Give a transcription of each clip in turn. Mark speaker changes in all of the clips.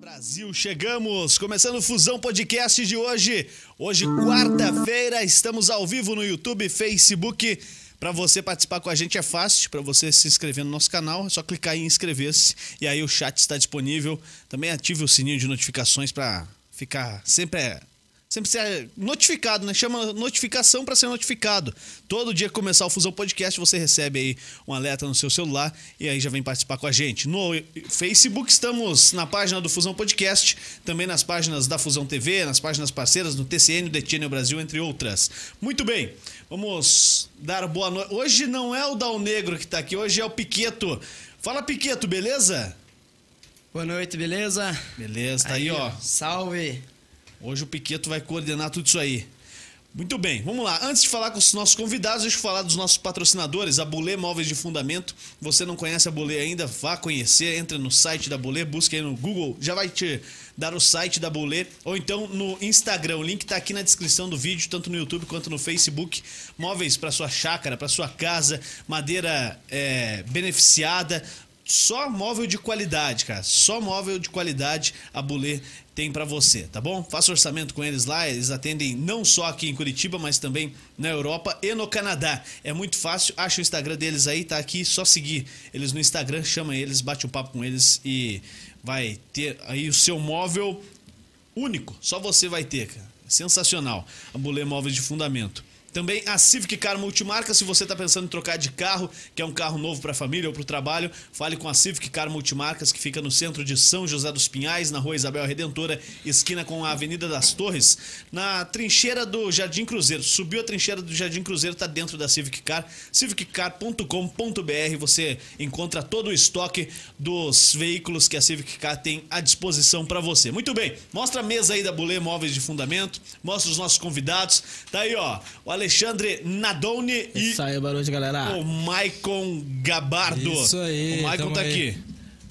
Speaker 1: Brasil, chegamos! Começando o Fusão Podcast de hoje. Hoje, quarta-feira, estamos ao vivo no YouTube, Facebook. Para você participar com a gente é fácil, para você se inscrever no nosso canal, é só clicar em inscrever-se e aí o chat está disponível. Também ative o sininho de notificações para ficar sempre é, sempre ser notificado, né? Chama notificação para ser notificado. Todo dia que começar o Fusão Podcast, você recebe aí um alerta no seu celular e aí já vem participar com a gente. No Facebook estamos na página do Fusão Podcast, também nas páginas da Fusão TV, nas páginas parceiras, no TCN, do Channel Brasil, entre outras. Muito bem, vamos dar boa noite. Hoje não é o Dal Negro que tá aqui, hoje é o Piqueto. Fala, Piqueto, beleza?
Speaker 2: Boa noite, beleza?
Speaker 1: Beleza, tá aí ó.
Speaker 2: Salve!
Speaker 1: Hoje o Piqueto vai coordenar tudo isso aí. Muito bem, vamos lá. Antes de falar com os nossos convidados, deixa eu falar dos nossos patrocinadores, a Bolê Móveis de Fundamento. Você não conhece a Bolê ainda? Vá conhecer, entra no site da Bolê, busca aí no Google, já vai te dar o site da Bolê, ou então no Instagram. O link tá aqui na descrição do vídeo, tanto no YouTube quanto no Facebook. Móveis para sua chácara, para sua casa, madeira é, beneficiada, só móvel de qualidade, cara. Só móvel de qualidade a Bulê tem para você, tá bom? Faça orçamento com eles lá, eles atendem não só aqui em Curitiba, mas também na Europa e no Canadá. É muito fácil, acha o Instagram deles aí, tá aqui, só seguir eles no Instagram, chama eles, bate um papo com eles e vai ter aí o seu móvel único, só você vai ter, cara. Sensacional. A Bulê Móveis de Fundamento. Também a Civic Car Multimarca, se você está pensando em trocar de carro, que é um carro novo para a família ou para o trabalho, fale com a Civic Car Multimarcas, que fica no centro de São José dos Pinhais, na rua Isabel Redentora, esquina com a Avenida das Torres, na trincheira do Jardim Cruzeiro. Subiu a trincheira do Jardim Cruzeiro, está dentro da Civic Car, civiccar.com.br, você encontra todo o estoque dos veículos que a Civic Car tem à disposição para você. Muito bem, mostra a mesa aí da Bulê Móveis de Fundamento, mostra os nossos convidados, tá aí ó, o Alexandre Nadone e
Speaker 2: Isso aí, boa noite, galera.
Speaker 1: o Maicon Gabardo.
Speaker 3: Isso aí,
Speaker 1: O Maicon
Speaker 3: tamo
Speaker 1: tá
Speaker 3: aí.
Speaker 1: aqui.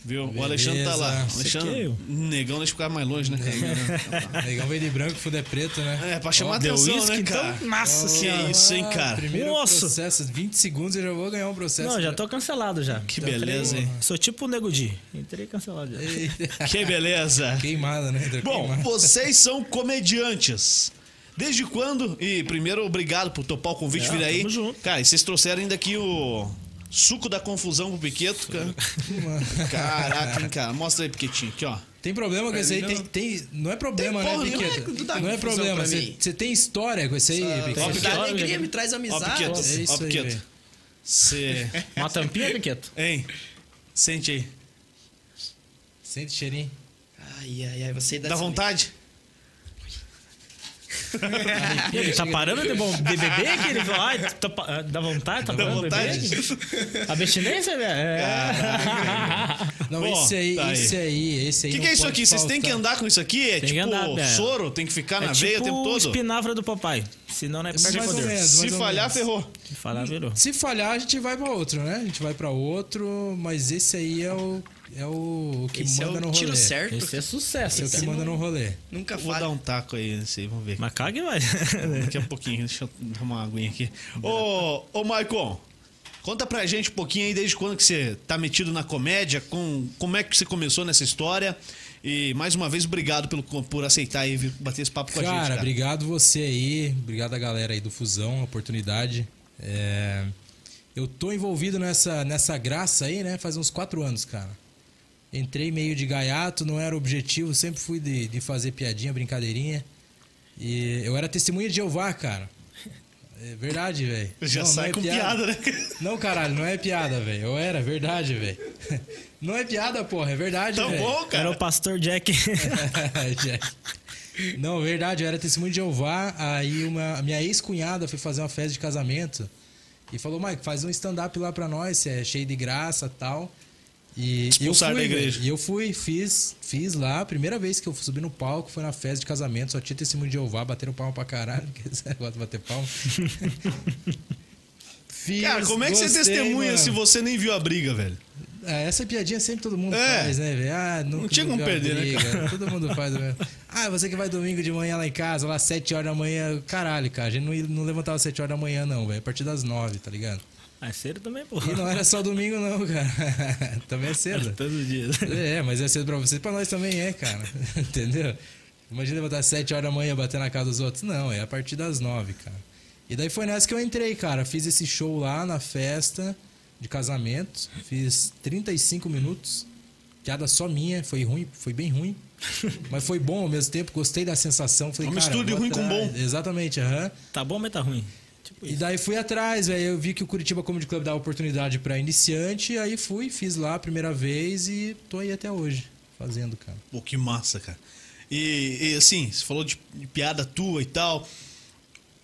Speaker 1: Viu? O Alexandre tá lá.
Speaker 3: Isso aqui
Speaker 1: Alexandre,
Speaker 3: é eu.
Speaker 1: negão deixa eu ficar mais longe, né, cara?
Speaker 3: Negão veio É, de branco, fuder preto, né?
Speaker 1: É, pra chamar
Speaker 4: deu
Speaker 1: atenção,
Speaker 4: uísque,
Speaker 1: né,
Speaker 4: então?
Speaker 1: cara?
Speaker 4: Nossa
Speaker 1: que
Speaker 4: Senhora.
Speaker 1: isso, hein, cara?
Speaker 3: Primeiro
Speaker 4: Nossa.
Speaker 3: processo, 20 segundos eu já vou ganhar um processo.
Speaker 4: Não, já tô cancelado já.
Speaker 1: Que
Speaker 4: Já entrei-
Speaker 1: beleza, hein?
Speaker 4: Sou tipo o Nego Di. Entrei cancelado já.
Speaker 1: Que beleza.
Speaker 3: Queimada, né? André?
Speaker 1: Bom,
Speaker 3: Queimada.
Speaker 1: vocês são comediantes. Desde quando? E primeiro, obrigado por topar o convite,
Speaker 4: É,
Speaker 1: vir aí.
Speaker 4: tamo junto.
Speaker 1: Cara, e vocês trouxeram ainda aqui o suco da confusão pro Piqueto, cara. Caraca, hein, cara. Mostra aí, Piquetinho, aqui, ó.
Speaker 3: Tem problema com esse aí? Tem, tem- não é problema,
Speaker 1: Tem porra
Speaker 3: né,
Speaker 1: nenhuma,
Speaker 3: Piqueto?
Speaker 2: não dá
Speaker 3: Não é
Speaker 2: confusão
Speaker 3: problema.
Speaker 2: pra
Speaker 3: Você
Speaker 2: mim.
Speaker 3: você tem história com esse aí,
Speaker 1: Ó,
Speaker 3: Piqueto?
Speaker 2: Me
Speaker 1: Piqueto.
Speaker 2: dá
Speaker 1: Piqueto.
Speaker 2: alegria, me traz
Speaker 1: Ó,
Speaker 2: amizade.
Speaker 1: Piqueto.
Speaker 3: é isso
Speaker 1: Ó,
Speaker 3: aí,
Speaker 1: Piqueto.
Speaker 3: velho.
Speaker 1: Você.
Speaker 4: Uma tampinha, Piqueto?
Speaker 1: Hein? Sente aí.
Speaker 3: Sente o cheirinho.
Speaker 2: Ai, ai, ai, você dá
Speaker 1: Dá
Speaker 2: essa-
Speaker 1: vontade?
Speaker 4: Ele tá parando de, bom, de beber que ele vai. Ai, tá pa- dá vontade, tá
Speaker 1: Dá
Speaker 4: parando
Speaker 1: vontade?
Speaker 4: de beber? Abstinência, velho? Ah, É.
Speaker 3: Não,
Speaker 1: Bom,
Speaker 3: esse aí,
Speaker 1: tá aí.
Speaker 3: esse aí, esse aí.
Speaker 1: O que, que
Speaker 3: não
Speaker 1: é isso
Speaker 3: pode
Speaker 1: aqui? Vocês têm que
Speaker 3: faltar.
Speaker 1: andar com isso aqui? É
Speaker 4: Tem que
Speaker 1: tipo
Speaker 4: andar, né?
Speaker 1: soro? Tem que ficar na
Speaker 4: é
Speaker 1: veia o
Speaker 4: tipo
Speaker 1: tempo
Speaker 4: o
Speaker 1: todo?
Speaker 4: espinafra do papai. Senão não é perde
Speaker 3: Mais ou
Speaker 4: poder.
Speaker 3: menos,
Speaker 1: Se
Speaker 3: mais ou
Speaker 1: falhar,
Speaker 3: menos.
Speaker 1: ferrou.
Speaker 4: Se Falar, virou.
Speaker 3: Se falhar, a gente vai pra outro, né? A gente vai pra outro, mas esse aí é o, é o o que
Speaker 2: Esse é
Speaker 3: manda no
Speaker 2: o
Speaker 3: rolê.
Speaker 2: tiro certo.
Speaker 4: Esse é sucesso.
Speaker 3: Esse é o
Speaker 4: cara.
Speaker 3: que manda no rolê.
Speaker 2: Nunca
Speaker 1: Vou dar
Speaker 2: falha.
Speaker 1: um taco aí nesse aí, vamos ver.
Speaker 4: Mas caga, vai.
Speaker 1: Daqui a
Speaker 3: né?
Speaker 1: pouquinho, deixa eu tomar uma aguinha aqui. Ô, ô Maicon, conta pra gente um pouquinho aí desde quando que você tá metido na comédia, com, como é que você começou nessa história. E mais uma vez, obrigado pelo, por aceitar aí vir bater esse papo com a
Speaker 3: cara,
Speaker 1: gente. Cara,
Speaker 3: obrigado você aí, obrigado a galera aí do Fusão, a oportunidade. É, eu tô envolvido nessa, nessa graça aí, né? Faz uns quatro anos, cara. Entrei meio de gaiato, não era objetivo, sempre fui de, de fazer piadinha, brincadeirinha. E eu era testemunha de Jeová, cara. É verdade, velho.
Speaker 1: Já
Speaker 3: Não, não
Speaker 1: sai
Speaker 3: é
Speaker 1: com piada, né?
Speaker 3: Não, caralho, não é piada, velho. Eu era, verdade, velho. Não é piada, porra, é verdade,
Speaker 1: Tá
Speaker 3: velho.
Speaker 1: bom,
Speaker 4: Era
Speaker 1: cara.
Speaker 4: o pastor Jack.
Speaker 3: Jack. Não, verdade, eu era testemunho de Jeová. Aí uma, a minha ex-cunhada foi fazer uma festa de casamento e falou: Mike, faz um stand-up lá pra nós, você é cheio de graça tal. E eu
Speaker 1: Expulsaram
Speaker 3: fui,
Speaker 1: da igreja.
Speaker 3: velho. E eu fui, fiz, fiz lá. A primeira vez que eu subi no palco foi na festa de casamento, só tinha testemunho de Jeová, bateram palma pra caralho, que esse negócio de bater palma. Fiz,
Speaker 1: Cara, como é que você
Speaker 3: gostei,
Speaker 1: testemunha
Speaker 3: mano.
Speaker 1: se você nem viu a briga, velho?
Speaker 3: Ah, É, essa piadinha sempre todo mundo
Speaker 1: É.
Speaker 3: faz, né, velho? Ah, nunca
Speaker 1: tinha como
Speaker 3: viu a
Speaker 1: perder, né,
Speaker 3: briga. Todo mundo faz. né? Ah, você que vai domingo de manhã lá em casa, lá às 7 horas da manhã. Caralho, cara, a gente não, ia- não levantava às 7 horas da manhã, não, velho. A partir das 9, tá ligado?
Speaker 4: Ah, é cedo também, pô.
Speaker 3: E não era só domingo, não, cara. também é cedo.
Speaker 4: Todo dia.
Speaker 3: É, mas é cedo pra vocês, pra nós também é, cara. Entendeu? Imagina levantar às 7 horas da manhã e bater na casa dos outros. Não, é a partir das 9, cara. E daí foi nessa que eu entrei, cara. Fiz esse show lá na festa de casamento. Fiz 35 minutos. Piada só minha, foi ruim, foi bem ruim. Mas foi bom ao mesmo tempo, gostei da sensação. Falei,
Speaker 1: Uma
Speaker 3: cara,
Speaker 1: mistura de
Speaker 3: vou
Speaker 1: É um ruim com
Speaker 3: atrás.
Speaker 1: bom.
Speaker 3: Exatamente, aham.
Speaker 4: Tá bom, mas tá ruim. Tipo
Speaker 3: E
Speaker 4: isso.
Speaker 3: daí fui atrás, velho. Eu vi que o Curitiba Comedy Club dava oportunidade pra iniciante, aí fui, fiz lá a primeira vez e tô aí até hoje, fazendo, cara.
Speaker 1: Pô, que massa, cara. E, e, assim, você falou de, de piada tua e tal.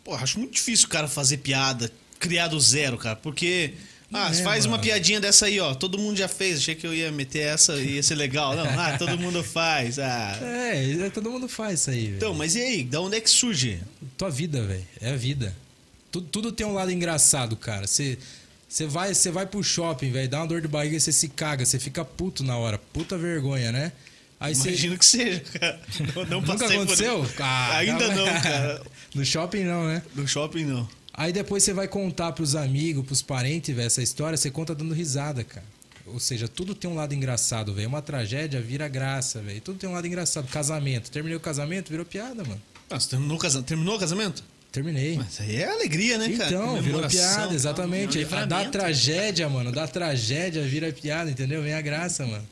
Speaker 1: Pô, acho muito difícil o cara fazer piada, criar do zero, cara, porque. Ah,
Speaker 3: é,
Speaker 1: você faz uma
Speaker 3: mano.
Speaker 1: piadinha dessa aí, ó. Todo mundo já fez. Achei que eu ia meter essa e ia ser legal. Não, ah, todo mundo faz. Ah.
Speaker 3: É, todo mundo faz isso aí, velho.
Speaker 1: Então, mas e aí? Da onde é que surge?
Speaker 3: Tua vida, velho. É a vida. Tudo, tudo tem um lado engraçado, cara. Você você vai, você vai pro shopping, velho, dá uma dor de barriga e você se caga, você fica puto na hora. Puta vergonha, né? Aí você.
Speaker 1: Imagino que seja, cara. Não, não
Speaker 3: Nunca
Speaker 1: passei por
Speaker 3: aconteceu?
Speaker 1: isso.
Speaker 3: Ah,
Speaker 1: Ainda não, cara.
Speaker 3: No shopping não, né?
Speaker 1: No shopping, não.
Speaker 3: Aí depois você vai contar pros amigos, pros parentes, velho, essa história, você conta dando risada, cara. Ou seja, tudo tem um lado engraçado, velho. Uma tragédia vira graça, velho. Tudo tem um lado engraçado. Casamento. Terminei o casamento, virou piada, mano.
Speaker 1: Ah, você terminou o casamento? Terminou o casamento?
Speaker 3: Terminei.
Speaker 1: Mas aí é alegria, né, cara?
Speaker 3: Então, virou
Speaker 1: Comemoração,
Speaker 3: piada, exatamente.
Speaker 4: Não,
Speaker 3: A- da
Speaker 4: livramento.
Speaker 3: tragédia, mano. Da tragédia vira piada, entendeu? Vem a graça, mano.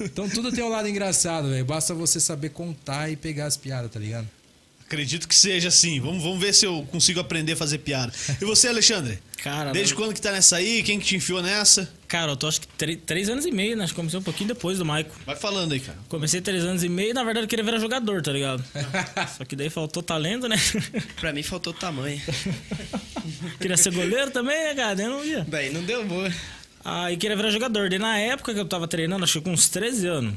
Speaker 3: Então tudo tem um lado engraçado, velho. Basta você saber contar e pegar as piadas, tá ligado?
Speaker 1: Acredito que seja assim. Vamos, vamos ver se eu consigo aprender a fazer piada. E você, Alexandre?
Speaker 4: Cara,
Speaker 1: Desde quando que tá nessa aí? Quem que te enfiou nessa?
Speaker 4: cara, eu tô acho que tre- três anos e meio, né? Acho que comecei um pouquinho depois do Maico.
Speaker 1: Vai falando aí, cara.
Speaker 4: Comecei três anos e meio, na verdade eu queria virar jogador, tá ligado? Só que daí faltou talento, né?
Speaker 2: Pra mim faltou tamanho.
Speaker 4: queria ser goleiro também, né, cara? Daí não ia.
Speaker 2: Daí não deu boa.
Speaker 4: Aí queria virar jogador. Daí na época que eu tava treinando, acho que com uns 13 anos,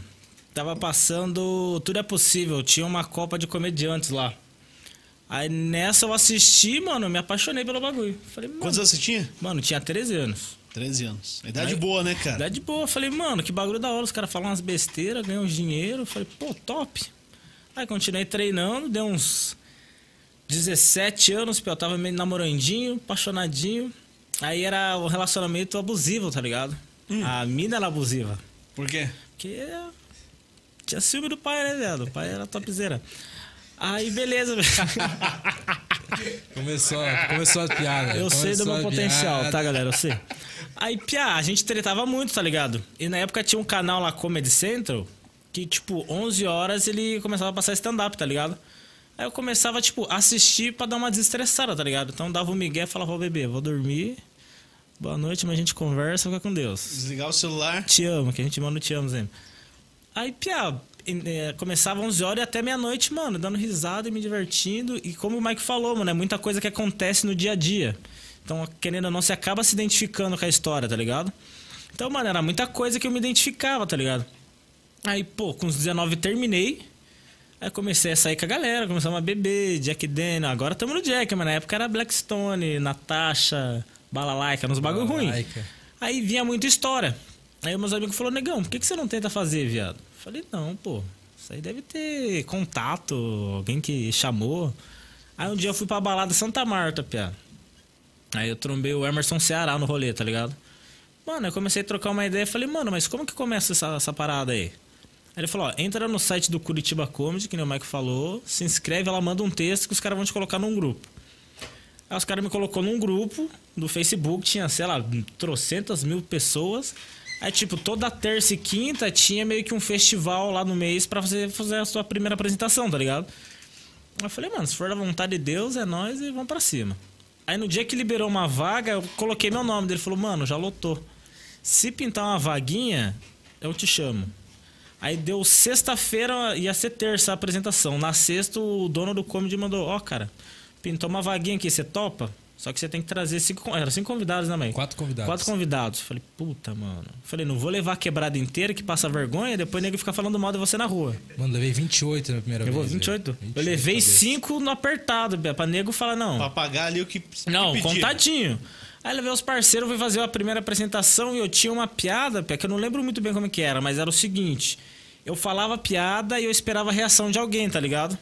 Speaker 4: tava passando Tudo é Possível. Tinha uma Copa de Comediantes lá. Aí nessa eu assisti, mano, me apaixonei pelo bagulho. Falei, mano,
Speaker 1: Quantos anos você tinha?
Speaker 4: mano tinha 13 anos.
Speaker 1: 13 anos. Idade
Speaker 4: Aí-
Speaker 1: boa, né, cara?
Speaker 4: Daí de boa, falei, mano, que bagulho da hora. Os caras falam umas besteiras, ganham uns dinheiro. Falei, pô, top. Aí continuei treinando, deu uns 17 anos, pô, eu tava meio namorandinho, apaixonadinho. Aí era um relacionamento abusivo, tá ligado? A mina era abusiva.
Speaker 1: Por quê?
Speaker 4: Porque tinha ciúme do pai, né, velho? O pai era topzera. Aí, beleza, velho.
Speaker 3: Começou, começou a piada.
Speaker 4: Eu sei do meu potencial, tá, galera? Eu sei. Aí, piá, a gente tretava muito, tá ligado? E na época tinha um canal lá, Comedy Central, que, tipo, 11 horas ele começava a passar stand-up, tá ligado? Aí eu começava, tipo, assistir pra dar uma desestressada, tá ligado? Então dava o migué e falava, ó, bebê, vou dormir. Boa noite, mas a gente conversa, fica com Deus.
Speaker 1: Desligar o celular.
Speaker 4: Te amo, que a gente manda o te amo sempre. Aí, piá, em- eh, começava 11 horas e até meia-noite, mano, dando risada e me divertindo. E como o Mike falou, mano, é muita coisa que acontece no dia a dia. Então, querendo ou não, você acaba se identificando com a história, tá ligado? Então, mano, era muita coisa que eu me identificava, tá ligado? Aí, pô, com os 19 terminei. Aí comecei a sair com a galera, começamos a beber, Jack Daniel. Agora estamos no Jack, mas na época era Blackstone, Natasha, Balalaika, nos bagulho ruim.
Speaker 3: Balalaika.
Speaker 4: Aí vinha muita história. Aí meus amigos falaram, negão, por que, que você não tenta fazer, viado? Falei, não, pô. Isso aí deve ter contato, alguém que chamou. Aí um dia eu fui pra balada Santa Marta, piá. Aí eu trombei o Emerson Ceará no rolê, tá ligado? Mano, eu comecei a trocar uma ideia falei, mano, mas como que começa essa, essa parada aí? Aí ele falou, ó, entra no site do Curitiba Comedy, que nem o Mike falou, se inscreve, ela manda um texto que os caras vão te colocar num grupo. Aí os caras me colocou num grupo do Facebook, tinha, sei lá, trocentas mil pessoas. Aí, tipo, toda terça e quinta tinha meio que um festival lá no mês pra você fazer a sua primeira apresentação, tá ligado? Aí eu falei, mano, se for da vontade de Deus, é nós e vamos pra cima. Aí no dia que liberou uma vaga, eu coloquei meu nome. Ele falou, mano, já lotou. Se pintar uma vaguinha, eu te chamo. Aí deu sexta-feira, ia ser terça a apresentação. Na sexta, o dono do comedy mandou, ó, cara, pintou uma vaguinha aqui, você topa? Só que você tem que trazer cinco... con- Era cinco convidados, né, mãe?
Speaker 3: Quatro convidados.
Speaker 4: Quatro convidados. Falei, puta, mano. Falei, não vou levar a quebrada inteira que passa vergonha, depois o nego fica falando mal de você na rua.
Speaker 3: Mano, levei 28 na primeira
Speaker 4: Eu vou
Speaker 3: vez. velho.
Speaker 4: 28. Eu levei
Speaker 3: cabeça.
Speaker 4: 5 no apertado, Bia, pra nego falar não.
Speaker 1: Pra pagar ali o que. que
Speaker 4: Não,
Speaker 1: pedir.
Speaker 4: contadinho. Aí levei os parceiros, fui fazer a primeira apresentação e eu tinha uma piada, Pé, que eu não lembro muito bem como que era, mas era o seguinte. Eu falava piada e eu esperava a reação de alguém, tá ligado?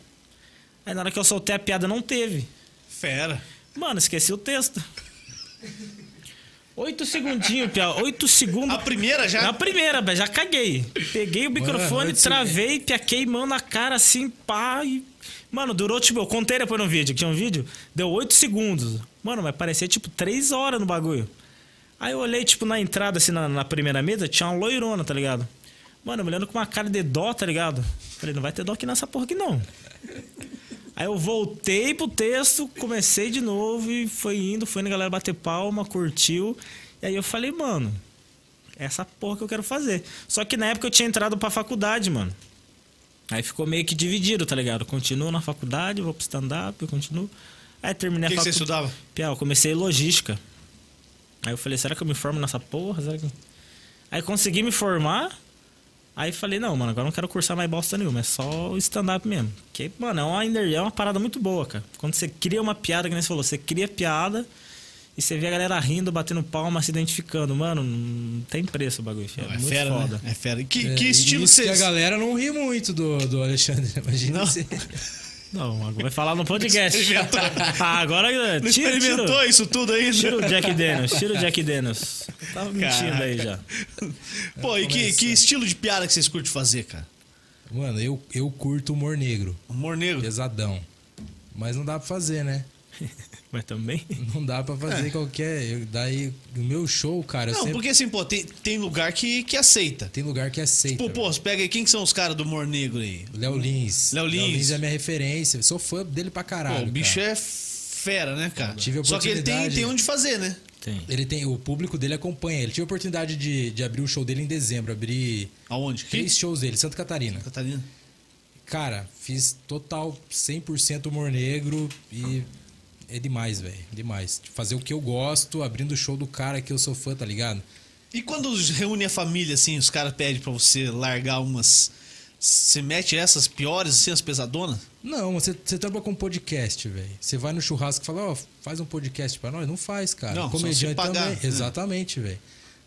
Speaker 4: Aí na hora que eu soltei a piada não teve.
Speaker 1: Fera.
Speaker 4: Mano, esqueci o texto. Oito segundinhos, Pia. Oito segundos.
Speaker 1: A primeira já?
Speaker 4: Na primeira, velho. Já caguei. Peguei o microfone,
Speaker 3: antes-
Speaker 4: travei, piaquei mão na cara assim, pá. E... Mano, durou tipo. Eu contei depois no vídeo, que tinha um vídeo. Deu oito segundos. Mano, mas parecia tipo três horas no bagulho. Aí eu olhei, tipo, na entrada, assim, na, na primeira mesa, tinha uma loirona, tá ligado? Mano, eu me olhando com uma cara de dó, tá ligado? Falei, não vai ter dó aqui nessa porra aqui não. Aí eu voltei pro texto, comecei de novo e foi indo, foi indo, a galera bater palma, curtiu. E aí eu falei, mano, essa porra que eu quero fazer. Só que na época eu tinha entrado pra faculdade, mano. Aí ficou meio que dividido, tá ligado? Continuo na faculdade, vou pro stand-up, eu continuo. Aí terminei
Speaker 1: O que,
Speaker 4: a
Speaker 1: que você
Speaker 4: faculdade.
Speaker 1: estudava?
Speaker 4: Piá, eu comecei logística. Aí eu falei, será que eu me formo nessa porra? Será que... Aí consegui me formar. Aí falei, não, mano, agora eu não quero cursar mais bosta nenhuma, é só o stand-up mesmo. Porque, mano, é uma, ender- é uma parada muito boa, cara. Quando você cria uma piada, que nem você falou, você cria piada e você vê a galera rindo, batendo palma, se identificando. Mano, não tem preço o bagulho, filho.
Speaker 1: É
Speaker 4: É, muito
Speaker 1: fera,
Speaker 4: foda.
Speaker 1: né? É fera. E Que,
Speaker 3: É,
Speaker 1: que
Speaker 3: e
Speaker 1: estilo
Speaker 3: isso
Speaker 1: você...
Speaker 3: que a galera não ri muito do, do Alexandre. Imagina
Speaker 1: Não.
Speaker 3: se-
Speaker 4: Não, agora vai falar no podcast.
Speaker 1: Experimentou.
Speaker 4: ah, agora
Speaker 1: Não
Speaker 4: tira,
Speaker 1: experimentou
Speaker 4: tira,
Speaker 1: isso tudo aí? né?
Speaker 4: tira o Jack Daniels, tira o Jack Daniels. Eu tava mentindo aí já.
Speaker 1: Pô, e que, que estilo de piada que vocês curtem fazer, cara?
Speaker 3: Mano, eu, eu curto humor negro.
Speaker 1: Humor negro.
Speaker 3: Pesadão. Mas não dá pra fazer, né?
Speaker 4: Mas também.
Speaker 3: Não dá pra fazer qualquer. eu- daí, no meu show, cara, eu
Speaker 1: É. Não,
Speaker 3: sempre.
Speaker 1: porque assim, pô, tem, tem lugar que, que aceita.
Speaker 3: Tem lugar que aceita.
Speaker 1: Pô,
Speaker 4: Então.
Speaker 1: pô, você pega aí, quem que são os caras do humor negro aí?
Speaker 3: Léo Lins.
Speaker 1: Léo Lins.
Speaker 3: é minha referência. Eu sou fã dele pra
Speaker 1: Pô,
Speaker 3: caralho.
Speaker 1: o bicho
Speaker 3: cara.
Speaker 1: é fera, né, cara?
Speaker 3: Tive a
Speaker 1: Só que ele tem,
Speaker 3: oportunidade.
Speaker 1: tem onde fazer, né?
Speaker 4: Tem.
Speaker 3: Ele tem, o público dele acompanha. Ele tive a oportunidade de, de abrir o show dele em dezembro. Abri
Speaker 1: Aonde? Que?
Speaker 3: três shows dele, Santa Catarina.
Speaker 1: Catarina.
Speaker 3: Cara, fiz total 100% humor negro e é demais, velho. Demais. Fazer o que eu gosto, abrindo o show do cara que eu sou fã, tá ligado?
Speaker 1: E quando reúne a família, assim, os caras pedem pra você largar umas. Você mete essas piores, assim, as pesadonas?
Speaker 3: Não, você, você trabalha com podcast, velho. Você vai no churrasco e fala, ó, faz um podcast pra nós? Não faz, cara.
Speaker 1: Não, só se
Speaker 3: Comediante
Speaker 1: pagar,
Speaker 3: também.
Speaker 1: né?
Speaker 3: Exatamente, velho.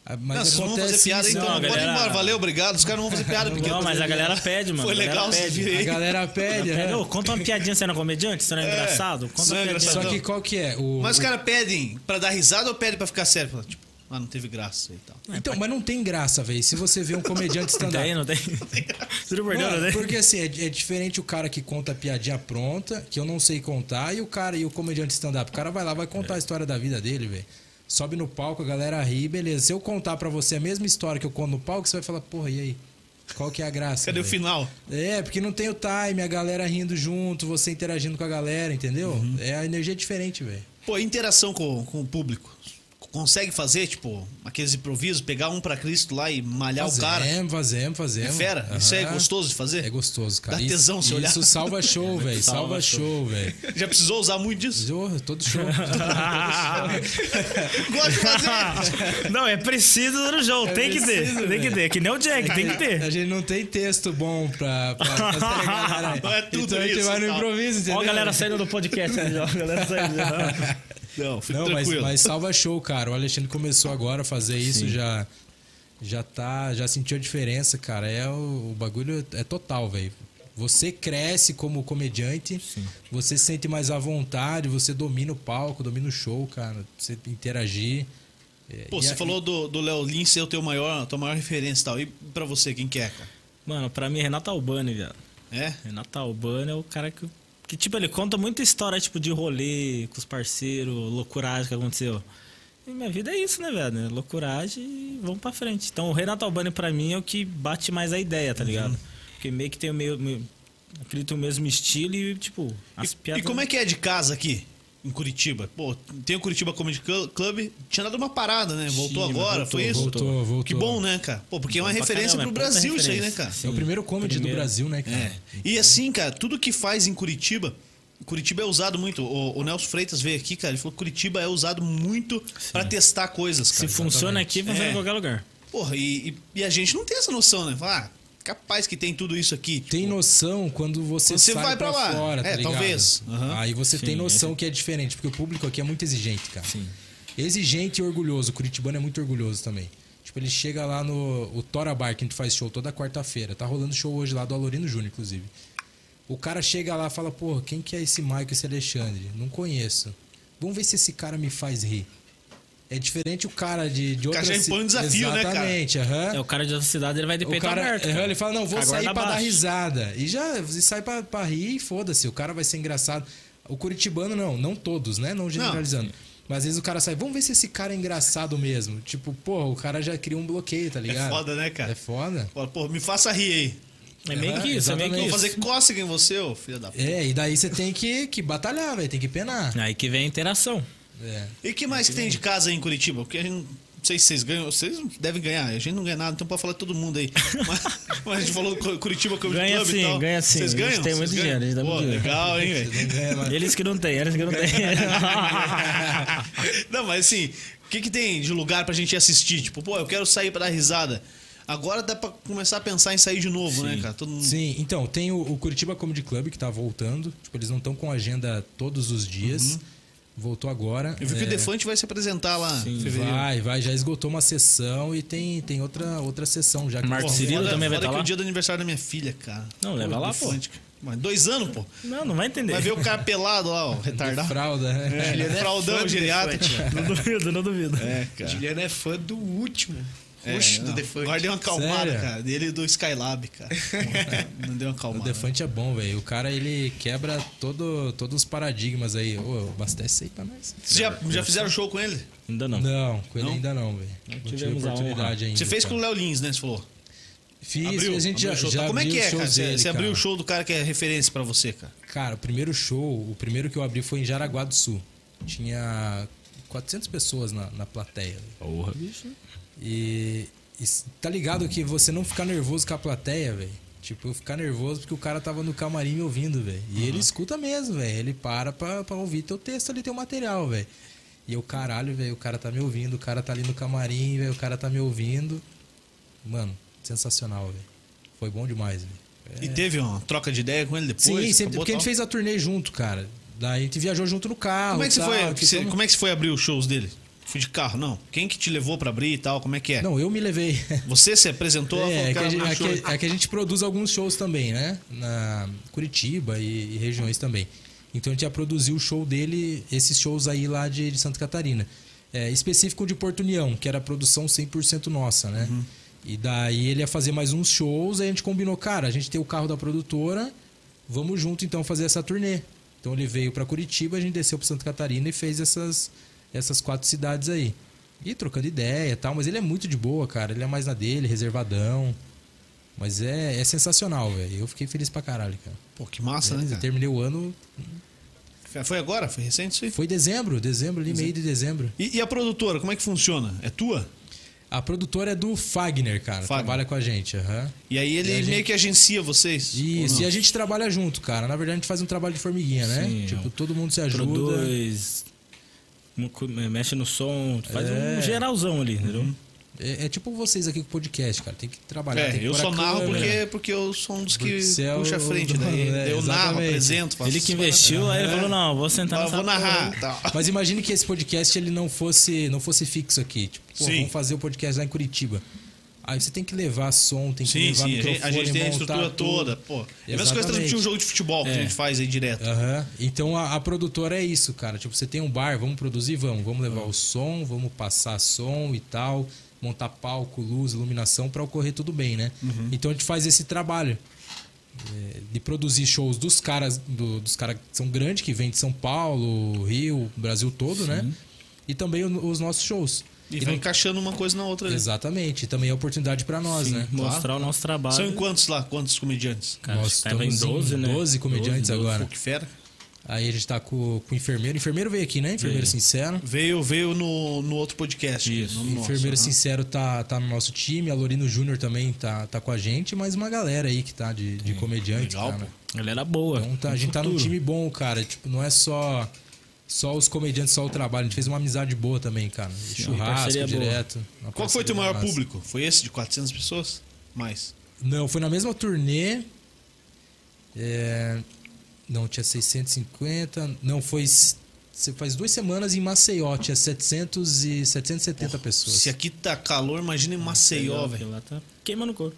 Speaker 3: Ah, Mas
Speaker 1: não, vocês não vão fazer
Speaker 3: acontece
Speaker 1: piada,
Speaker 3: isso. né?
Speaker 1: então.
Speaker 4: Não, a
Speaker 1: Pode ir
Speaker 4: galera-
Speaker 1: embora, valeu, obrigado. Os caras não vão fazer piada. porque
Speaker 4: Não, mas a galera pede, mano.
Speaker 1: né? Foi
Speaker 4: A galera
Speaker 1: legal esse
Speaker 4: pede.
Speaker 1: vídeo
Speaker 3: A
Speaker 1: aí.
Speaker 3: galera pede,
Speaker 1: É
Speaker 4: Pera,
Speaker 3: né?
Speaker 4: ô, conta uma piadinha sendo comediante, você não é, engraçado? Conta
Speaker 1: só
Speaker 4: uma
Speaker 1: é
Speaker 4: piadinha.
Speaker 1: engraçado.
Speaker 3: Só que qual que é? O,
Speaker 1: Mas os
Speaker 3: o-
Speaker 1: caras pedem pra dar risada ou pedem pra ficar sério? Fala, Tipo, ah, não teve graça e tal.
Speaker 3: Então, mas não tem graça, velho. Se você vê um comediante
Speaker 4: Não
Speaker 3: stand-up.
Speaker 4: tem, não tem. Júlio Bordão,
Speaker 3: Mano,
Speaker 1: né?
Speaker 4: não tem?
Speaker 3: porque assim, é, é diferente o cara que conta a piadinha pronta, que eu não sei contar, e o cara e o comediante stand-up. O cara vai lá, vai
Speaker 1: É.
Speaker 3: contar a história da vida dele, velho. Sobe no palco, a galera ri, beleza. Se eu contar pra você a mesma história que eu conto no palco, você vai falar, porra, e aí? Qual que é a graça?
Speaker 1: Cadê o
Speaker 3: véi?
Speaker 1: final?
Speaker 3: É, porque não tem o time, a galera rindo junto, você interagindo com a galera, entendeu?
Speaker 1: Uhum.
Speaker 3: É a energia é diferente, velho.
Speaker 1: Pô, e interação com, com o público. Consegue fazer, tipo, aqueles improvisos, pegar um pra Cristo lá e malhar É o cara?
Speaker 3: Fazemos, fazemos,
Speaker 1: É
Speaker 3: fazemos.
Speaker 1: fera? Isso é
Speaker 3: Aham.
Speaker 1: gostoso de fazer?
Speaker 3: É gostoso, cara.
Speaker 1: Dá
Speaker 3: Isso-
Speaker 1: tesão se olhar. É
Speaker 3: Isso salva show, velho.
Speaker 4: Salva
Speaker 3: Salva show, velho.
Speaker 1: Já precisou usar muito disso?
Speaker 3: Zorra, todo show.
Speaker 1: Gosto de fazer.
Speaker 4: não, é preciso no jogo, tem que
Speaker 3: preciso,
Speaker 4: ter. Tem que
Speaker 3: velho. É
Speaker 4: ter, que nem o
Speaker 1: É
Speaker 4: Jack, tem que
Speaker 3: A
Speaker 4: ter.
Speaker 3: gente não tem texto bom pra, pra, pra entregar, cara.
Speaker 1: Não é tudo
Speaker 3: então a gente
Speaker 1: isso,
Speaker 3: vai no
Speaker 1: não.
Speaker 3: improviso, entendeu?
Speaker 4: Ó a galera saindo do podcast ali, ó. A galera saindo. ó.
Speaker 1: Não, fica
Speaker 3: Não, mas,
Speaker 1: tranquilo.
Speaker 3: mas salva show, cara. O Alexandre começou agora a fazer isso, já já tá, já sentiu a diferença, cara. É o, o bagulho é total, velho. Você cresce como comediante, você se sente mais à vontade, você domina o palco, domina o show, cara. Você interagir. É,
Speaker 1: Pô,
Speaker 3: e
Speaker 1: você
Speaker 3: a-
Speaker 1: falou do, do Léo Lins ser o teu maior, a tua maior referência e tal. E pra você, quem que é, cara?
Speaker 4: Mano, pra mim é Renato Albani, viado.
Speaker 1: É?
Speaker 4: Renato Albani é o cara que. Que, tipo, ele conta muita história, tipo, de rolê com os parceiros, loucuragem que aconteceu. E minha vida é isso, né, velho? Loucuragem e vamos pra frente. Então, o Renato Albani, pra mim, é o que bate mais a ideia, tá
Speaker 1: Uhum.
Speaker 4: ligado? Porque meio que tem o meio. meio acredito o mesmo estilo e, tipo, as
Speaker 1: E
Speaker 4: piadas.
Speaker 1: como é que é de casa aqui? Em Curitiba. Pô, tem o Curitiba Comedy Cl- Club. Tinha dado uma parada, né? Voltou
Speaker 4: Sim,
Speaker 1: agora,
Speaker 4: voltou,
Speaker 1: foi isso?
Speaker 3: Voltou, voltou.
Speaker 1: Que bom, né, cara? Pô, porque é uma
Speaker 4: Bom pra
Speaker 1: referência
Speaker 4: caramba,
Speaker 1: pro
Speaker 4: é puta
Speaker 1: Brasil isso aí, né,
Speaker 4: referência.
Speaker 1: cara?
Speaker 3: É o primeiro comedy
Speaker 4: Primeiro.
Speaker 3: do Brasil, né, cara?
Speaker 1: É. E assim, cara, tudo que faz em Curitiba, Curitiba é usado muito. O, o Nelson Freitas veio aqui, cara, ele falou que Curitiba é usado muito pra testar coisas,
Speaker 4: Se
Speaker 1: cara.
Speaker 4: funciona aqui, funciona
Speaker 1: É.
Speaker 4: em qualquer lugar.
Speaker 1: Porra, e, e- e a gente não tem essa noção, né? Falar, ah, capaz que tem tudo isso aqui.
Speaker 3: Tem noção quando você
Speaker 1: Quando você
Speaker 3: sai
Speaker 1: vai pra
Speaker 3: pra,
Speaker 1: lá.
Speaker 3: fora, tá
Speaker 1: É,
Speaker 3: ligado?
Speaker 1: talvez. Aham.
Speaker 3: Aí você
Speaker 4: Sim,
Speaker 3: tem noção que é diferente, porque o público aqui é muito exigente, cara. Exigente e orgulhoso. O curitibano é muito orgulhoso também. Tipo, Tipo, ele chega lá no o Tora Bar, que a gente faz show toda quarta-feira. Tá rolando show hoje lá do Alorino Júnior, inclusive. O cara chega lá e fala, porra, quem que é esse Michael, esse Alexandre? Não conheço. Vamos ver se esse cara me faz rir. É diferente o cara de, de outra...
Speaker 1: já impõe um
Speaker 3: ci-
Speaker 1: desafio, né, cara?
Speaker 3: Exatamente, aham.
Speaker 4: É, o cara de outra cidade, ele vai de
Speaker 3: O
Speaker 4: peito
Speaker 3: cara,
Speaker 1: é
Speaker 4: aberto.
Speaker 3: aham,
Speaker 4: cara.
Speaker 3: ele fala, não, vou
Speaker 4: Com a
Speaker 3: sair
Speaker 4: guarda
Speaker 1: tá
Speaker 3: pra dar
Speaker 4: baixa.
Speaker 3: risada. E já e sai pra, pra rir e foda-se. O cara vai ser engraçado. O curitibano, não. Não todos, né? Não generalizando. Mas às vezes o cara sai, vamos ver se esse cara é engraçado mesmo. Tipo, porra, o cara já cria um bloqueio, tá ligado?
Speaker 1: foda, né, cara?
Speaker 3: É foda.
Speaker 1: Fala, pô, me faça rir aí.
Speaker 4: É meio que
Speaker 3: Aham,
Speaker 4: isso, é meio que
Speaker 3: exatamente.
Speaker 1: Vou
Speaker 4: isso.
Speaker 1: fazer cócega em você, ô filho da p.
Speaker 3: É, e daí você tem que, que batalhar, velho. Tem que penar.
Speaker 4: Aí que vem a interação.
Speaker 3: É.
Speaker 1: E que mais que tem de casa aí em Curitiba? Porque a gente não não sei se vocês ganham, vocês devem ganhar, a gente não ganha nada, então pode falar de todo mundo aí. Mas, mas a gente falou Cu- Curitiba Comedy
Speaker 4: Ganha
Speaker 1: Club
Speaker 4: sim,
Speaker 1: e tal.
Speaker 4: ganha sim.
Speaker 1: Vocês
Speaker 4: A gente
Speaker 1: ganham?
Speaker 4: tem
Speaker 1: Vocês
Speaker 4: muito
Speaker 1: ganham?
Speaker 4: dinheiro, a gente dá
Speaker 1: Pô,
Speaker 4: muito dinheiro.
Speaker 1: legal, hein, velho?
Speaker 3: Não ganha mais.
Speaker 4: Eles que não têm, eles que não têm.
Speaker 1: Não, mas assim, o que, que tem de lugar pra gente assistir? Tipo, pô, eu quero sair pra dar risada. Agora dá pra começar a pensar em sair de novo, né, cara? Todo mundo...
Speaker 3: Sim, então, tem o, o Curitiba Comedy Club que tá voltando. Tipo, eles não estão com agenda todos os dias. Voltou agora.
Speaker 1: Uhum. Eu vi que o
Speaker 3: É.
Speaker 1: Defante vai se apresentar lá em fevereiro.
Speaker 3: Vai, vai, já esgotou uma sessão e tem, tem outra, outra sessão já. que-
Speaker 4: Marco
Speaker 3: Pô,
Speaker 4: Cirilo
Speaker 1: foda-
Speaker 4: também vai
Speaker 1: foda
Speaker 4: tá
Speaker 1: que
Speaker 4: lá?
Speaker 1: é o dia do aniversário da minha filha, cara.
Speaker 4: Não, leva lá, pô.
Speaker 1: Defante, cara. Mas dois anos, pô.
Speaker 4: Não, não vai entender.
Speaker 1: Vai ver o cara pelado lá, ó, retardado.
Speaker 3: Fralda, né?
Speaker 1: Ele é fraldão, geriatra.
Speaker 4: Não duvido, não duvido.
Speaker 1: É, cara.
Speaker 2: Juliano é fã do último. Roxo do
Speaker 1: não.
Speaker 2: Defante.
Speaker 1: Agora deu uma acalmada,
Speaker 3: Sério?
Speaker 1: cara. Dele e do Skylab, cara. Pô, Não deu uma
Speaker 3: O
Speaker 1: acalmada.
Speaker 3: Defante é bom, velho. O cara, ele quebra todo, todos os paradigmas aí. Ô, abastece aí pra nós.
Speaker 1: Vocês já, já fizeram show com ele?
Speaker 4: Ainda não.
Speaker 3: Não, com ele
Speaker 1: Não?
Speaker 3: ainda não, velho. Não tive
Speaker 4: tivemos a
Speaker 3: oportunidade ainda.
Speaker 1: Você fez com o
Speaker 3: cara.
Speaker 1: Léo Lins, né? Você falou.
Speaker 3: Fiz,
Speaker 1: abriu,
Speaker 3: a gente
Speaker 1: abriu
Speaker 3: já,
Speaker 1: o show.
Speaker 3: já
Speaker 1: Tá, Como é
Speaker 3: abriu
Speaker 1: que
Speaker 3: os
Speaker 1: é, cara?
Speaker 3: shows
Speaker 1: Você,
Speaker 3: dele,
Speaker 1: você abriu
Speaker 3: cara.
Speaker 1: o show do cara que é referência pra você, cara.
Speaker 3: Cara, o primeiro show, o primeiro que eu abri foi em Jaraguá do Sul. Tinha 400 pessoas na, na plateia.
Speaker 4: Porra, bicho.
Speaker 3: E, e s- tá ligado que você não ficar nervoso com a plateia, velho. Tipo, eu ficar nervoso porque o cara tava no camarim me ouvindo, velho. E ele escuta mesmo, velho. Ele para pra, pra ouvir teu texto ali, teu material, velho. E eu, caralho, velho, o cara tá me ouvindo, o cara tá ali no camarim, velho, o cara tá me ouvindo. Mano, sensacional, velho. Foi bom demais, velho.
Speaker 1: E teve uma troca de ideia com ele depois?
Speaker 3: É. Sim, sempre,
Speaker 1: Acabou,
Speaker 3: porque a gente
Speaker 1: tal?
Speaker 3: fez a turnê junto, cara. Daí a gente viajou junto no
Speaker 1: um
Speaker 3: carro.
Speaker 1: Como é que você
Speaker 3: tal,
Speaker 1: foi?
Speaker 3: que
Speaker 1: você-
Speaker 3: tamo-
Speaker 1: Como é que você foi abrir os shows dele? Fui de carro, não. Quem que te levou pra abrir e tal? Como é que é?
Speaker 3: Não, eu me levei.
Speaker 1: Você se apresentou lá, falou,
Speaker 3: É, é que,
Speaker 1: "Quero
Speaker 3: a gente,
Speaker 1: abrir
Speaker 3: é
Speaker 1: o show".
Speaker 3: que- é que a gente produz alguns shows também, né? Na Curitiba e, e regiões também. Então a gente já produziu o show dele, esses shows aí lá de, de Santa Catarina. É, específico de Porto União, que era a produção 100% nossa, né? E daí ele ia fazer mais uns shows, aí a gente combinou, cara, a gente tem o carro da produtora, vamos junto então fazer essa turnê. Então ele veio pra Curitiba, a gente desceu pra Santa Catarina e fez essas, essas quatro cidades aí. E trocando ideia e tal, mas ele é muito de boa, cara. Ele é mais na dele, reservadão. Mas é, é sensacional, velho. Eu fiquei feliz pra caralho, cara.
Speaker 1: Pô, que massa, né,
Speaker 3: Eu
Speaker 1: cara?
Speaker 3: terminei o ano.
Speaker 1: Foi agora? Foi recente isso aí?
Speaker 3: Foi dezembro, dezembro ali, meio de dezembro.
Speaker 1: E, e a produtora, como é que funciona? É tua?
Speaker 3: A produtora é do Fagner, cara.
Speaker 1: Fagner.
Speaker 3: Trabalha com a gente. aham.
Speaker 1: E aí ele
Speaker 3: E a gente-
Speaker 1: meio que agencia vocês?
Speaker 3: Isso,
Speaker 1: ou
Speaker 3: e
Speaker 1: não?
Speaker 3: a gente trabalha junto, cara. Na verdade, a gente faz um trabalho de formiguinha, né?
Speaker 4: Sim,
Speaker 3: tipo,
Speaker 4: eu
Speaker 3: todo mundo se ajuda.
Speaker 4: Produz, mu- cu- mexe no som, faz um geralzão ali, entendeu?
Speaker 3: É, é tipo vocês aqui com o podcast, cara. Tem que trabalhar. tem
Speaker 1: É,
Speaker 3: que
Speaker 1: eu
Speaker 3: pôr a
Speaker 1: só narro
Speaker 3: câmera.
Speaker 1: porque, porque eu sou um dos que
Speaker 3: Porque você é
Speaker 1: puxa a
Speaker 3: o
Speaker 1: frente.
Speaker 3: dono,
Speaker 1: Daí.
Speaker 3: né?
Speaker 1: eu narro,
Speaker 3: Exatamente.
Speaker 1: apresento, faço. É.
Speaker 4: Ele que investiu, aí ele falou, não, vou sentar
Speaker 1: Agora eu
Speaker 4: nessa
Speaker 1: vou narrar. então.
Speaker 4: porra.
Speaker 1: tal.
Speaker 3: Mas imagine que esse podcast ele não fosse, não fosse fixo aqui. Tipo, pô,
Speaker 1: Sim.
Speaker 3: vamos fazer o podcast lá em Curitiba. Aí você tem que levar som, tem que
Speaker 1: Sim,
Speaker 3: levar
Speaker 1: sim, a
Speaker 3: microfone,
Speaker 1: gente, a gente tem a
Speaker 3: montar
Speaker 1: estrutura
Speaker 3: tudo.
Speaker 1: toda,
Speaker 3: É.
Speaker 1: pô. É a mesma coisa que transmitir um jogo de futebol que a gente faz aí direto.
Speaker 3: Aham. Então a, a produtora é isso, cara. Tipo, você tem um bar, vamos produzir, vamos, vamos levar o som, vamos passar som e tal, montar palco, luz, iluminação pra ocorrer tudo bem, né?
Speaker 4: Uhum.
Speaker 3: Então a gente faz esse trabalho é, de produzir shows dos caras do- dos caras que são grandes que vêm de São Paulo, Rio, Brasil todo, né? E também o- os nossos shows.
Speaker 1: E
Speaker 3: E
Speaker 1: vai
Speaker 3: não-
Speaker 1: encaixando uma coisa na outra. né? ali.
Speaker 3: Exatamente. E também é oportunidade pra nós, né?
Speaker 4: Mostrar o nosso trabalho.
Speaker 1: São em quantos lá? Quantos comediantes?
Speaker 4: Cara,
Speaker 3: Nós
Speaker 4: acho que tava em
Speaker 3: estamos em
Speaker 4: 12, né?
Speaker 3: 12 comediantes agora.
Speaker 1: Pô, que fera.
Speaker 3: Aí a gente tá com, com o enfermeiro. Enfermeiro veio aqui, né? Enfermeiro
Speaker 4: Veio.
Speaker 3: sincero.
Speaker 1: Veio, veio no, no outro podcast.
Speaker 4: Isso.
Speaker 1: no nosso,
Speaker 3: Enfermeiro
Speaker 1: né?
Speaker 3: Sincero tá, tá no nosso time, a Lorino Júnior também tá, tá com a gente, mas uma galera aí que tá de, de comediante,
Speaker 1: Legal,
Speaker 3: cara.
Speaker 1: pô.
Speaker 4: Galera assim. boa.
Speaker 3: Então tá- a gente tá num time bom, cara. Tipo, não é só só os comediantes, só o trabalho. A gente fez uma amizade boa também, cara. Churrasco
Speaker 4: parceria boa.
Speaker 3: direto. uma
Speaker 1: Qual foi
Speaker 3: parceria
Speaker 1: teu maior
Speaker 3: massa.
Speaker 1: público? Foi esse de 400 pessoas? Mais.
Speaker 3: Não, foi na mesma turnê. É, Não, tinha 650. Não, foi s- Você faz duas semanas em Maceió, tinha 700 e 770 pessoas.
Speaker 1: Se aqui tá calor, imagina em Maceió, velho.
Speaker 4: Aquilo lá tá queimando o corpo.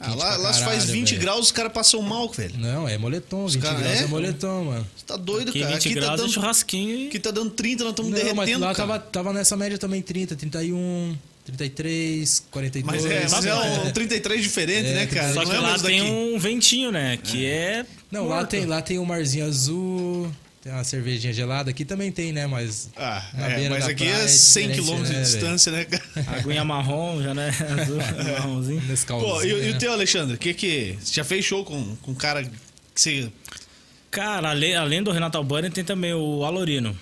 Speaker 1: Ah,
Speaker 3: Quente
Speaker 1: lá,
Speaker 3: pra
Speaker 1: lá se faz
Speaker 3: caralho,
Speaker 1: 20
Speaker 3: velho.
Speaker 1: graus, os caras passam mal, velho.
Speaker 3: Não, é moletom, 20
Speaker 1: cara-
Speaker 3: graus
Speaker 1: é?
Speaker 3: é moletom, mano.
Speaker 1: Você tá doido,
Speaker 4: Aqui
Speaker 1: cara.
Speaker 4: 20
Speaker 1: Aqui tá,
Speaker 4: graus é
Speaker 1: dando,
Speaker 4: churrasquinho
Speaker 1: aqui
Speaker 4: e...
Speaker 1: tá dando 30, nós estamos
Speaker 3: Não, mas
Speaker 1: derretendo.
Speaker 3: lá
Speaker 1: cara.
Speaker 3: tava, tava nessa média também 30, 31, 33, 42.
Speaker 1: Mas é, mas é um 33 diferente,
Speaker 3: É,
Speaker 1: né, cara?
Speaker 4: Só que
Speaker 1: Não é o
Speaker 4: lá
Speaker 1: mesmo
Speaker 4: tem
Speaker 1: daqui.
Speaker 4: um ventinho, né? Que é...
Speaker 3: Não, lá tem, lá tem um marzinho azul, tem uma cervejinha gelada. Aqui também tem, né? Mas.
Speaker 1: Ah,
Speaker 3: na
Speaker 1: é,
Speaker 3: beira
Speaker 1: mas
Speaker 3: da
Speaker 1: aqui
Speaker 3: praia
Speaker 1: é
Speaker 3: é
Speaker 1: 100
Speaker 3: diferente,
Speaker 1: km de
Speaker 3: né,
Speaker 1: distância, né, cara?
Speaker 4: Aguinha marrom, já né? Azul, marronzinho.
Speaker 3: Nesse
Speaker 1: Pô, e,
Speaker 3: calorzinho,
Speaker 1: e o
Speaker 3: né?
Speaker 1: teu, Alexandre? Que que... Você já fez show com, com um cara que você...
Speaker 4: Cara, ale- além, do Renato Albani, tem também o Alorino.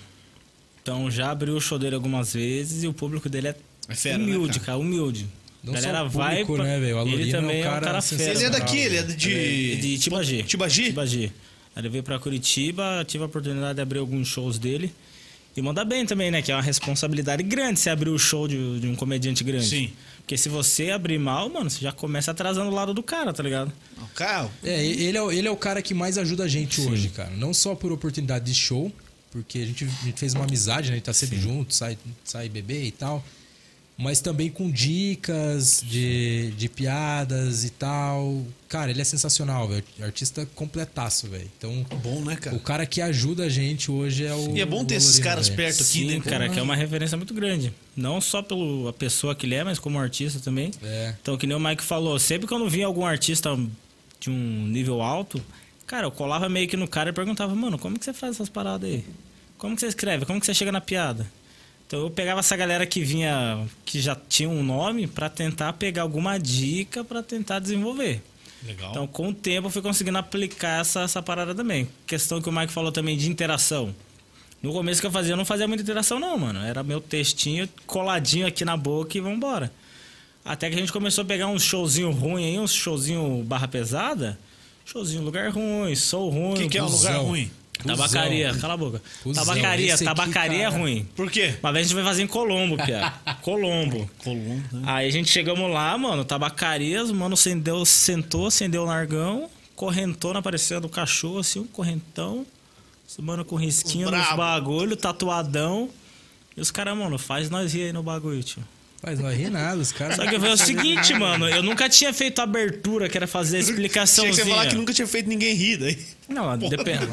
Speaker 4: Então já abriu o show dele algumas vezes e o público dele é,
Speaker 1: É fera, né,
Speaker 4: humilde,
Speaker 1: cara?
Speaker 4: cara? humilde.
Speaker 3: Não só
Speaker 4: galera
Speaker 3: o
Speaker 4: vai
Speaker 3: público,
Speaker 4: pra...
Speaker 3: né, velho? O Alorino
Speaker 4: ele
Speaker 3: é um
Speaker 4: também é um cara,
Speaker 3: cara
Speaker 4: fera.
Speaker 3: sensacional.
Speaker 1: Ele é
Speaker 3: Legal,
Speaker 1: daqui,
Speaker 3: velho.
Speaker 1: ele é de...
Speaker 4: É de Tibagi.
Speaker 1: Tibagi?
Speaker 4: Tibagi. Aí Ele veio pra Curitiba, tive a oportunidade de abrir alguns shows dele. E manda bem também, né? Que é uma responsabilidade grande você abrir o show de, de um comediante grande.
Speaker 1: Sim.
Speaker 4: Porque se você abrir mal, mano, você já começa atrasando o lado do cara, tá ligado?
Speaker 1: Não, cara,
Speaker 3: É, e- ele é, o- ele é o cara que mais ajuda a gente hoje, cara. Não só por oportunidade de show, porque a gente, a gente fez uma amizade, né? A gente tá sempre junto, sai, sai beber e tal. Mas também com dicas de, de piadas e tal. Cara, ele é sensacional, velho. Artista completaço, velho. Então,
Speaker 1: bom, né, cara?
Speaker 3: o cara que ajuda a gente hoje é o.
Speaker 1: E é bom ter esses
Speaker 3: Lorino,
Speaker 1: caras
Speaker 3: velho.
Speaker 1: perto aqui,
Speaker 4: Sim,
Speaker 1: né?
Speaker 4: cara, que é uma referência muito grande. Não só pela pessoa que ele é, mas como artista também.
Speaker 3: É.
Speaker 4: Então, que nem o Mike falou, sempre que eu não via algum artista de um nível alto, cara, eu colava meio que no cara e perguntava, mano, como que você faz essas paradas aí? Como que você escreve? Como que você chega na piada? Então eu pegava essa galera que vinha, que já tinha um nome, pra tentar pegar alguma dica pra tentar desenvolver.
Speaker 1: Legal.
Speaker 4: Então, com o tempo, eu fui conseguindo aplicar essa, essa parada também. Questão que o Mike falou também de interação. No começo que eu fazia, eu não fazia muita interação, não, mano. Era meu textinho coladinho aqui na boca e vambora. Até que a gente começou a pegar uns showzinho ruim aí, uns showzinho barra pesada. Showzinho lugar ruim, sou ruim.
Speaker 1: O que, que é um
Speaker 4: buzão.
Speaker 1: lugar
Speaker 3: Busão.
Speaker 1: ruim?
Speaker 4: Tabacaria, cala a boca.
Speaker 3: Busão,
Speaker 4: Tabacaria,
Speaker 3: esse aqui,
Speaker 4: tabacaria é
Speaker 3: cara.
Speaker 4: ruim.
Speaker 1: Por quê?
Speaker 4: Uma vez a gente foi fazer em Colombo, Pia. Colombo. né?
Speaker 1: Colombo,
Speaker 4: Aí a gente chegamos lá, mano, tabacarias, mano, acendeu, sentou, acendeu o largão, correntona apareceu do cachorro, assim, um correntão. Esse Mano, com risquinho nos
Speaker 1: Brabo.
Speaker 4: bagulho, tatuadão. E os caras, mano, faz nós rir aí no bagulho, tio.
Speaker 3: Faz não rir nada, os caras.
Speaker 4: Só que foi o seguinte, mano, eu nunca tinha feito abertura, que era fazer a
Speaker 1: Tinha
Speaker 4: explicaçãozinha.
Speaker 1: que você falar que
Speaker 4: é.
Speaker 1: nunca tinha feito ninguém rir daí.
Speaker 4: Não, depende.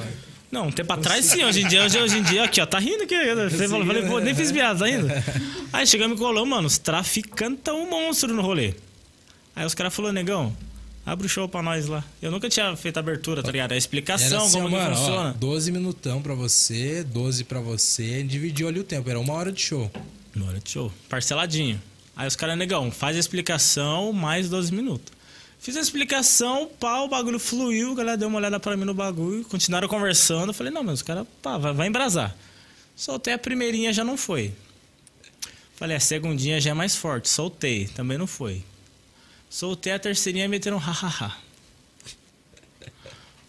Speaker 4: Não, um tempo atrás sim, hoje em dia, hoje, hoje em dia, aqui, ó, tá rindo aqui. Você falou, falei, pô, nem fiz
Speaker 3: né?
Speaker 4: piada ainda. Aí chegamos em Colão, mano, os traficantes tão um monstro no rolê. Aí os caras falaram, negão, abre o show pra nós lá. Eu nunca tinha feito abertura, tá ligado? A
Speaker 3: Era
Speaker 4: explicação,
Speaker 3: assim,
Speaker 4: como
Speaker 3: mano,
Speaker 4: que
Speaker 3: ó,
Speaker 4: funciona.
Speaker 3: 12 minutão pra você, 12 pra você, dividiu ali o tempo, era uma hora de show.
Speaker 4: Não, era de show. Parceladinho. Aí os caras, negão, faz a explicação mais 12 minutos. Fiz a explicação, pá, o bagulho fluiu, a galera deu uma olhada pra mim no bagulho, continuaram conversando. Eu falei, não, mas os caras, pá, vai, vai embrasar. Soltei a primeirinha, já não foi. Falei, a segundinha já é mais forte. Soltei, também não foi. Soltei a terceirinha e meteram um hahaha.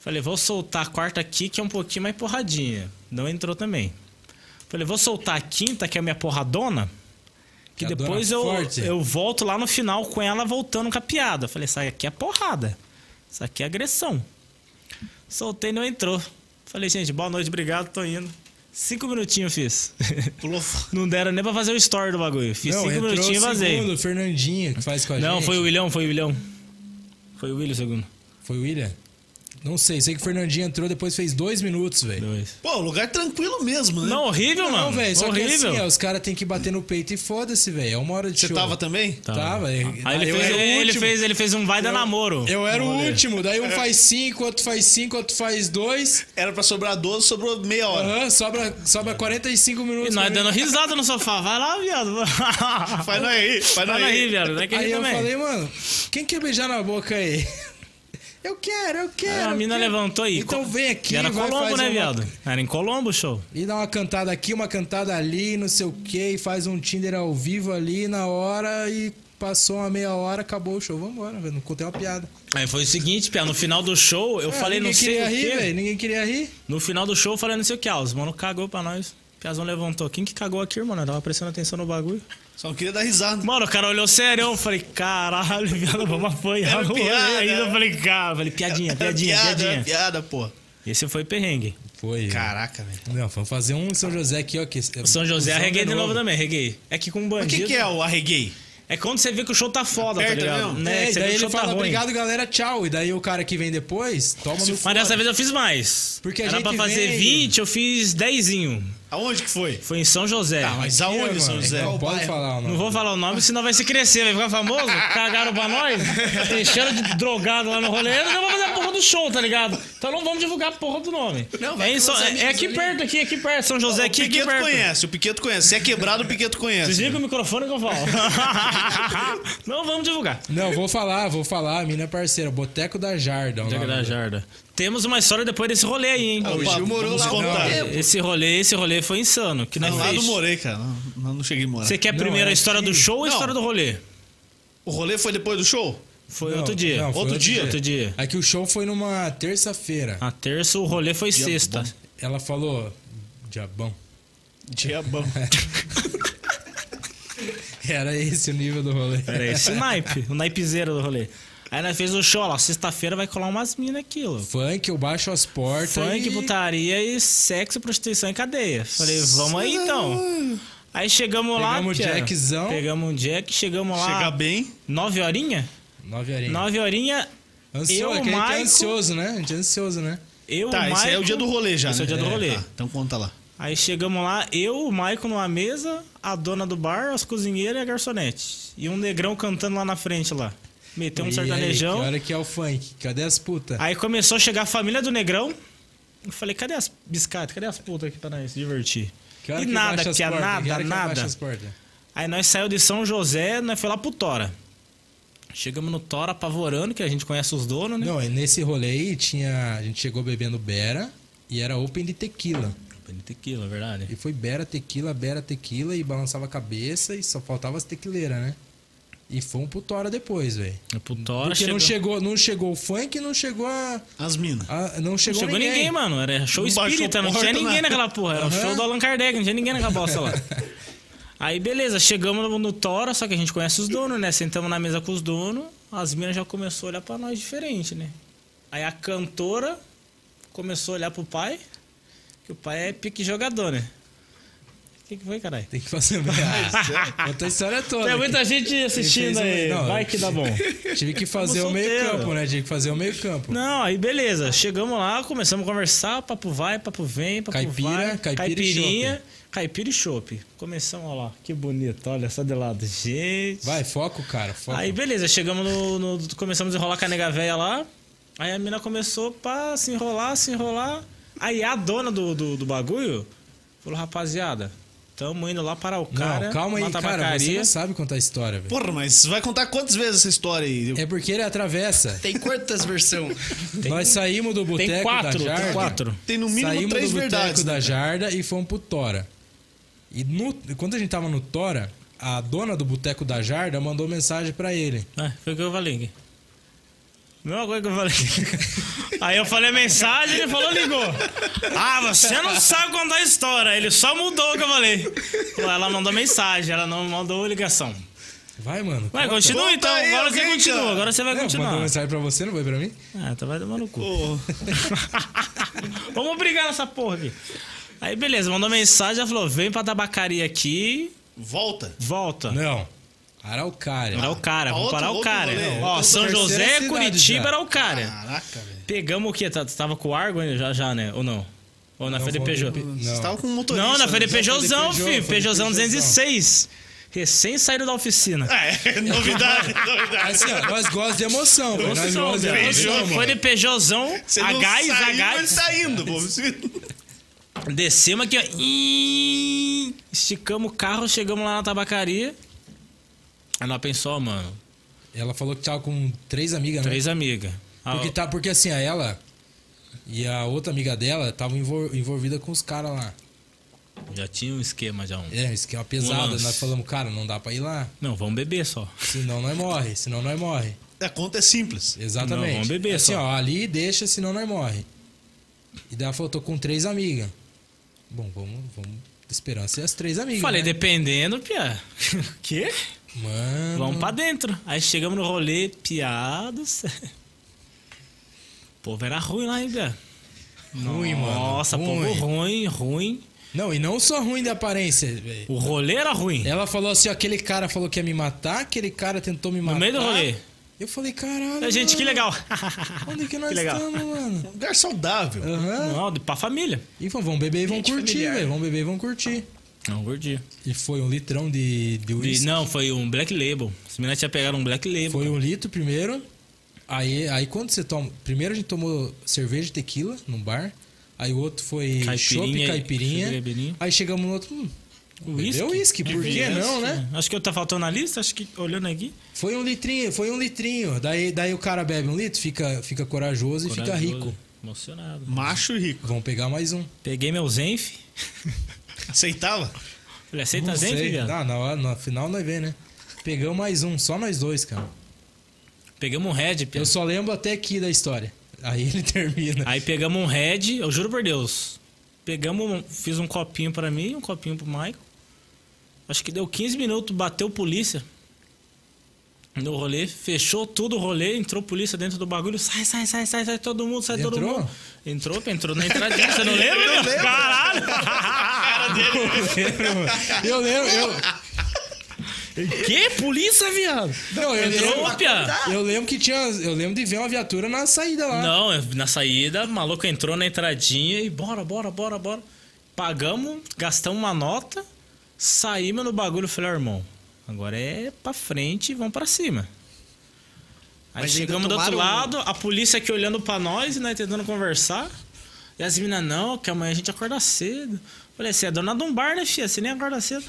Speaker 4: Falei, vou soltar a quarta aqui, que é um pouquinho mais porradinha. Não entrou também. Falei, vou soltar a quinta, que é a minha porradona. Que
Speaker 3: Que é a
Speaker 4: depois
Speaker 3: dona
Speaker 4: eu,
Speaker 3: forte.
Speaker 4: eu volto lá no final com ela voltando com a piada. Falei, isso aqui é porrada. Isso aqui é agressão. Soltei não entrou. Falei, gente, boa noite, obrigado, tô indo. Cinco minutinhos fiz.
Speaker 1: Pulou fora.
Speaker 4: Não deram nem pra fazer o story do bagulho. Fiz
Speaker 3: não,
Speaker 4: cinco
Speaker 3: entrou
Speaker 4: minutinhos e
Speaker 3: o
Speaker 4: vazei.
Speaker 3: segundo, o Fernandinho que faz com a gente.
Speaker 4: Não, foi o William, foi o William. Foi o William o segundo.
Speaker 3: Foi o William? Não sei, sei que o Fernandinho entrou, depois fez dois minutos, velho.
Speaker 4: Dois.
Speaker 1: Pô, lugar é tranquilo mesmo, né?
Speaker 4: Não, horrível, mano.
Speaker 3: Não, velho, só que
Speaker 4: horrível.
Speaker 3: assim, ó, os caras têm que bater no peito e foda-se, velho, é uma hora de
Speaker 1: Você
Speaker 3: show.
Speaker 1: tava também?
Speaker 3: Tava. tá, Aí
Speaker 4: Tá. Aí ele
Speaker 3: eu
Speaker 4: fez,
Speaker 3: era o
Speaker 4: ele,
Speaker 3: último.
Speaker 4: fez, ele fez um vai dar namoro.
Speaker 3: Eu era o último, daí um faz cinco, outro faz cinco, outro faz dois.
Speaker 1: Era pra sobrar 12, sobrou meia hora.
Speaker 3: Aham, sobra, sobra 45
Speaker 4: E
Speaker 3: minutos.
Speaker 4: nós
Speaker 3: pra mim.
Speaker 4: dando risada no sofá. Vai lá, viado.
Speaker 1: Faz nós aí, faz
Speaker 4: Vai
Speaker 1: nós
Speaker 4: lá, aí,
Speaker 1: aí.
Speaker 4: viado. Não é que
Speaker 3: Aí eu
Speaker 4: também.
Speaker 3: falei, mano, quem quer beijar na boca aí? Eu quero, eu quero.
Speaker 4: Aí Ah, a
Speaker 3: eu
Speaker 4: mina
Speaker 3: quero.
Speaker 4: levantou aí.
Speaker 3: Então vem aqui,
Speaker 4: E era
Speaker 3: vai,
Speaker 4: Colombo,
Speaker 3: faz
Speaker 4: né,
Speaker 3: uma-
Speaker 4: viado? Era em Colombo o show.
Speaker 3: E dá uma cantada aqui, uma cantada ali, não sei o que, e faz um Tinder ao vivo ali na hora e passou uma meia hora, acabou o show. Vambora, velho. Não contei uma piada.
Speaker 4: Aí foi o seguinte, Pia, no final do show, eu
Speaker 3: É,
Speaker 4: falei, não
Speaker 3: ninguém
Speaker 4: sei
Speaker 3: queria
Speaker 4: o
Speaker 3: rir,
Speaker 4: quê.
Speaker 3: velho. Ninguém queria rir.
Speaker 4: No final do show, eu falei, não sei o que. Ah, os mano cagou pra nós. Piazão levantou. Quem que cagou aqui, irmão? Eu tava prestando atenção no bagulho.
Speaker 1: Só não queria dar risada.
Speaker 4: Mano, o cara olhou sério, eu falei, caralho, viado, vamos apanhar.
Speaker 1: Era
Speaker 4: no rolê
Speaker 1: piada. né?
Speaker 4: ainda eu falei, cara, eu falei, piadinha, piadinha,
Speaker 1: É piada,
Speaker 4: piadinha.
Speaker 1: piada, pô.
Speaker 4: Esse foi perrengue.
Speaker 3: Foi.
Speaker 1: Caraca, velho.
Speaker 3: Não, vamos fazer um em São José aqui, ó. Que
Speaker 4: O São José arreguei de novo também, arreguei. É que com
Speaker 1: O
Speaker 4: bandido.
Speaker 1: que, que é o arreguei?
Speaker 4: É quando você vê que o show tá foda,
Speaker 1: Aperta
Speaker 4: tá ligado?
Speaker 1: mesmo?
Speaker 4: Né?
Speaker 3: É,
Speaker 4: que
Speaker 3: e
Speaker 4: você vê
Speaker 3: daí
Speaker 4: que o
Speaker 3: ele
Speaker 4: show tá
Speaker 3: fala,
Speaker 4: ruim.
Speaker 3: obrigado, galera, tchau. E daí o cara que vem depois toma no
Speaker 4: Mas dessa vez eu fiz mais.
Speaker 3: Porque a
Speaker 4: Era
Speaker 3: gente
Speaker 4: pra fazer
Speaker 3: vem-
Speaker 4: 20, eu fiz 10zinho.
Speaker 1: Aonde que foi?
Speaker 4: Foi em São José.
Speaker 1: Tá, mas
Speaker 4: é,
Speaker 1: aonde, São José?
Speaker 3: Não É pode falar,
Speaker 4: Não
Speaker 3: mano.
Speaker 4: vou falar o nome, senão vai se crescer, vai ficar famoso. Cagaram pra nós, deixando de drogado lá no rolê. Não vamos fazer a porra do show, tá ligado? Então não vamos divulgar a porra do nome.
Speaker 2: Não, vai
Speaker 4: é, em
Speaker 2: que
Speaker 4: São-
Speaker 2: os
Speaker 4: é-
Speaker 2: amigos
Speaker 4: é aqui
Speaker 2: ali-
Speaker 4: perto, aqui, aqui perto. São José,
Speaker 1: o
Speaker 4: aqui, aqui
Speaker 1: Piqueto
Speaker 4: perto.
Speaker 1: é conhece, o Piqueto conhece. Se é quebrado, o Piqueto conhece.
Speaker 4: Desliga o microfone que eu falo. não vamos divulgar.
Speaker 3: Não, vou falar, vou falar. A mina é parceira, Boteco da Jarda. ó,
Speaker 4: Diego
Speaker 3: lá,
Speaker 4: da Jarda. Temos uma história depois desse rolê
Speaker 1: Ah,
Speaker 4: aí, hein?
Speaker 2: O Gil morou
Speaker 1: Vamos
Speaker 2: lá um
Speaker 1: contar.
Speaker 2: tempo.
Speaker 4: Esse rolê, esse rolê foi insano. Que nós
Speaker 1: Não, é lá
Speaker 4: é fez.
Speaker 1: não morei, cara. Não, não cheguei a morar.
Speaker 4: Você quer
Speaker 3: Não,
Speaker 4: primeiro
Speaker 3: é
Speaker 4: a história do
Speaker 3: aqui.
Speaker 4: show ou a
Speaker 1: Não.
Speaker 4: história do rolê?
Speaker 1: O rolê foi depois do show?
Speaker 4: Foi
Speaker 3: Não,
Speaker 4: outro dia.
Speaker 3: não, foi
Speaker 4: outro,
Speaker 3: outro
Speaker 4: dia,
Speaker 3: dia.
Speaker 4: outro dia.
Speaker 3: É que o show foi numa terça-feira.
Speaker 4: A terça, o rolê foi sexta.
Speaker 3: Ela falou, diabão.
Speaker 1: Dia bom.
Speaker 3: Era esse o nível do rolê.
Speaker 4: Era esse o naipe, o naipezeiro do rolê. Aí nós fez o show, ó, lá, sexta-feira vai colar umas minas aqui, ó.
Speaker 3: Funk, eu baixo as portas.
Speaker 4: Funk,
Speaker 3: e...
Speaker 4: putaria e sexo, prostituição e cadeia. Falei, vamos aí então. Aí chegamos lá.
Speaker 3: Pegamos o
Speaker 4: Pia,
Speaker 3: Jackzão.
Speaker 4: Pegamos um Jack, chegamos lá.
Speaker 1: Chegar bem.
Speaker 4: Nove horinha?
Speaker 3: Nove horinhas.
Speaker 4: Nove horinha,
Speaker 3: Ansioso,
Speaker 4: Eu,
Speaker 3: é que a gente é
Speaker 4: Maico-
Speaker 3: ansioso, né? A gente é ansioso, né?
Speaker 4: eu,
Speaker 1: Tá,
Speaker 4: o Maico...
Speaker 1: esse aí é o dia do rolê já,
Speaker 4: Esse é
Speaker 1: né?
Speaker 4: o dia do rolê.
Speaker 1: tá, então conta lá.
Speaker 4: Aí chegamos lá, eu, o Maicon numa mesa, a dona do bar, as cozinheiras e a garçonete. E um negrão cantando lá na frente lá. Meteu um
Speaker 3: E Aí, que
Speaker 4: sertanejão.
Speaker 3: hora que é o funk? Cadê as putas?
Speaker 4: Aí começou a chegar a família do negrão. Eu falei, cadê as biscates? Cadê as putas aqui pra nós se divertir?
Speaker 3: Que hora
Speaker 4: E
Speaker 3: que
Speaker 4: nada,
Speaker 3: baixa as
Speaker 4: pia,
Speaker 3: portas? Que
Speaker 4: nada,
Speaker 3: hora que
Speaker 4: nada.
Speaker 3: abaixa as portas?
Speaker 4: Aí nós saímos de São José, nós foi lá pro Tora. Chegamos no Tora apavorando, que a gente conhece os donos, né?
Speaker 3: Não, e nesse rolê aí tinha. A gente chegou bebendo Bera e era open de tequila.
Speaker 4: Tequila, verdade.
Speaker 3: E é foi Bera, tequila, Bera, tequila e balançava a cabeça e só faltava as tequileiras, né? E fomos pro Tora depois, velho.
Speaker 4: Pro Tora
Speaker 3: Porque não chegou, não chegou o funk, não chegou a.
Speaker 1: As minas.
Speaker 3: a- não chegou,
Speaker 4: Chegou ninguém.
Speaker 3: ninguém
Speaker 4: mano. Era show
Speaker 1: Não baixou
Speaker 4: espírita, não tinha
Speaker 1: porta, nada.
Speaker 4: ninguém naquela porra. Era o
Speaker 3: Aham.
Speaker 4: show do Allan Kardec, não tinha ninguém naquela bosta lá. Aí beleza, chegamos no, no Tora, só que a gente conhece os donos, né? Sentamos na mesa com os donos, as minas já começou a olhar pra nós diferente, né? Aí a cantora começou a olhar pro pai, que o pai é pique jogador, né? O que, que foi, caralho?
Speaker 3: Tem que fazer Bera. Conta a história toda.
Speaker 4: Tem muita
Speaker 3: aqui.
Speaker 4: gente assistindo
Speaker 3: fez um-
Speaker 4: aí,
Speaker 3: não,
Speaker 4: vai
Speaker 3: eu-
Speaker 4: que dá bom.
Speaker 3: Tive que fazer
Speaker 4: Tamo
Speaker 3: o meio
Speaker 4: solteiro.
Speaker 3: campo, né? Tive que fazer o meio campo.
Speaker 4: Não, aí beleza. Chegamos lá, começamos a conversar, papo vai, papo vem, papo
Speaker 3: Caipira,
Speaker 4: vai.
Speaker 3: caipira e
Speaker 4: caipirinha, caipira e chopp. Começamos, olha lá, que bonito, olha só de lado. Gente.
Speaker 3: Vai, foco, cara, foco.
Speaker 4: Aí beleza, chegamos no, no- Começamos a enrolar com a nega véia lá. Aí a mina começou pá, se enrolar, se enrolar. Aí a dona do, do, do bagulho falou, rapaziada, tamo indo lá para o
Speaker 3: não,
Speaker 4: cara.
Speaker 3: calma aí,
Speaker 4: uma
Speaker 3: cara. Você
Speaker 4: tabacaria."
Speaker 3: não sabe contar a história, velho.
Speaker 1: Porra, mas vai contar quantas vezes essa história aí?
Speaker 3: É porque ele atravessa.
Speaker 2: Tem quantas versões?
Speaker 3: Nós saímos do boteco
Speaker 4: Tem quatro,
Speaker 3: da Jarda.
Speaker 4: tem quatro.
Speaker 1: Tem no mínimo
Speaker 3: saímos
Speaker 1: três
Speaker 3: do boteco
Speaker 1: verdades.
Speaker 3: da
Speaker 1: né, cara?
Speaker 3: Jarda e fomos pro Tora. E no- quando a gente tava no Tora, a dona do boteco da Jarda mandou mensagem pra ele.
Speaker 4: Ah, foi o que eu falei. Mesma coisa que eu falei. Aí eu falei a mensagem, ele falou, ligou. Ah, você não sabe contar a história. Ele só mudou o que eu falei. Pô, Ela mandou mensagem, ela não mandou ligação.
Speaker 3: Vai, mano.
Speaker 4: Vai,
Speaker 3: conta.
Speaker 4: continua
Speaker 1: Conta
Speaker 4: então.
Speaker 1: aí,
Speaker 4: Agora você
Speaker 1: alguém,
Speaker 4: continua,
Speaker 1: cara.
Speaker 4: agora você vai
Speaker 3: Não, Mandou
Speaker 4: continuar.
Speaker 3: mensagem pra você, não foi pra mim?
Speaker 4: Ah, então vai tomar no cu.
Speaker 1: Ô,
Speaker 4: Vamos brigar nessa porra aqui. Aí beleza, mandou mensagem, ela falou, vem pra tabacaria aqui,
Speaker 1: volta.
Speaker 4: volta.
Speaker 3: Não. Araucária.
Speaker 4: Era o cara,
Speaker 1: Ah,
Speaker 4: vamos
Speaker 1: outro-
Speaker 4: parar o
Speaker 1: outro
Speaker 4: cara.
Speaker 1: rolê.
Speaker 4: Ó,
Speaker 3: Outra
Speaker 4: São
Speaker 3: terceira
Speaker 4: José,
Speaker 3: cidade
Speaker 4: Curitiba,
Speaker 3: já.
Speaker 4: era o cara.
Speaker 1: Caraca, velho.
Speaker 4: Pegamos o quê? Tá- Você tava com o Argo ainda já, já, né? Ou não? Ou na
Speaker 3: Não,
Speaker 4: FDPJ?
Speaker 3: foi o-
Speaker 1: Você tava com um motorista.
Speaker 4: Não, na
Speaker 1: né?
Speaker 4: FDPJzão,
Speaker 3: foi o
Speaker 4: filho.
Speaker 3: Peugeot, foi o
Speaker 4: Peugeotzão
Speaker 3: Peugeotzão.
Speaker 4: 206. Recém saído da oficina.
Speaker 1: É, novidade, novidade.
Speaker 3: Assim, ó, nós gostamos de emoção, velho. Nós
Speaker 4: Nossa,
Speaker 3: gostamos de
Speaker 4: velho.
Speaker 3: emoção, mano.
Speaker 4: Foi de Peugeotzão,
Speaker 1: Você
Speaker 4: a
Speaker 1: não
Speaker 4: gás, a
Speaker 1: saiu, mas
Speaker 4: gás.
Speaker 1: tá indo, pô. Você-
Speaker 4: Descemos aqui, ó. Ih, Esticamos o carro, chegamos lá na tabacaria. Aí nós pensou, ó, mano,
Speaker 3: Ela falou que tava com três amigas, né?
Speaker 4: três amigas. Ah,
Speaker 3: Porque, tá, porque assim, a ela e a outra amiga dela estavam envol- envolvida com os caras lá.
Speaker 4: Já tinha um esquema já. Um.
Speaker 3: É, isso que é uma pesada.
Speaker 4: lance.
Speaker 3: Nós falamos, cara, não dá pra ir lá.
Speaker 4: Não, vamos beber só.
Speaker 3: Senão nós morre, senão nós morre.
Speaker 1: A conta é simples.
Speaker 3: Exatamente.
Speaker 4: Não, vamos beber
Speaker 3: assim,
Speaker 4: só.
Speaker 3: ó, ali deixa, senão nós morre. E daí ela falou, tô com três amigas. Bom, vamos, vamos esperar ser as três amigas.
Speaker 4: Falei,
Speaker 3: né?
Speaker 4: dependendo, Pia. Quê?
Speaker 3: Mano.
Speaker 4: Vamos pra dentro. Aí chegamos no rolê, piados. Pô, era ruim lá, hein, Bia?
Speaker 3: Ruim, mano.
Speaker 4: Nossa, povo ruim, ruim.
Speaker 3: Não, e não só ruim de aparência. velho.
Speaker 4: O rolê era ruim.
Speaker 3: Ela falou assim: ó, aquele cara falou que ia me matar, aquele cara tentou me matar.
Speaker 4: meio do rolê.
Speaker 3: Eu falei: caralho.
Speaker 4: Gente, que
Speaker 3: mano,
Speaker 4: legal.
Speaker 3: Tá? Onde é? que nós
Speaker 4: Que legal.
Speaker 3: estamos, mano?
Speaker 1: Um lugar saudável.
Speaker 3: Aham.
Speaker 4: Não, de- pra família.
Speaker 3: E falou: vão beber e vão
Speaker 2: Gente
Speaker 3: curtir,
Speaker 2: familiar.
Speaker 3: velho. Vão beber e vão curtir.
Speaker 4: Não, gordinho.
Speaker 3: E foi um litrão de, de
Speaker 4: De-
Speaker 3: uísque.
Speaker 4: não, foi um Black Label. Os meninos tinham pegado um Black Label.
Speaker 3: Foi um litro primeiro. Aí, aí quando você toma. Primeiro a gente tomou cerveja e tequila num bar. Aí o outro foi
Speaker 4: Caipirinha
Speaker 3: chopp
Speaker 4: e-
Speaker 3: caipirinha.
Speaker 4: chopp e caipirinha.
Speaker 3: Aí chegamos no outro. Hum,
Speaker 4: Um Whisky? É
Speaker 3: bebeu uísque, por que
Speaker 4: Whisky.
Speaker 3: não, né?
Speaker 4: Acho que eu tá faltando na lista, acho que olhando aqui.
Speaker 3: Foi um litrinho, foi um litrinho. Daí, daí o cara bebe um litro, fica, fica corajoso, e fica
Speaker 4: Corajoso,
Speaker 3: rico.
Speaker 4: Emocionado.
Speaker 1: Macho e rico.
Speaker 3: Vão pegar mais um.
Speaker 4: Peguei meu Zenf.
Speaker 1: Aceitava?
Speaker 4: Falei, aceita
Speaker 3: Não
Speaker 4: Zenf,
Speaker 3: sei.
Speaker 4: viado?
Speaker 3: Ah, na, hora- no final nós vê, né? Pegamos mais um, só nós dois, cara.
Speaker 4: Pegamos um Red,
Speaker 3: Eu só lembro até aqui da história. Aí ele termina.
Speaker 4: Aí pegamos um Red, eu juro por Deus. Pegamos, um- fiz um copinho pra mim, um copinho pro Michael. Acho que deu 15 minutos, bateu polícia no rolê, fechou tudo o rolê, entrou polícia dentro do bagulho, sai, sai, sai, sai, sai todo mundo, sai todo
Speaker 3: Entrou?
Speaker 4: mundo. Entrou, entrou na entradinha, você não lembra? meu? Caralho!
Speaker 3: Eu lembro, eu,
Speaker 4: que polícia, viado?
Speaker 3: Não, eu
Speaker 4: Entrou,
Speaker 3: lembro,
Speaker 4: piá.
Speaker 2: Tá.
Speaker 3: eu lembro que tinha. Eu lembro de ver uma viatura na saída lá.
Speaker 4: Não, é na saída, o maluco entrou na entradinha e bora, bora, bora, bora. Pagamos, gastamos uma nota, saímos no bagulho. Falei, "Ó, irmão, agora é pra frente e vamos pra cima. Aí
Speaker 2: Mas ainda
Speaker 4: chegamos do outro
Speaker 2: tomaram- um-
Speaker 4: lado, a polícia aqui olhando pra nós, né, tentando conversar. E as meninas, não, que amanhã a gente acorda cedo. Falei, você é dona de um bar, né, filha? Você nem acorda cedo.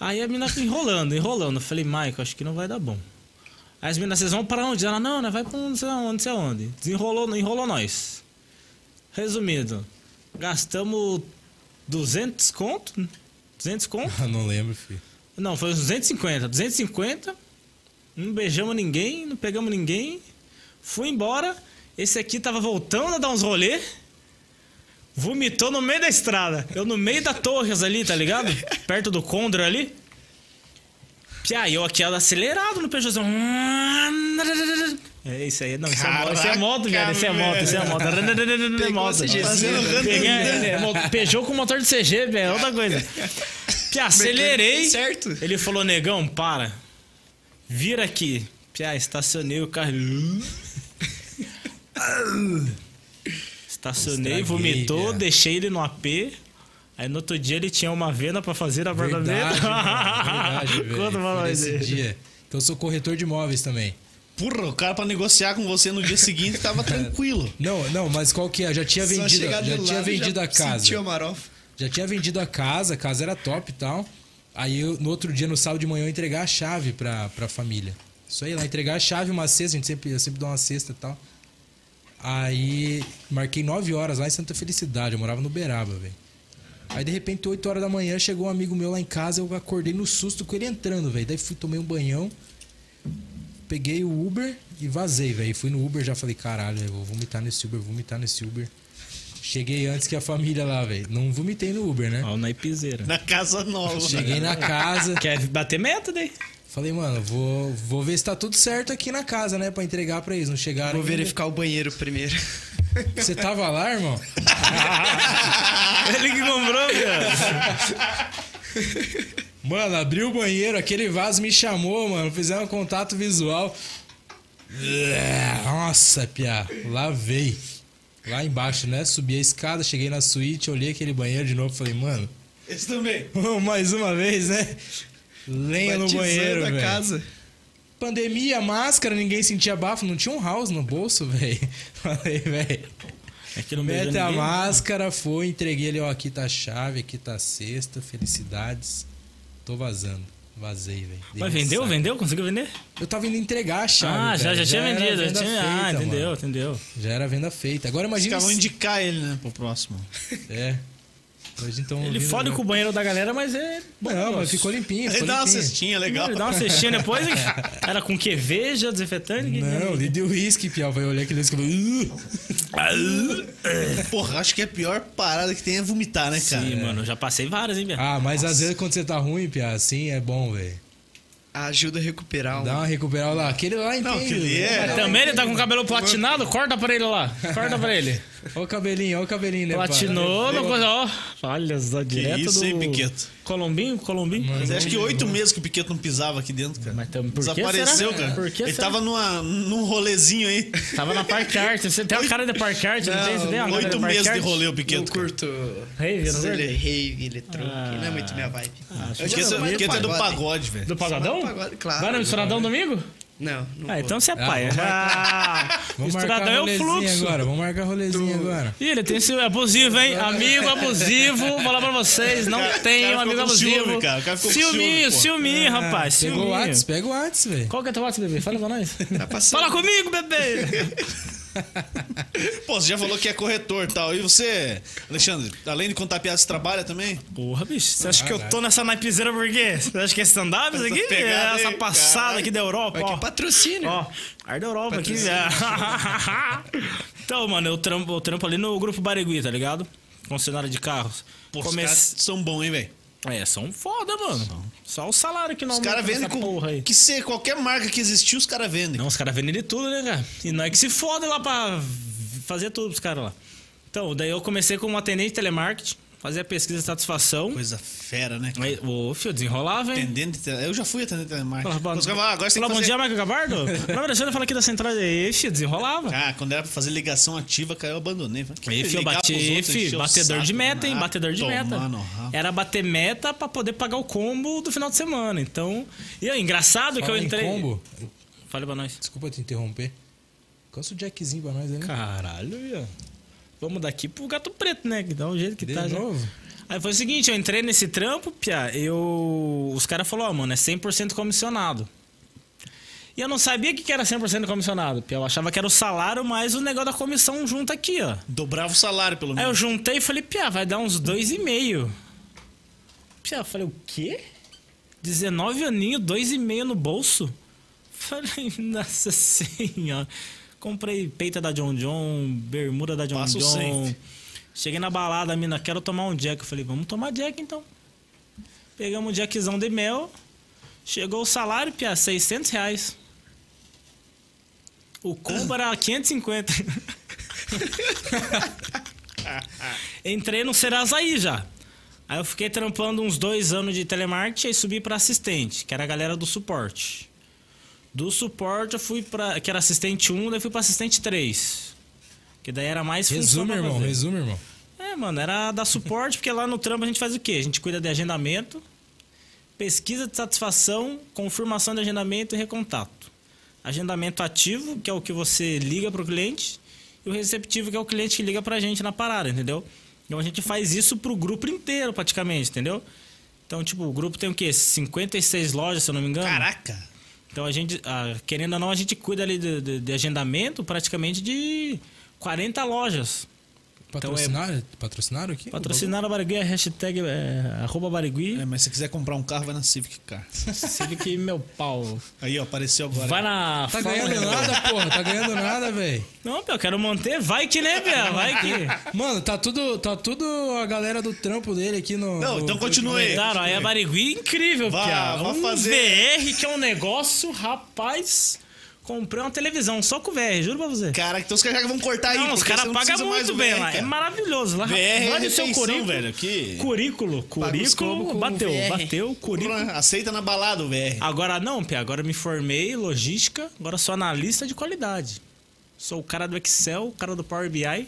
Speaker 4: Aí a menina fica enrolando, enrolando. Eu Falei, Maico, acho que não vai dar bom. Aí as meninas, vocês vão pra onde? Ela, não, né? Vai pra não sei aonde, não sei aonde. Desenrolou, enrolou nós. Resumindo, gastamos 200 conto? 200 conto?
Speaker 3: Ah, não lembro, filho.
Speaker 4: Não, foi uns 250. 250, não beijamos ninguém, não pegamos ninguém. Fui embora. Esse aqui tava voltando a dar uns rolê. Vomitou no meio da estrada. Eu no meio da Torres ali, tá ligado? Perto do Condra ali. Piá, e eu aqui acelerado no Peugeotzão. É isso aí. Não, isso é moto, isso é moto, velho. Isso é moto, isso é moto. moto.
Speaker 2: CGzinho, né?
Speaker 4: Peguei, é, mo- Peugeot com motor de CG, velho. é Outra coisa. Piá, acelerei.
Speaker 2: Certo.
Speaker 4: Ele falou, negão, para. Vira aqui. Piá, estacionei o carro. Estacionei,
Speaker 3: Estraguei, é.
Speaker 4: vomitou,
Speaker 3: Pia.
Speaker 4: deixei ele no AP. Aí no outro dia ele tinha uma venda pra fazer a borda dele.
Speaker 3: Verdade, mano, verdade, velho.
Speaker 4: Quando
Speaker 3: Foi
Speaker 4: vai mais
Speaker 3: nesse
Speaker 4: ele?
Speaker 3: dia. Que eu sou corretor de imóveis também.
Speaker 1: Porra, o cara pra negociar com você no dia seguinte tava tranquilo.
Speaker 3: Não, não, mas qual que é? Eu já tinha
Speaker 2: Só
Speaker 3: vendido,
Speaker 2: chegar
Speaker 3: já
Speaker 2: do
Speaker 3: tinha
Speaker 2: lado,
Speaker 3: vendido
Speaker 2: já
Speaker 3: a casa.
Speaker 2: Sentiu a marofa.
Speaker 3: Já tinha vendido a casa, a casa era top e tal. Aí eu, no outro dia, no sábado de manhã, eu entregar a chave pra, pra família. Isso aí, lá entregar a chave, uma cesta, a gente sempre, eu sempre dou uma cesta e tal. Aí marquei 9 horas lá em Santa Felicidade, eu morava no Beraba, velho. Aí de repente, 8 horas da manhã, chegou um amigo meu lá em casa, eu acordei no susto com ele entrando, velho. Daí fui, tomei um banhão, peguei o Uber e vazei, velho. Fui no Uber já falei, caralho, eu vou vomitar nesse Uber, vomitar nesse Uber. Cheguei antes que a família lá, velho. Não vomitei no Uber, né?
Speaker 4: Ó, o naipizeira.
Speaker 1: Na casa nova.
Speaker 3: Cheguei na casa,
Speaker 4: Quer bater meta né? daí?
Speaker 3: falei, mano, vou, vou ver se tá tudo certo aqui na casa, né? Pra entregar pra eles. Não chegaram.
Speaker 2: Vou
Speaker 3: ainda.
Speaker 2: verificar o banheiro primeiro.
Speaker 3: Você tava lá, irmão?
Speaker 4: Ele que comprou, viado.
Speaker 3: Mano, abriu o banheiro, aquele vaso me chamou, mano. Fizeram um contato visual. É, Nossa, piá, lavei. Lá embaixo, né? Subi a escada, cheguei na suíte, olhei aquele banheiro de novo, falei, mano,
Speaker 1: Esse também.
Speaker 3: mais uma vez, né? Lenha no
Speaker 2: Batizando
Speaker 3: banheiro,
Speaker 2: a
Speaker 3: velho.
Speaker 2: casa.
Speaker 3: Pandemia, máscara, ninguém sentia bafo, não tinha um house no bolso, velho. Falei, velho.
Speaker 4: É que não beijou
Speaker 3: Mete a
Speaker 4: ninguém.
Speaker 3: máscara, foi, entreguei ele, ó, aqui tá a chave, aqui tá a cesta, felicidades. Tô vazando. Vazei, velho. Dei
Speaker 4: Mas
Speaker 3: um
Speaker 4: vendeu,
Speaker 3: saco.
Speaker 4: vendeu? Conseguiu vender?
Speaker 3: Eu tava indo entregar a chave.
Speaker 4: ah, já, já
Speaker 3: velho.
Speaker 4: tinha
Speaker 3: era
Speaker 4: vendido. Já
Speaker 3: venda
Speaker 4: tinha... ah,
Speaker 3: feita,
Speaker 4: entendeu,
Speaker 3: mano.
Speaker 4: entendeu.
Speaker 3: Já era venda feita. Agora
Speaker 1: Os
Speaker 3: imagina.
Speaker 1: caras vão
Speaker 3: se-
Speaker 1: indicar ele, né, pro próximo.
Speaker 3: É. Hoje então.
Speaker 4: Ele
Speaker 3: ouvindo-
Speaker 4: fode com o banheiro da galera, mas é. bom
Speaker 3: Não, mas
Speaker 4: negócio.
Speaker 3: ficou limpinho.
Speaker 1: Ele
Speaker 3: Ficou
Speaker 1: dá uma
Speaker 3: limpinho.
Speaker 1: cestinha legal.
Speaker 4: Ele dá uma cestinha depois, hein? Era com que? Veja, desinfetante? que-
Speaker 1: né?
Speaker 3: Não, ele deu uísque, Piau. Vai olhar aquele uísque. e falou, "Uh".
Speaker 1: Porra, acho que é a pior parada que tem é vomitar, né, cara?
Speaker 4: Sim, mano, eu já passei várias, hein, velho?
Speaker 3: Ah, mas às vezes quando você tá ruim, Piau, assim é bom, velho.
Speaker 2: ajuda a recuperar.
Speaker 3: Dá
Speaker 2: um-
Speaker 3: uma recuperada lá. Aquele lá entende.
Speaker 1: aquele
Speaker 3: né?
Speaker 1: é-
Speaker 4: Também ele tá com o cabelo platinado? Corta pra ele lá. Corta pra ele.
Speaker 3: Olha o cabelinho, olha o cabelinho, né? pai?
Speaker 4: Platinou, não coisa, ó. Olha só, direto
Speaker 1: isso,
Speaker 4: do...
Speaker 1: hein, Piqueto?
Speaker 4: Colombinho, Colombinho.
Speaker 1: Mas acho que oito meses que o Piquet não pisava aqui dentro, cara.
Speaker 4: Mas tam- por que
Speaker 1: Desapareceu,
Speaker 4: será?
Speaker 1: cara.
Speaker 4: Por que
Speaker 1: Ele
Speaker 4: será?
Speaker 1: tava numa, num rolezinho aí.
Speaker 4: Tava na Park Art. Você tem uma cara de Park Art, não,
Speaker 2: Não,
Speaker 4: tem? Você tem uma cara
Speaker 1: Oito
Speaker 4: de Park
Speaker 1: meses de
Speaker 4: Art?
Speaker 1: rolê o
Speaker 2: Eu
Speaker 1: Piquet. cara.
Speaker 2: curto.
Speaker 4: Rave, não
Speaker 2: Mas
Speaker 4: curte?
Speaker 2: ele é rave, eletrônico.
Speaker 4: Ah.
Speaker 2: Não é muito minha vibe.
Speaker 4: acho
Speaker 2: Eu
Speaker 4: que
Speaker 2: já
Speaker 1: Piquet
Speaker 2: sou
Speaker 1: é-
Speaker 2: mais
Speaker 1: Piquet é do pagode, velho.
Speaker 4: Do pagodão?
Speaker 2: Mas pagode, claro.
Speaker 4: Vai no misturadão domingo?
Speaker 2: Não, não.
Speaker 4: Ah,
Speaker 2: vou.
Speaker 4: então você é
Speaker 3: é. Ah,
Speaker 4: pai.
Speaker 3: vamos
Speaker 4: Ah,
Speaker 3: Vamos marcar
Speaker 4: misturadão é o
Speaker 3: rolezinho
Speaker 4: fluxo.
Speaker 3: agora, vamos marcar rolezinho agora.
Speaker 4: Ih, ele tem esse abusivo, hein? Amigo abusivo, vou falar pra vocês, não
Speaker 1: Cara, o
Speaker 4: tem
Speaker 1: cara
Speaker 4: um amigo
Speaker 1: ficou com ciúme,
Speaker 4: abusivo.
Speaker 1: cara, o cara ficou com ciúme,
Speaker 4: ciúminho,
Speaker 1: pô. Ah,
Speaker 4: ciúminho, rapaz,
Speaker 3: Pega o
Speaker 4: ciúminho.
Speaker 3: Ah, Whats, pega o Whats, velho.
Speaker 4: Qual que é teu WhatsApp, bebê? Fala pra nós.
Speaker 2: Tá passando.
Speaker 4: Fala comigo, bebê!
Speaker 1: Pô, você já falou que é corretor e tal. E você, Alexandre, além de contar piadas, você trabalha também?
Speaker 4: Porra, bicho, você acha que eu tô
Speaker 3: Caralho.
Speaker 4: nessa naipizeira por quê? Você acha que é stand-up isso aqui?
Speaker 1: pegada
Speaker 4: É essa
Speaker 1: aí,
Speaker 4: passada
Speaker 1: caralho.
Speaker 4: aqui da Europa,
Speaker 2: Vai
Speaker 4: ó.
Speaker 2: que
Speaker 1: né?
Speaker 2: patrocínio.
Speaker 4: Ó, ar da Europa aqui. é. então, mano, eu trampo, eu trampo ali no Grupo Barigui, tá ligado? Concessionária de carros.
Speaker 1: Pô, os
Speaker 4: Comece-
Speaker 1: caras são bons, hein, velho?
Speaker 4: É, são foda, mano. Só o salário que não
Speaker 1: Os caras
Speaker 4: aumenta
Speaker 1: vendem
Speaker 4: nessa
Speaker 1: com.
Speaker 4: porra aí.
Speaker 1: Que ser qualquer marca que existir, os caras vendem.
Speaker 4: Não, os caras vendem de tudo, né, cara? E nós que se foda lá pra fazer tudo pros caras lá. Então, daí eu comecei como atendente de telemarketing, fazia pesquisa de satisfação.
Speaker 1: Coisa fera, né?
Speaker 4: Aí, ô, fio, desenrolava, hein?
Speaker 1: Atendente, de tele- eu já fui atendente de telemarketing.
Speaker 4: Falava, bom-
Speaker 1: Os caras falam, ah, agora você tem
Speaker 4: Falava,
Speaker 1: que
Speaker 4: bom
Speaker 1: fazer...
Speaker 4: dia, Michael Gabardo. Meu nome é Alexandre, fala aqui da central. E aí, fio, desenrolava.
Speaker 1: Ah, quando era pra fazer ligação ativa, cara, eu abandonei. Falei,
Speaker 4: Aí,
Speaker 1: "Que
Speaker 4: filho,
Speaker 1: ligar
Speaker 4: bati,
Speaker 1: pros outros,
Speaker 4: fi,
Speaker 1: encher o
Speaker 4: batedor
Speaker 1: saco,
Speaker 4: de meta, hein?
Speaker 1: mano.
Speaker 4: Batedor de
Speaker 1: Ah,
Speaker 4: meta. É.
Speaker 1: tomar no rabo.
Speaker 4: Era bater meta pra poder pagar o combo do final de semana. Então. E aí, engraçado que eu
Speaker 3: Fala em
Speaker 4: entrei.
Speaker 3: combo.
Speaker 4: Fale pra nós.
Speaker 3: Desculpa te interromper. Cansa o Jackzinho pra nós aí, né?
Speaker 4: Caralho, viu? Vamos daqui pro gato preto, né? Que dá um jeito que
Speaker 3: De
Speaker 4: tá já.
Speaker 3: novo?
Speaker 4: Aí foi o seguinte, eu entrei nesse trampo, pia, eu. Os caras falaram, ó, mano, é 100% comissionado. E eu não sabia o que que era 100% comissionado, pia. Eu achava que era o salário mais o negócio da comissão junto aqui, ó.
Speaker 1: Dobrava o salário, pelo
Speaker 4: Aí É, eu
Speaker 1: menos.
Speaker 4: juntei e falei, Pia, vai dar uns dois e meio. Pia, eu falei, o quê? 19 aninho, dois e meio no bolso? Falei, nossa senhora. Comprei peita da John John, bermuda da John
Speaker 1: Passa o
Speaker 4: John.
Speaker 1: safe.
Speaker 4: Cheguei na balada, a mina, quero tomar um Jack. Eu falei, vamos tomar Jack então. Pegamos um Jackzão de mel. Chegou o salário, Pia, 600 reais. O combo era 550. Entrei no Serasaí já. Aí eu fiquei trampando uns dois anos de telemarketing e subi pra assistente, que era a galera do suporte. Do suporte eu fui pra. que era assistente 1, daí fui pra assistente 3. Que daí era mais função
Speaker 3: Resume,
Speaker 4: pra
Speaker 3: irmão,
Speaker 4: fazer.
Speaker 3: resume, irmão.
Speaker 4: É, mano, era dar suporte, porque lá no trampo a gente faz o quê? A gente cuida de agendamento, pesquisa de satisfação, confirmação de agendamento e recontato. Agendamento ativo, que é o que você liga pro cliente, e o receptivo, que é o cliente que liga pra gente na parada, entendeu? Então a gente faz isso pro grupo inteiro, praticamente, entendeu? Então, tipo, o grupo tem o quê? 56 lojas, se eu não me engano.
Speaker 1: Caraca!
Speaker 4: Então a gente, ah, querendo ou não, a gente cuida ali de, de- de agendamento praticamente de 40 lojas. Então é
Speaker 3: Patrocinaram, patrocinaram aqui?
Speaker 4: Patrocinaram a Barigui, a hashtag é, arroba Barigui.
Speaker 1: É, mas se quiser comprar um carro, vai na Civic Car.
Speaker 4: Sabe que meu pau.
Speaker 1: Aí, ó, apareceu agora.
Speaker 4: Vai na.
Speaker 3: Tá
Speaker 4: fala-
Speaker 3: ganhando nada, porra. Tá ganhando nada, velho.
Speaker 4: Não, meu, eu quero manter. Vai que né, Bia? Vai que.
Speaker 3: Mano, tá tudo, tá tudo a galera do trampo dele aqui no.
Speaker 1: Não,
Speaker 3: no-
Speaker 1: então continua aí.
Speaker 4: Claro, aí é a Barigui incrível,
Speaker 1: Vá,
Speaker 4: Pia.
Speaker 1: vá
Speaker 4: Um
Speaker 1: fazer.
Speaker 4: VR que é um negócio, rapaz. Comprei uma televisão só com VR, juro pra você.
Speaker 1: Cara, então os caras já vão cortar aí.
Speaker 4: não, os
Speaker 1: porque
Speaker 4: caras
Speaker 1: você não
Speaker 4: pagam
Speaker 1: precisa mais
Speaker 4: muito
Speaker 1: do
Speaker 4: bem
Speaker 1: VR,
Speaker 4: lá. É
Speaker 1: cara.
Speaker 4: maravilhoso lá.
Speaker 1: VR é
Speaker 4: Manda o seu
Speaker 1: refeição,
Speaker 4: currículo.
Speaker 1: velho, que-
Speaker 4: Currículo,
Speaker 2: os combos
Speaker 4: currículo.
Speaker 2: com
Speaker 4: Bateu,
Speaker 2: VR.
Speaker 4: bateu, currículo.
Speaker 1: Porra, Aceita na balada o VR.
Speaker 4: Agora não, Pia. Agora eu me formei em logística, agora sou analista de qualidade. Sou o cara do Excel, o cara do Power BI.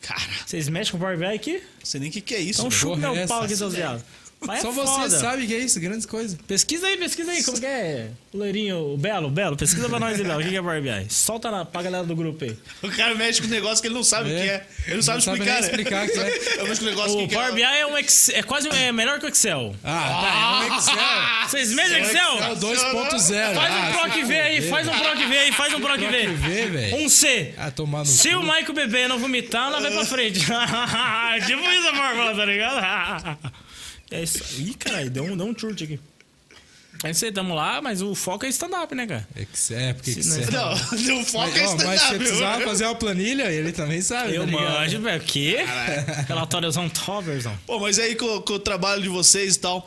Speaker 1: Cara,
Speaker 4: Vocês mexem com o Power BI aqui?
Speaker 1: não sei nem o que, que é isso.
Speaker 4: Então
Speaker 1: velho.
Speaker 4: chupa
Speaker 3: porra é
Speaker 4: meu pau
Speaker 3: essa?
Speaker 4: aqui, seus viados. Mas é
Speaker 3: Só você
Speaker 4: foda.
Speaker 3: sabe que é isso, grandes coisas.
Speaker 4: Pesquisa aí, pesquisa aí. Como que é? O Loirinho, o Belo, o Belo. Pesquisa pra nós aí, Belo. O que que é Power BI? Solta na, pra galera do grupo aí.
Speaker 1: o cara mexe com um negócio que ele não sabe o que é. Ele não sabe
Speaker 3: sabe
Speaker 1: explicar,
Speaker 3: nem explicar
Speaker 1: né?
Speaker 3: que é.
Speaker 1: Eu mexo com um negócio
Speaker 4: O
Speaker 1: que
Speaker 4: Power BI
Speaker 1: é...
Speaker 4: é um Excel. É quase um- é melhor que o Excel.
Speaker 3: Ah, tá. É um Excel.
Speaker 4: Vocês mexem Excel?
Speaker 3: É o 2.0.
Speaker 4: Faz
Speaker 3: Ah,
Speaker 4: um PROC V aí, faz um PROC V aí, faz um PROC
Speaker 3: V,
Speaker 4: V.
Speaker 3: velho.
Speaker 4: Um C.
Speaker 3: Ah, tomar no
Speaker 4: Se
Speaker 3: cu.
Speaker 4: o Maico beber e não vomitar, ela vai pra frente. tipo isso a fórmula, tá ligado? é isso. Ih, caralho, deu um, deu um chute aqui. É isso aí, tamo lá, mas o foco é stand-up, né, cara?
Speaker 3: Excel, é porque
Speaker 4: não é-
Speaker 3: Excel.
Speaker 1: Não, não foca
Speaker 3: Mas,
Speaker 1: é
Speaker 3: ó, mas
Speaker 1: stand-up.
Speaker 3: se você
Speaker 4: né?
Speaker 3: precisava fazer uma planilha, ele também sabe.
Speaker 4: Eu
Speaker 3: tá ligado?
Speaker 4: manjo, velho. tipo, é O quê? Relatóriozão top, versão.
Speaker 1: Pô, mas aí com, com o trabalho de vocês e tal.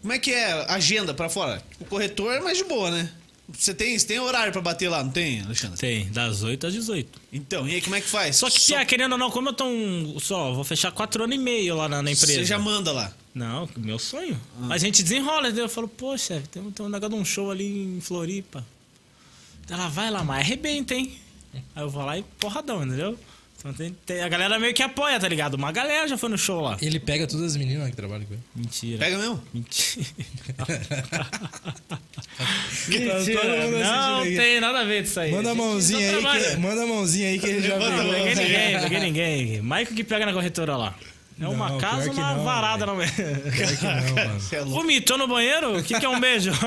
Speaker 1: Como é que é a agenda pra fora? O corretor é mais de boa, né? Você tem, você tem horário pra bater lá, não tem, Alexandre?
Speaker 4: Tem, das 8 às 18.
Speaker 1: Então, e aí como é que faz?
Speaker 4: Só que, Pia, querendo ou não, como eu tô um. Só, vou fechar 4 anos e meio lá na, na empresa.
Speaker 1: Você já manda lá.
Speaker 4: Não, meu sonho. Mas a gente desenrola, entendeu? Eu falo, pô, chefe, tem, um- tem um negócio de um show ali em Floripa. Ela vai lá, mas arrebenta, hein? Aí eu vou lá e porradão, entendeu? Então tem, tem- a galera meio que apoia, tá ligado? Uma galera já foi no show lá.
Speaker 3: Ele pega todas as meninas que trabalham com ele.
Speaker 4: Mentira.
Speaker 1: Pega mesmo?
Speaker 4: Mentira.
Speaker 3: Todo mundo
Speaker 4: não
Speaker 3: assistindo aqui.
Speaker 4: tem nada a ver disso aí.
Speaker 3: Manda a
Speaker 4: Gente,
Speaker 3: mãozinha
Speaker 4: isso
Speaker 3: aí,
Speaker 4: é
Speaker 3: que,
Speaker 4: trabalho.
Speaker 3: manda a mãozinha aí que ele já
Speaker 1: Levanta a
Speaker 3: viu.
Speaker 1: mão.
Speaker 4: Peguei ninguém, peguei ninguém. Michael que pega na corretora lá. É uma
Speaker 3: Não,
Speaker 4: casa,
Speaker 3: pior que
Speaker 4: uma
Speaker 3: não,
Speaker 4: varada na
Speaker 3: Pior que não, mano.
Speaker 1: Você é louco.
Speaker 4: Vomitou no banheiro? O que, que é um beijo?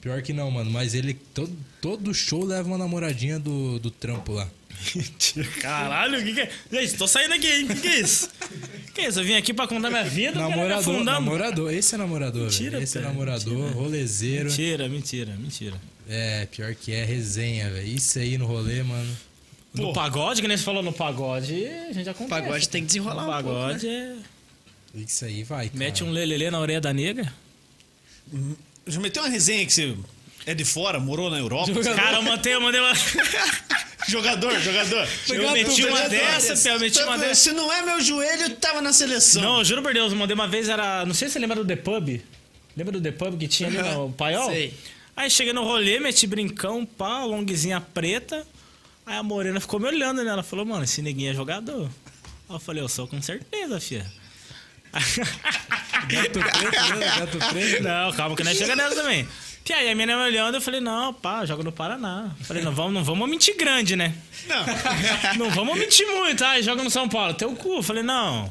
Speaker 3: Pior que não, mano. Mas ele, todo, todo show leva uma namoradinha do, do trampo lá.
Speaker 4: Caralho, o que, que é? Gente, tô saindo aqui, hein? O que, que é isso? O que é isso? Eu vim aqui pra contar minha vida, o cara me
Speaker 3: Namorador,
Speaker 4: afundando.
Speaker 3: namorador. Esse é namorador,
Speaker 4: Mentira,
Speaker 3: velho. Esse é
Speaker 4: cara,
Speaker 3: namorador, rolezeiro.
Speaker 4: Mentira, mentira, mentira.
Speaker 3: É, pior que é resenha, velho. Isso aí no rolê, mano.
Speaker 4: No pagode, que nem você falou no pagode, a gente já
Speaker 2: O
Speaker 4: conversa.
Speaker 2: pagode tem que
Speaker 4: No
Speaker 2: desenrolar um pouco,
Speaker 4: pagode
Speaker 2: né?
Speaker 4: é...
Speaker 3: Isso aí vai, cara.
Speaker 4: Mete um lelelê na orelha da nega.
Speaker 1: Já meteu uma resenha que você é de fora, morou na Europa?
Speaker 4: Cara, eu mandei, eu mandei uma...
Speaker 1: jogador, jogador.
Speaker 4: Eu meti uma dessa, Pia, eu meti uma dessa.
Speaker 1: Se não é meu joelho, eu tava na seleção.
Speaker 4: Não, eu juro por Deus, eu mandei uma vez, era. Não sei se você lembra do The Pub. Lembra do The Pub que tinha ali no paiol?
Speaker 2: Sei.
Speaker 4: Aí cheguei no rolê, meti brincão, pá, longuezinha preta. Aí a morena ficou me olhando, né? Ela falou, mano, esse neguinho é jogador. Aí eu falei, eu sou com certeza, fia.
Speaker 3: Gato preto, né? Gato preto.
Speaker 4: Não, calma que nós chega nessa também. E aí a menina me olhando, eu falei, não, pá, joga no Paraná. Eu falei, não vamos, não vamos mentir grande, né? Não vamos mentir muito, ai, joga no São Paulo, teu cu. Eu falei, não,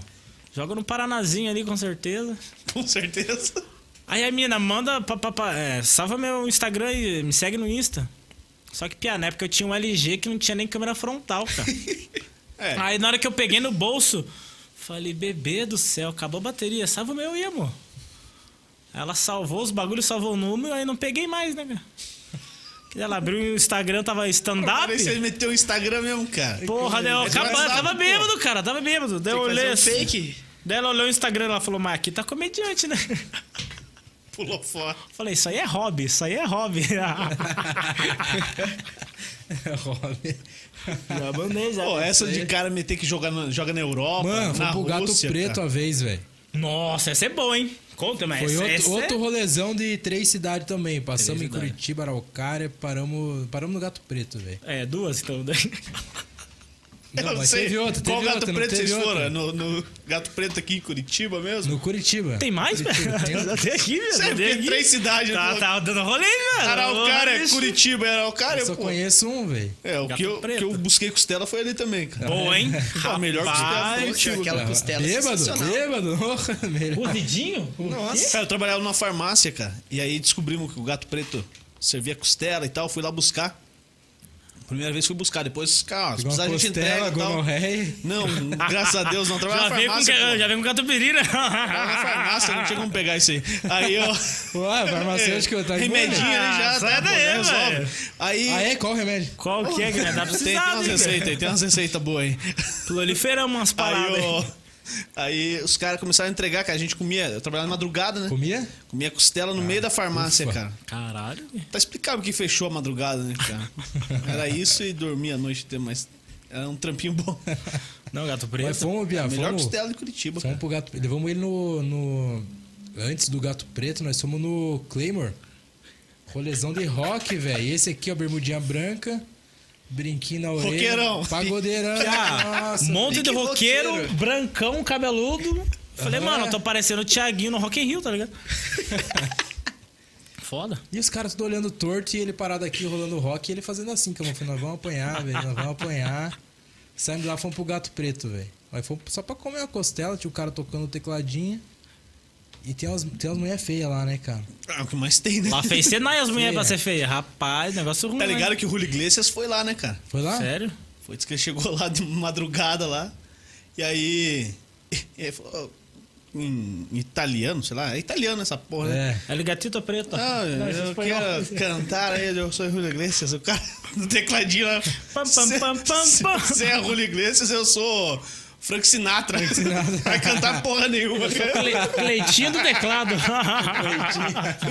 Speaker 4: joga no Paranazinho ali com certeza.
Speaker 1: Com certeza.
Speaker 4: Aí a mina manda, pa, pa, pa, é, salva meu Instagram e me segue no Insta. Só que, piá, na época eu tinha um LG que não tinha nem câmera frontal, cara.
Speaker 1: É.
Speaker 4: Aí na hora que eu peguei no bolso, falei, bebê do céu, acabou a bateria, salva o meu aí, amor. Ela salvou os bagulhos, salvou o número, aí não peguei mais, né, cara? Ela abriu o Instagram, tava
Speaker 1: Agora você
Speaker 2: né?
Speaker 4: stand-up.
Speaker 1: meteu o Instagram mesmo, cara.
Speaker 4: Porra, deu,
Speaker 1: Mas
Speaker 4: acabou,
Speaker 1: vai lá,
Speaker 4: tava
Speaker 1: pô.
Speaker 4: bêbado, cara, tava bêbado. Daí eu
Speaker 2: Tem que
Speaker 4: olhei
Speaker 2: fazer um
Speaker 4: assim.
Speaker 2: fake.
Speaker 4: Daí ela olhou o Instagram, ela falou, mas aqui tá comediante, né?
Speaker 1: Pulou fora.
Speaker 4: Falei, isso aí é hobby, isso aí é hobby.
Speaker 3: É, Rola.
Speaker 4: já mandei, já.
Speaker 1: Pô, essa de cara me ter que jogar na, joga na Europa,
Speaker 3: Mano, foi
Speaker 1: na
Speaker 3: pro Gato
Speaker 1: Rússia,
Speaker 3: Preto
Speaker 1: cara.
Speaker 3: a vez, velho.
Speaker 4: Nossa, essa é boa, hein? Conta, mas
Speaker 3: Foi
Speaker 4: essa,
Speaker 3: outro,
Speaker 4: essa é-
Speaker 3: outro rolezão de três cidades também. Passamos
Speaker 4: Três
Speaker 3: em
Speaker 4: cidades.
Speaker 3: Curitiba, Araucária, paramos, paramos no Gato Preto, velho.
Speaker 4: É, duas então.
Speaker 1: Eu
Speaker 3: Não,
Speaker 1: não
Speaker 3: mas
Speaker 1: sei.
Speaker 3: teve outro, teve
Speaker 1: Qual Gato
Speaker 3: outro, não
Speaker 1: Preto
Speaker 3: teve
Speaker 1: vocês
Speaker 3: outro.
Speaker 1: foram? No, no Gato Preto aqui em Curitiba mesmo?
Speaker 3: No Curitiba.
Speaker 4: Tem mais, velho? Já tem aqui,
Speaker 1: Sério,
Speaker 4: velho. já tem
Speaker 1: porque
Speaker 4: aqui.
Speaker 1: três cidades,
Speaker 4: Tá,
Speaker 1: né?
Speaker 4: tá dando rolê, velho.
Speaker 1: Araucária,
Speaker 4: Vixe.
Speaker 1: é Curitiba, Araucária,
Speaker 3: Eu só
Speaker 1: pô.
Speaker 3: conheço um, velho.
Speaker 1: É, o
Speaker 4: Gato
Speaker 1: que eu,
Speaker 4: Preto.
Speaker 1: que eu busquei costela foi ali também, cara.
Speaker 4: Boa, hein?
Speaker 1: Pô, Tá melhor costela foi
Speaker 4: Rapaz.
Speaker 1: Curitiba.
Speaker 2: Aquela costela
Speaker 3: Bêbado,
Speaker 2: sensacional.
Speaker 3: bêbado. Oh, melhor.
Speaker 4: Cozidinho?
Speaker 2: Nossa.
Speaker 1: Cara, É, eu trabalhava numa farmácia, cara, e aí descobrimos que o gato preto servia costela e tal, fui lá buscar. Primeira vez fui buscar, depois, cara, se
Speaker 3: Pegou
Speaker 1: precisar a
Speaker 3: uma
Speaker 1: gente entrega então.
Speaker 3: costela,
Speaker 1: e tal.
Speaker 3: gonorreia.
Speaker 1: Não, graças a Deus, não trabalhava
Speaker 4: Já
Speaker 1: na
Speaker 4: vem, com,
Speaker 1: farmácia.
Speaker 4: ca-
Speaker 1: pô.
Speaker 4: já vem com catupiry, né?
Speaker 1: Trabalhava na farmácia, não tinha como pegar isso aí. Aí eu...
Speaker 3: Ué, farmacêutico, tá de boa,
Speaker 1: Remedinho
Speaker 3: né?
Speaker 1: ali já,
Speaker 4: Ah, sai
Speaker 1: tá, pô,
Speaker 4: daí,
Speaker 1: né, resolve.
Speaker 4: velho.
Speaker 1: Aí...
Speaker 3: Ah, é? Qual o remédio?
Speaker 4: Qual que é, Guilherme? Dá pra
Speaker 1: tem,
Speaker 4: você
Speaker 1: tem umas
Speaker 4: saber, né, velho.
Speaker 1: receitas aí, tem umas receitas boas aí.
Speaker 4: Proliferamos umas
Speaker 1: Aí,
Speaker 4: paradas. aí.
Speaker 1: eu- aí os caras começaram a entregar, cara, a gente comia, eu trabalhava na madrugada, né?
Speaker 3: Comia? Ah,
Speaker 1: Comia costela no meio da farmácia,
Speaker 3: ufa.
Speaker 1: cara.
Speaker 4: Caralho, velho.
Speaker 1: Tá explicado que fechou a madrugada, né, cara? Era isso e dormia a noite inteira, mas era um trampinho bom.
Speaker 4: Não, gato
Speaker 3: Mas um
Speaker 4: preto.
Speaker 3: fomos, Bia.
Speaker 1: Melhor
Speaker 3: Fomos,
Speaker 1: costela de Curitiba,
Speaker 3: fomos
Speaker 1: cara.
Speaker 3: pro Gato Preto. Levamos ele no, no- Antes do Gato Preto, nós fomos no Claymore. Rolezão de rock, velho. Esse aqui, ó, bermudinha branca. Brinquinho na orelha.
Speaker 1: Roqueirão.
Speaker 3: Pagodeirão.
Speaker 4: Ah,
Speaker 3: Nossa,
Speaker 4: monte de
Speaker 2: que
Speaker 4: roqueiro,
Speaker 2: roqueiro.
Speaker 4: brancão, cabeludo. Falei,
Speaker 3: Aham.
Speaker 4: mano, eu tô parecendo o Thiaguinho no Rock in Rio, tá ligado? Foda.
Speaker 3: E os caras tudo olhando torto e ele parado aqui rolando rock e ele fazendo assim, que eu falei, nós vamos apanhar, velho, nós vamos apanhar. Saímos de lá, fomos pro Gato Preto, velho. Mas fomos só pra comer uma costela, tinha o cara tocando o tecladinho. E tem umas, tem umas mulher feias lá, né, cara?
Speaker 1: Ah, o que mais tem, né?
Speaker 4: Lá fez Senai as mulheres
Speaker 3: Feia.
Speaker 4: pra ser feia. Rapaz, negócio ruim.
Speaker 1: Tá
Speaker 4: né?
Speaker 1: ligado que o Julio Iglesias foi lá, né, cara?
Speaker 3: Foi lá?
Speaker 4: Sério?
Speaker 1: Foi, disse que ele chegou lá de madrugada lá. E aí. E aí falou, ó, em italiano, sei lá. É italiano essa porra, né?
Speaker 3: É.
Speaker 4: É ligatita preta.
Speaker 1: Ah, eu quero cantar aí, eu sou Julio Iglesias, o cara no tecladinho lá.
Speaker 4: Pam, pam, pam, pam,
Speaker 1: Se-
Speaker 4: pam.
Speaker 1: se- Se é Julio Iglesias, eu sou Frank Sinatra. Vai cantar porra nenhuma.
Speaker 4: Cle- Cleitinho do teclado.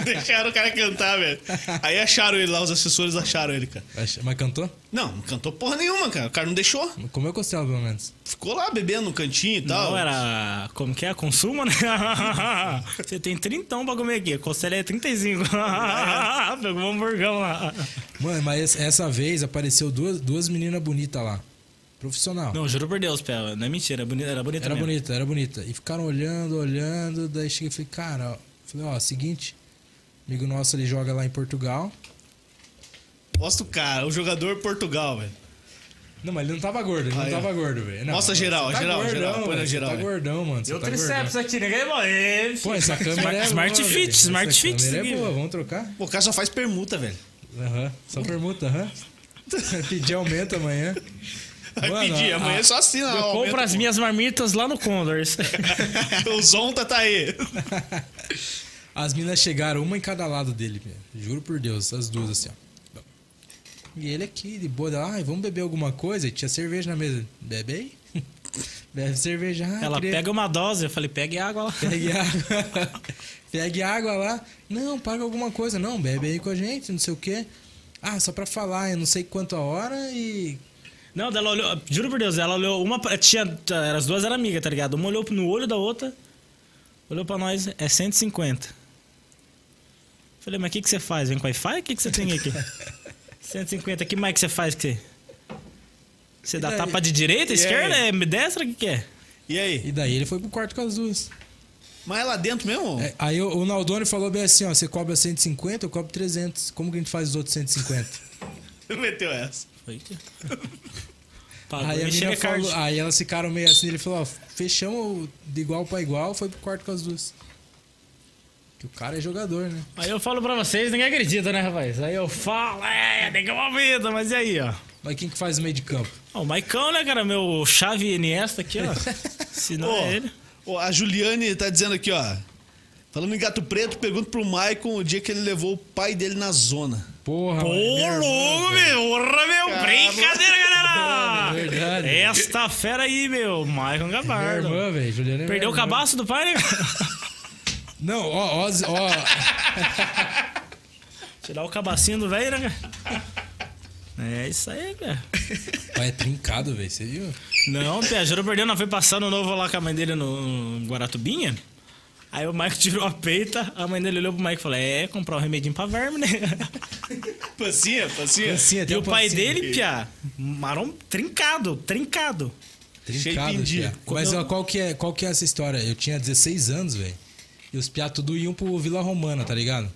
Speaker 1: Deixaram o cara cantar, velho. Aí acharam ele lá, os assessores acharam ele, cara.
Speaker 3: Mas mas cantou?
Speaker 1: Não, não cantou porra nenhuma, cara. O cara não deixou.
Speaker 3: Comeu costela, pelo menos.
Speaker 1: Ficou lá bebendo no cantinho e tal.
Speaker 4: Não era. Como que é? Consuma, né? Você tem trintão pra comer aqui. Costela é 35. Pegou um hamburgão lá.
Speaker 3: Mano, mas essa- essa vez apareceu duas, duas meninas bonitas lá. Profissional.
Speaker 4: Não, juro por Deus, Pé. Não é mentira. Era bonita. Era bonita.
Speaker 3: Era
Speaker 4: mesmo.
Speaker 3: bonita, era bonita. E ficaram olhando, olhando. Daí cheguei e falei, cara, ó, falei, ó, seguinte, amigo nosso ele joga lá em Portugal.
Speaker 1: Mostra o cara, o jogador Portugal, velho.
Speaker 3: Não, mas ele não tava gordo, ele
Speaker 1: Aí,
Speaker 3: não
Speaker 1: ó.
Speaker 3: tava gordo, velho. Não,
Speaker 1: Mostra
Speaker 3: você tá
Speaker 1: geral, geral,
Speaker 3: gordão,
Speaker 1: geral, põe na
Speaker 3: velho, você
Speaker 1: geral,
Speaker 3: Tá
Speaker 1: velho.
Speaker 3: gordão, mano. Você
Speaker 4: Deu
Speaker 3: tá
Speaker 4: triceps
Speaker 3: gordão.
Speaker 4: aqui, ninguém
Speaker 3: Pô,
Speaker 4: morre.
Speaker 3: essa câmera é
Speaker 4: Smart
Speaker 3: boa,
Speaker 4: fit,
Speaker 3: velho. Essa
Speaker 4: smart fit,
Speaker 3: câmera
Speaker 4: isso aqui,
Speaker 3: é boa,
Speaker 4: velho.
Speaker 3: vamos trocar?
Speaker 1: Pô, o cara só faz permuta, velho.
Speaker 3: Aham, só permuta, aham. Pedir aumento amanhã.
Speaker 1: Vai
Speaker 3: Mano,
Speaker 1: pedir,
Speaker 3: a-
Speaker 1: amanhã é
Speaker 3: a-
Speaker 1: só assina.
Speaker 4: Eu
Speaker 1: ó,
Speaker 4: compro
Speaker 1: aumenta,
Speaker 4: as
Speaker 1: pô.
Speaker 4: minhas marmitas lá no Condors.
Speaker 1: o Zonta tá aí.
Speaker 3: As minas chegaram, uma em cada lado dele, velho. juro por Deus, as duas assim, ó. E ele aqui, de boa, dela, ai, vamos beber alguma coisa? E tinha cerveja na mesa. Bebe aí? Bebe cerveja. Ah,
Speaker 4: Ela
Speaker 3: queria-
Speaker 4: pega uma dose. Eu falei, pegue água lá.
Speaker 3: Pegue água. Pegue água lá. Não, paga alguma coisa. Não, bebe aí com a gente, não sei o quê. Ah, só pra falar, eu não sei quanto a hora e.
Speaker 4: Não, ela olhou, juro por Deus, ela olhou uma. pra- Tinha, era- as duas eram amigas, tá ligado? Uma olhou no olho da outra, olhou pra nós, é 150. Falei, mas o que, que você faz? Vem com Wi-Fi? O que, que você tem aqui? 150, que mais que você faz que você. Você dá
Speaker 3: daí?
Speaker 4: tapa de direita,
Speaker 1: E
Speaker 4: esquerda,
Speaker 1: aí?
Speaker 4: é destra, o que, que é?
Speaker 1: E aí?
Speaker 3: E daí ele foi pro quarto com as duas.
Speaker 1: Mas é lá dentro mesmo?
Speaker 3: É, aí o, o Naldoni falou bem assim: ó, você cobra 150, eu cobro 300. Como que a gente faz os outros 150?
Speaker 1: Meteu essa.
Speaker 4: Foi aqui. Pagou
Speaker 3: Aí, a
Speaker 4: e
Speaker 3: menina
Speaker 4: chega card.
Speaker 3: falou, aí elas ficaram meio assim, ele falou, ó, fechamos de igual pra igual, foi pro quarto com as duas. Que o cara é jogador, né?
Speaker 4: Aí eu falo pra vocês, ninguém acredita, né, rapaz? Aí eu falo, é, tem que uma vida, mas e aí, ó?
Speaker 3: Mas quem que faz o meio de campo?
Speaker 4: Ó, o Maicão, né, cara? Meu chave Iniesta aqui, ó. Se não
Speaker 1: Ô,
Speaker 4: é ele.
Speaker 1: ô, a Juliane tá dizendo aqui, ó. Falando em gato preto, pergunta pro Maicon o dia que ele levou o pai dele na zona.
Speaker 3: Porra,
Speaker 4: Ô,
Speaker 3: mano, é nervoso,
Speaker 4: louco,
Speaker 3: velho.
Speaker 4: meu! Porra, meu! Brincadeira, galera!
Speaker 3: Verdade.
Speaker 4: Esta fera aí, meu! Maicon
Speaker 3: Minha
Speaker 4: Gabardo.
Speaker 3: irmã, velho, Juliana é minha
Speaker 4: Perdeu o
Speaker 3: irmã.
Speaker 4: cabaço do pai, né?
Speaker 3: Não, ó, ó, ó.
Speaker 4: Tirar o cabacinho do velho, né, cara? É isso aí, cara.
Speaker 3: Pai é trincado, velho, você viu?
Speaker 4: Não, Pé, juro perdeu, nós foi passando novo lá com a mãe dele no no Guaratubinha. Aí o Maicon tirou a peita, a mãe dele olhou pro Maicon e falou: É, comprar um remedinho pra verme, né?
Speaker 1: Pancinha, pancinha.
Speaker 3: Pancinha,
Speaker 4: E
Speaker 3: tem
Speaker 4: o
Speaker 3: uma
Speaker 4: pai
Speaker 3: pancinha.
Speaker 4: dele, Pia, marom trincado, trincado.
Speaker 1: Shape
Speaker 3: Trincado,
Speaker 1: in dia.
Speaker 3: tia. Mas ó, qual, que é, qual que é essa história? Eu tinha 16 anos, velho. E os piá tudo iam pro Vila Romana, tá ligado?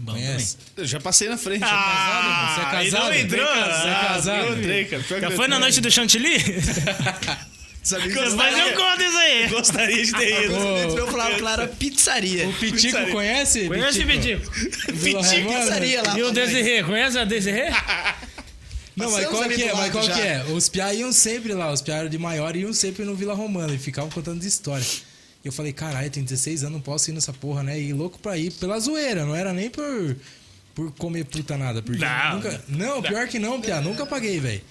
Speaker 4: Bom
Speaker 3: Conhece?
Speaker 1: Eu já passei na frente.
Speaker 3: mano? Você é
Speaker 4: Ah,
Speaker 3: casado?
Speaker 4: Aí não entrou.
Speaker 3: Você é
Speaker 4: Ah,
Speaker 3: casado?
Speaker 1: Eu entrei, cara. Pior que
Speaker 4: Já
Speaker 1: eu
Speaker 4: foi na
Speaker 1: entrei.
Speaker 4: noite do Chantilly?
Speaker 1: Sabia que
Speaker 4: Mas não
Speaker 1: gostaria,
Speaker 4: conta isso aí.
Speaker 1: gostaria de ter ido.
Speaker 3: Ô.
Speaker 2: Eu falava que lá era pizzaria.
Speaker 3: O Pitico
Speaker 1: Pizzaria.
Speaker 3: conhece?
Speaker 4: Conhece, Pitico?
Speaker 3: Vila
Speaker 1: Pitico,
Speaker 3: Romana?
Speaker 2: Pizzaria lá.
Speaker 4: E o Desirê? Conhece a Desirê?
Speaker 3: Não, mas
Speaker 2: Passamos
Speaker 3: qual
Speaker 2: ali
Speaker 3: que é?
Speaker 2: do
Speaker 3: Mas
Speaker 2: lado
Speaker 3: qual
Speaker 2: já.
Speaker 3: que é? Os piá iam sempre lá, os piá de maior iam sempre no Vila Romana e ficavam contando de história. E eu falei, caralho, tenho 16 anos, não posso ir nessa porra, né? E louco pra ir pela zoeira, não era nem por, por comer puta nada. Porque
Speaker 4: Não.
Speaker 3: nunca- não, pior que não, piá, nunca paguei, velho.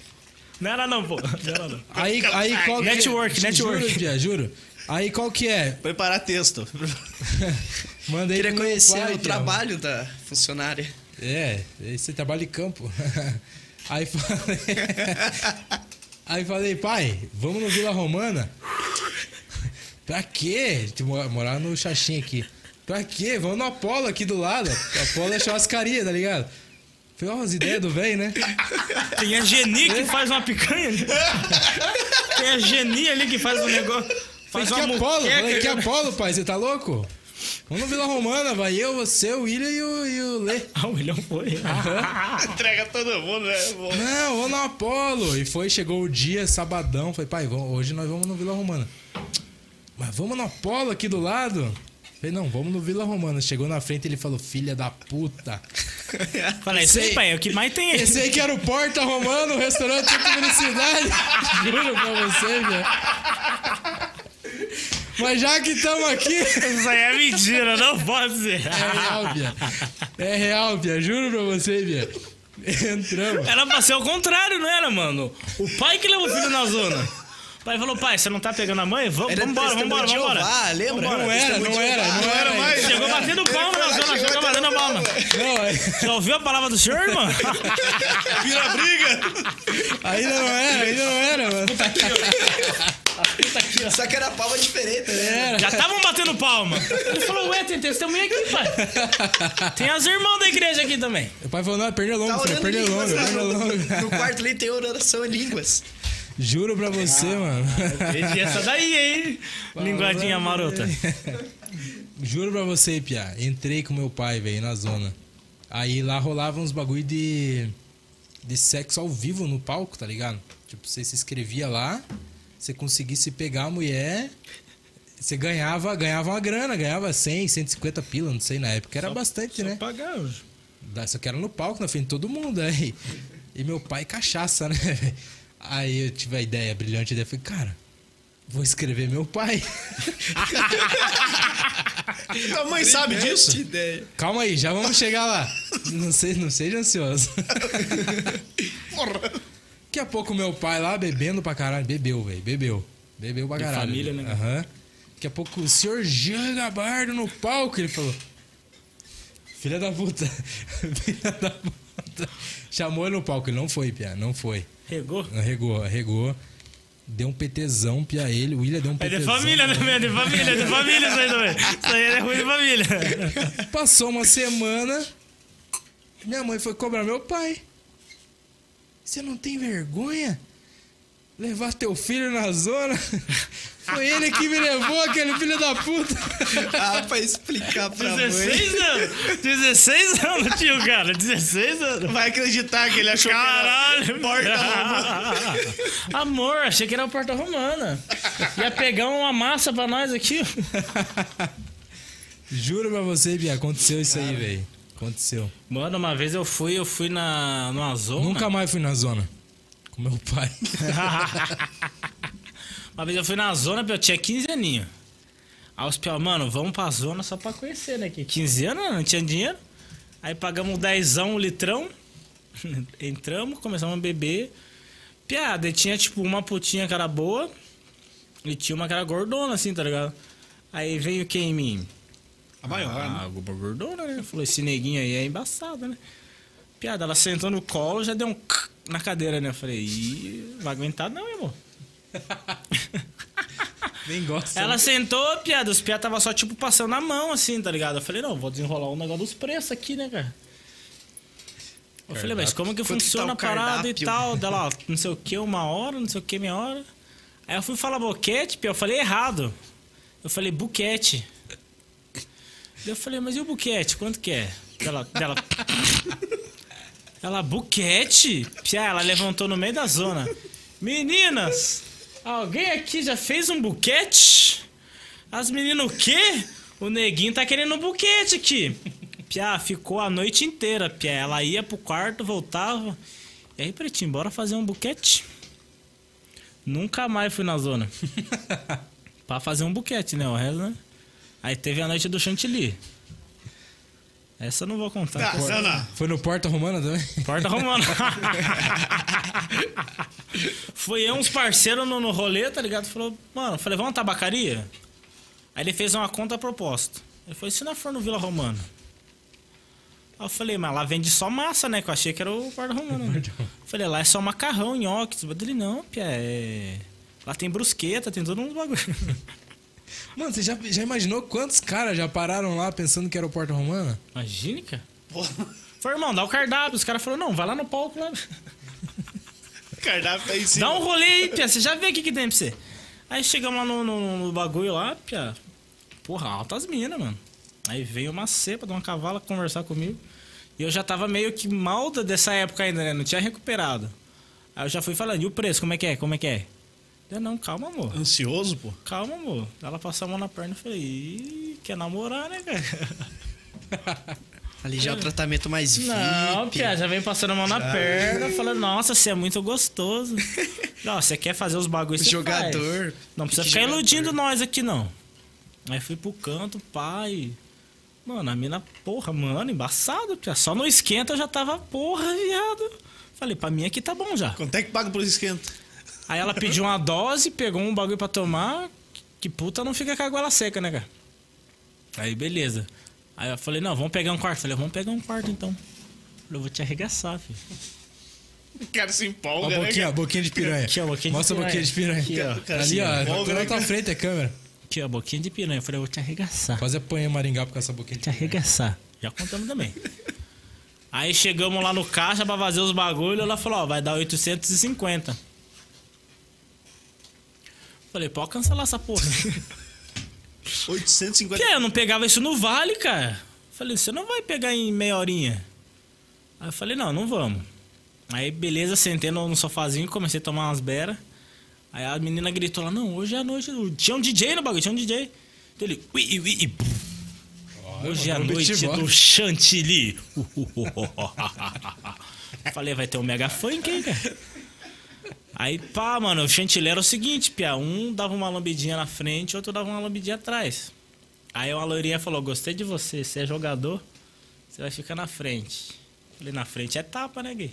Speaker 4: Não era não, pô. Não era não.
Speaker 3: Aí, aí qual que é?
Speaker 4: Network,
Speaker 3: juro,
Speaker 4: network.
Speaker 3: Piá, juro. Aí qual que é?
Speaker 1: Preparar texto.
Speaker 3: Mandei
Speaker 2: Queria
Speaker 3: pro meu
Speaker 2: conhecer
Speaker 3: pai,
Speaker 2: o
Speaker 3: piá.
Speaker 2: trabalho da funcionária.
Speaker 3: É, esse trabalho de campo. Aí falei. Aí falei, pai, vamos no Vila Romana? Pra quê? Tipo, mo- Morar no Xaxim aqui. Pra quê? Vamos no Apolo aqui do lado. Apolo é churrascaria, tá ligado? Foi umas ideias do velho, né?
Speaker 4: Tem a Geni que faz uma picanha. né? Tem a Geni ali que faz um negócio. Faz
Speaker 3: Falei, que
Speaker 4: uma né?
Speaker 3: Apolo? Falei, que é
Speaker 4: muqueca.
Speaker 3: Apolo, pai? Você tá louco? Vamos no Vila Romana, vai eu, você, o William e o, e o Lê.
Speaker 4: Ah, o William foi.
Speaker 1: Entrega todo mundo, né?
Speaker 3: Não, vou no Apolo. E foi, chegou o dia, sabadão. Falei, pai, vamos- hoje nós vamos no Vila Romana. Mas vamos no Apolo aqui do lado? Falei, não, vamos no Vila Romana. Chegou na frente ele falou, filha da puta.
Speaker 4: Falei, isso aí, pai, é o que mais tem aí.
Speaker 3: Esse aí que era o Porta Romano, o restaurante de felicidade. Juro pra você, velho. Mas já que estamos aqui.
Speaker 4: Isso aí é mentira, não pode ser.
Speaker 3: É real, Bia. É real, Bia. Juro pra você, Bia. Entramos.
Speaker 4: Era pra ser o contrário, não era, mano? O pai que leva o filho na zona. pai falou, pai, você não tá pegando a mãe? Vamos
Speaker 2: Era
Speaker 4: embora, vamos
Speaker 2: testemunho
Speaker 4: embora,
Speaker 2: de
Speaker 4: vamos
Speaker 2: Jeová,
Speaker 4: embora.
Speaker 2: Ah, lembra?
Speaker 4: Vambora.
Speaker 3: Não era, não era, não era.
Speaker 1: mais.
Speaker 3: isso.
Speaker 4: Chegou batendo palma na zona, chegou batendo palma.
Speaker 3: Não, é- aí-
Speaker 4: Já ouviu a palavra do senhor, irmão?
Speaker 1: Vira briga!
Speaker 3: ainda não era, ainda não era, mano.
Speaker 2: Só que era palma diferente, né?
Speaker 4: Já estavam batendo palma. Ele falou, ué, tem testemunha aqui, pai. Tem as irmãs da igreja aqui também.
Speaker 3: O pai falou, não, é pernilongo,
Speaker 2: Tá
Speaker 3: Fred,
Speaker 2: orando em línguas.
Speaker 3: pernilongo,
Speaker 2: né?
Speaker 3: pernilongo.
Speaker 2: No- No quarto ali tem oração em línguas.
Speaker 3: Juro pra você,
Speaker 2: Ah,
Speaker 3: mano.
Speaker 4: Perdi essa daí, hein? Linguadinha marota.
Speaker 3: Juro pra você, Pia. Entrei com meu pai, velho, na zona. Aí lá rolava uns bagulho de. de sexo ao vivo no palco, tá ligado? Tipo, você se inscrevia lá, você conseguisse pegar a mulher, você ganhava, ganhava uma grana, ganhava 100, 150 pila, não sei, na época era bastante, né?
Speaker 4: pagar hoje.
Speaker 3: Da- Só que era no palco, na frente de todo mundo. Aí. E meu pai cachaça, né? velho? Aí eu tive a ideia, a brilhante ideia. Falei, cara, vou escrever meu pai.
Speaker 1: Tua mãe sabe disso?
Speaker 2: ideia.
Speaker 3: Calma aí, já vamos chegar lá. Não, sei, não seja ansioso.
Speaker 1: Porra!
Speaker 3: Daqui a pouco meu pai lá bebendo pra caralho. Bebeu, velho. Bebeu. Bebeu pra
Speaker 4: De
Speaker 3: caralho.
Speaker 4: família, né, cara?
Speaker 3: Aham. Daqui a pouco o senhor Jean Gabardo no palco, ele falou. Filha da puta. Filha da puta. Chamou ele no palco. Ele não foi, Pia. Não foi.
Speaker 4: Pegou?
Speaker 3: Arregou, arregou. Deu um PTzão pra ele. O William deu um
Speaker 4: É
Speaker 3: PTzão.
Speaker 4: de família também, é de família, é de família isso aí também. Isso aí é ruim de família.
Speaker 3: Passou uma semana. Minha mãe foi cobrar meu pai. Você não tem vergonha? Levar teu filho na zona? Foi ele que me levou, aquele filho da puta.
Speaker 2: Ah, pra explicar pra mãe.
Speaker 4: 16 anos! 16 anos, tio, cara, 16 anos.
Speaker 1: Vai acreditar que ele achou
Speaker 4: Caralho,
Speaker 1: porta
Speaker 4: romana. Amor, achei que era a porta romana. Ia pegar uma massa pra nós aqui.
Speaker 3: Juro pra você, Bia, aconteceu isso aí, velho. Aconteceu.
Speaker 4: Mano, uma vez eu fui, eu fui na, numa zona.
Speaker 3: Nunca mais fui na zona. Com meu pai.
Speaker 4: Uma vez eu fui na zona, eu tinha 15 aninhos. Aí os pior, mano, vamos pra zona só pra conhecer, né? Que 15 anos, não tinha dinheiro. Aí pagamos 10, um litrão. Entramos, começamos a beber. Piada, e tinha tipo uma putinha que era boa e tinha uma que era gordona, assim, tá ligado? Aí veio quem em mim? Ah,
Speaker 1: A maior, né?
Speaker 4: A gordona, né? Falou, esse neguinho aí é embaçado, né? Piada, ela sentou no colo já deu um na cadeira, né? Eu falei, Ih, vai aguentar não, irmão.
Speaker 3: Nem gosta.
Speaker 4: Ela sentou, piada, os piadas tava só tipo passando a mão, assim, tá ligado? Eu falei, não, vou desenrolar o negócio dos preços aqui, né, cara? Eu falei, mas como que
Speaker 2: Quanto que tá
Speaker 4: funciona
Speaker 2: o
Speaker 4: a parada e
Speaker 2: cardápio?
Speaker 4: tal? Dela, ó, não sei o que, uma hora, não sei o que, meia hora. Aí eu fui falar boquete, pia, eu falei errado. Eu falei buquete. Daí eu falei, mas e o buquete, quanto que é? Dela, dela... Ela, buquete? Pia, ela levantou no meio da zona. Meninas, alguém aqui já fez um buquete? As meninas, o quê? O neguinho tá querendo um buquete aqui. Pia, ficou a noite inteira, Pia. Ela ia pro quarto, voltava. E aí, pretinho, bora fazer um buquete? Nunca mais fui na zona. pra fazer um buquete, né? O resto, né? Aí teve a noite do chantilly. Essa eu não vou contar.
Speaker 1: Tá, não, não.
Speaker 3: Foi no Porta Romana também?
Speaker 4: Porta Romana. Foi eu, uns parceiros no, no rolê, tá ligado? Falou, mano, falei, vamos na tabacaria? Aí ele fez uma conta proposta. Ele falou, e se não for no Vila Romana? Aí eu falei, mas lá vende só massa, né? Que eu achei que era o Porta Romana. né? falei, lá é só macarrão, nhoque. Ele, não, pia, é... Lá tem brusqueta, tem todo um bagulho.
Speaker 3: Mano, você já, já imaginou quantos caras já pararam lá pensando que era o Porta Romana?
Speaker 4: Imagina, cara.
Speaker 1: Porra,
Speaker 4: Falei, irmão, dá o cardápio. Os caras falaram, não, vai lá no palco lá.
Speaker 1: o cardápio tá em cima.
Speaker 4: Dá um rolê aí, Pia. Você já vê o que, que tem pra você. Aí chegamos lá no, no- no bagulho lá, Pia. Porra, altas minas, mano. Aí veio uma cepa de uma cavala conversar comigo. E eu já tava meio que mal da- dessa época ainda, né? Não tinha recuperado. Aí eu já fui falando, e o preço, como é que é? Como é que é? Eu, não, calma, amor.
Speaker 1: Ansioso, pô?
Speaker 4: Calma, amor. Ela passou a mão na perna e falei, Ih, quer namorar, né, cara?
Speaker 2: Ali já é o tratamento mais VIP.
Speaker 4: Não, Pia, já vem passando a mão na perna, falando, nossa, você é muito gostoso. não, você quer fazer os bagulhos você
Speaker 2: Jogador.
Speaker 4: faz. Não precisa
Speaker 2: Fique
Speaker 4: ficar
Speaker 2: jogador.
Speaker 4: iludindo nós aqui, não. Aí fui pro canto, pai. Mano, a mina, porra, mano, embaçado, Pia. Só no esquenta eu já tava, porra, viado. Falei, pra mim aqui tá bom já.
Speaker 1: Quanto é que paga por esquenta?
Speaker 4: Aí ela pediu uma dose, pegou um bagulho pra tomar. Que puta não fica com a goela seca, né, cara? Aí beleza. Aí eu falei, não, vamos pegar um quarto. Falei, vamos pegar um quarto então. Falei, eu vou te arregaçar, filho.
Speaker 1: O cara se
Speaker 3: Ó,
Speaker 1: empolga,
Speaker 3: a
Speaker 1: né?
Speaker 3: boquinha, a
Speaker 1: cara?
Speaker 3: boquinha de piranha.
Speaker 4: Aqui, ó, boquinha de
Speaker 3: Mostra a boquinha de
Speaker 4: piranha.
Speaker 3: piranha.
Speaker 1: Aqui, ó, cara,
Speaker 3: Ali, ó.
Speaker 1: se envolve,
Speaker 3: Pela
Speaker 1: né,
Speaker 3: tua
Speaker 1: cara?
Speaker 3: frente é câmera.
Speaker 4: Aqui, ó, boquinha de piranha. Eu falei, eu vou te arregaçar.
Speaker 3: Quase apanhei Maringá por causa dessa boquinha de
Speaker 4: te
Speaker 3: piranha.
Speaker 4: arregaçar. Já contamos também. Aí chegamos lá no caixa pra fazer os bagulhos. Ela falou: Ó, vai dar 850. Falei: Pode cancelar essa porra.
Speaker 1: 850.
Speaker 4: Porque eu não pegava isso no Vale, cara. Falei: Você não vai pegar em meia horinha. Aí eu falei: Não, não vamos. Aí beleza, sentei no, no sofazinho, comecei a tomar umas beras. Aí a menina gritou lá: Não, hoje é a noite. do-" Tinha um DJ no bagulho, tinha um DJ. Então ele: Ui, ui, e bum. Hoje é a
Speaker 3: mandou um
Speaker 4: noite
Speaker 3: beatbox.
Speaker 4: do chantilly. Falei, vai ter um mega funk, hein, cara? Aí, pá, mano, o chantilly era o seguinte, pia. Um dava uma lambidinha na frente, outro dava uma lambidinha atrás. Aí uma loirinha falou, gostei de você, você é jogador, você vai ficar na frente. Falei, na frente é tapa, né, gay?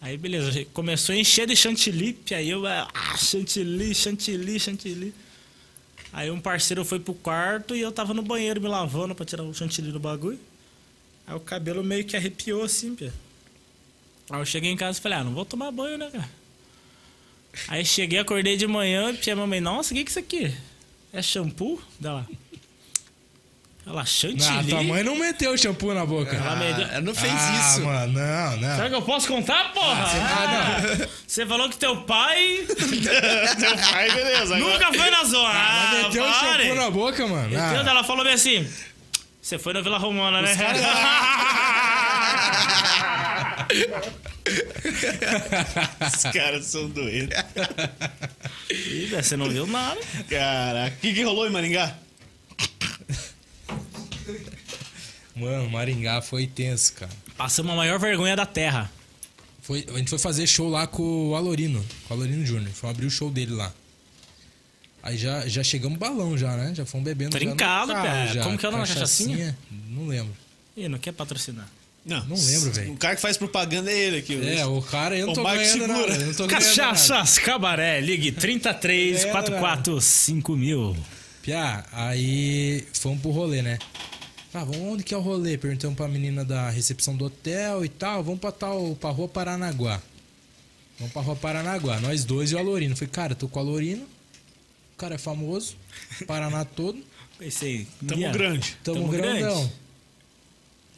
Speaker 4: Aí, beleza, começou a encher de chantilly, pia. Aí eu, ah, chantilly, chantilly, chantilly. Aí um parceiro foi pro quarto e eu tava no banheiro me lavando pra tirar o chantilly do bagulho. Aí o cabelo meio que arrepiou assim, pia. Aí eu cheguei em casa e falei, ah, não vou tomar banho, né, cara? Aí cheguei, acordei de manhã, pia, mamãe, nossa, o que que é isso aqui? É shampoo? Dá lá. Olha lá,
Speaker 3: Não, a
Speaker 4: chantilly.
Speaker 3: Ah, tua mãe não meteu o shampoo na boca.
Speaker 4: Ela me deu-
Speaker 2: ela não fez
Speaker 3: ah,
Speaker 2: isso.
Speaker 3: mano, não, não.
Speaker 4: Será que eu posso contar, porra? Ah, Você falou que teu
Speaker 1: Aí,
Speaker 4: pai
Speaker 1: beleza. agora-
Speaker 4: nunca foi na zona. Ah,
Speaker 3: Meteu o
Speaker 4: pare.
Speaker 3: shampoo na boca, mano. Ah,
Speaker 4: Entendeu? Ela falou bem assim: Você foi na Vila Romana, né?
Speaker 1: Os caras são doentes.
Speaker 4: Ih, velho, Você não viu nada.
Speaker 1: Caraca. O que, que rolou em Maringá?
Speaker 3: Mano, Maringá foi tenso, cara.
Speaker 4: Passamos a maior vergonha da terra.
Speaker 3: Foi, a gente foi fazer show lá com o Alorino, com o Alorino Júnior. Foi abrir o show dele lá. Aí já, já chegamos balão já, né? Já fomos bebendo. já no
Speaker 4: Trincado,
Speaker 3: carro
Speaker 4: Tá pé. Como que é o nome?
Speaker 3: Cachaçinha? Não lembro.
Speaker 4: Ih, não quer patrocinar.
Speaker 3: Não lembro, velho.
Speaker 1: O cara que faz propaganda é ele aqui. o-
Speaker 3: É, o cara, eu não
Speaker 1: O
Speaker 3: tô
Speaker 1: Marco
Speaker 3: ganhando
Speaker 1: segura.
Speaker 3: nada. Eu não tô ganhando nada.
Speaker 4: Cachaças Cabaré, ligue 33 44 mil.
Speaker 3: Piá, aí fomos pro rolê, né? Ah, vamos onde que é o rolê? Perguntamos pra menina da recepção do hotel e tal. Vamos pra tal, pra rua Paranaguá. Vamos pra rua Paranaguá. Nós dois e o Alorino. Falei, cara, tô com o Alorino. O cara é famoso. Paraná todo.
Speaker 4: Pensei,
Speaker 1: Tamo
Speaker 4: Mia,
Speaker 1: grande.
Speaker 3: Tamo,
Speaker 4: tamo
Speaker 3: grandão.
Speaker 4: grande.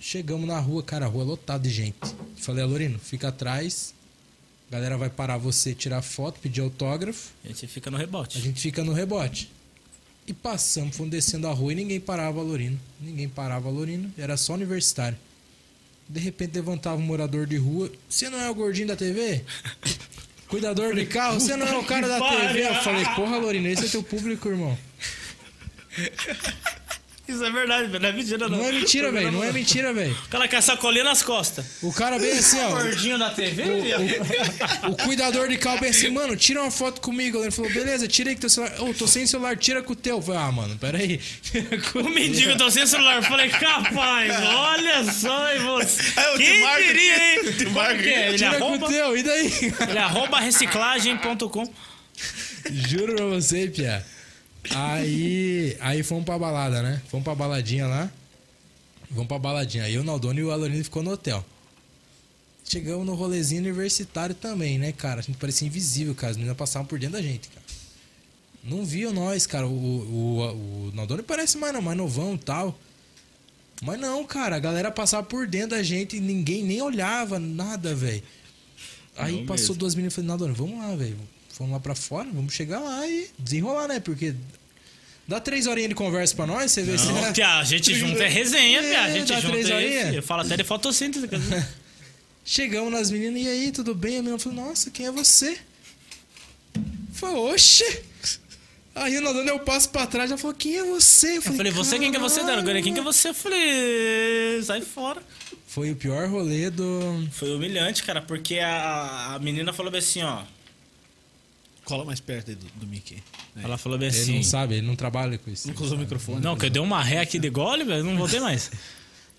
Speaker 3: Chegamos na rua, cara, a rua lotada de gente. Falei, Alorino, fica atrás. A galera vai parar você, tirar foto, pedir autógrafo.
Speaker 4: A gente fica no
Speaker 3: A
Speaker 4: rebote.
Speaker 3: gente fica no rebote. E passamos, fomos descendo a rua e ninguém parava Valorino. Ninguém parava Valorino, era só universitário. De repente levantava um morador de rua. Você não é o gordinho da TV? Cuidador de carro? Você não é o cara da TV? Eu falei, porra, Lorino, esse é teu público, irmão.
Speaker 4: Isso é verdade, velho. Não é mentira,
Speaker 3: Não é mentira, velho. Não é mentira, velho.
Speaker 4: O cara com a sacolinha nas costas.
Speaker 3: O cara bem assim, ó.
Speaker 4: Gordinho da TV, Mia?
Speaker 3: O, o cuidador de carro bem assim, mano, tira uma foto comigo. Ele falou, beleza, tira aí que teu celular. Ô, tô sem celular, tira com o teu. Eu falei, ah, mano, peraí. Tira com
Speaker 4: O mendigo, tô sem celular. Eu Falei, capaz, olha só, e você.
Speaker 1: Ah, eu te
Speaker 4: Quem
Speaker 1: marco.
Speaker 4: diria, hein?
Speaker 1: Te marco.
Speaker 4: que é? Ele
Speaker 3: Tira com
Speaker 4: arroba,
Speaker 3: o teu, e daí?
Speaker 4: ele é arroba reciclagem.com.
Speaker 3: Juro pra você, Pia. Aí, aí fomos pra balada, né? Fomos pra baladinha lá. Vamos pra baladinha. Aí o Naldoni e o Alorino ficou no hotel. Chegamos no rolezinho universitário também, né, cara? A gente parecia invisível, cara. As meninas passavam por dentro da gente, cara. Não viam nós, cara. O, o, o, o Naldoni parece mais, não, mais novão e tal. Mas não, cara. A galera passava por dentro da gente e ninguém nem olhava, nada, velho. Aí
Speaker 4: Não
Speaker 3: passou duas meninas e falei, Naldoni, vamos lá, velho. Vamos lá pra fora, vamos chegar lá e desenrolar, né? Porque dá três horinhas de conversa pra nós, você vê se...
Speaker 4: Não, Pia, a gente junta é resenha,
Speaker 3: É,
Speaker 4: Pia. A gente
Speaker 3: dá três
Speaker 4: junta
Speaker 3: horinha.
Speaker 4: é. Eu falo até de fotossíntese. quer dizer.
Speaker 3: Chegamos nas meninas, e aí, tudo bem? A menina falou, nossa, quem é você? Falei, oxe! Aí o Nadando eu passo pra trás, ela falou, quem é você?
Speaker 4: Eu falei, você, quem que é você, Dano? Agora, Quem que é você? Eu falei, sai fora.
Speaker 3: Foi o pior rolê do...
Speaker 4: Foi humilhante, cara, porque a, a menina falou bem assim, ó.
Speaker 1: Cola mais perto aí do, do Mickey. É.
Speaker 4: Ela falou bem
Speaker 3: Ele
Speaker 4: assim.
Speaker 3: não sabe, ele não trabalha com isso.
Speaker 1: Nunca usou o microfone.
Speaker 4: Não, que eu dei uma ré aqui de gole, velho, não voltei mais.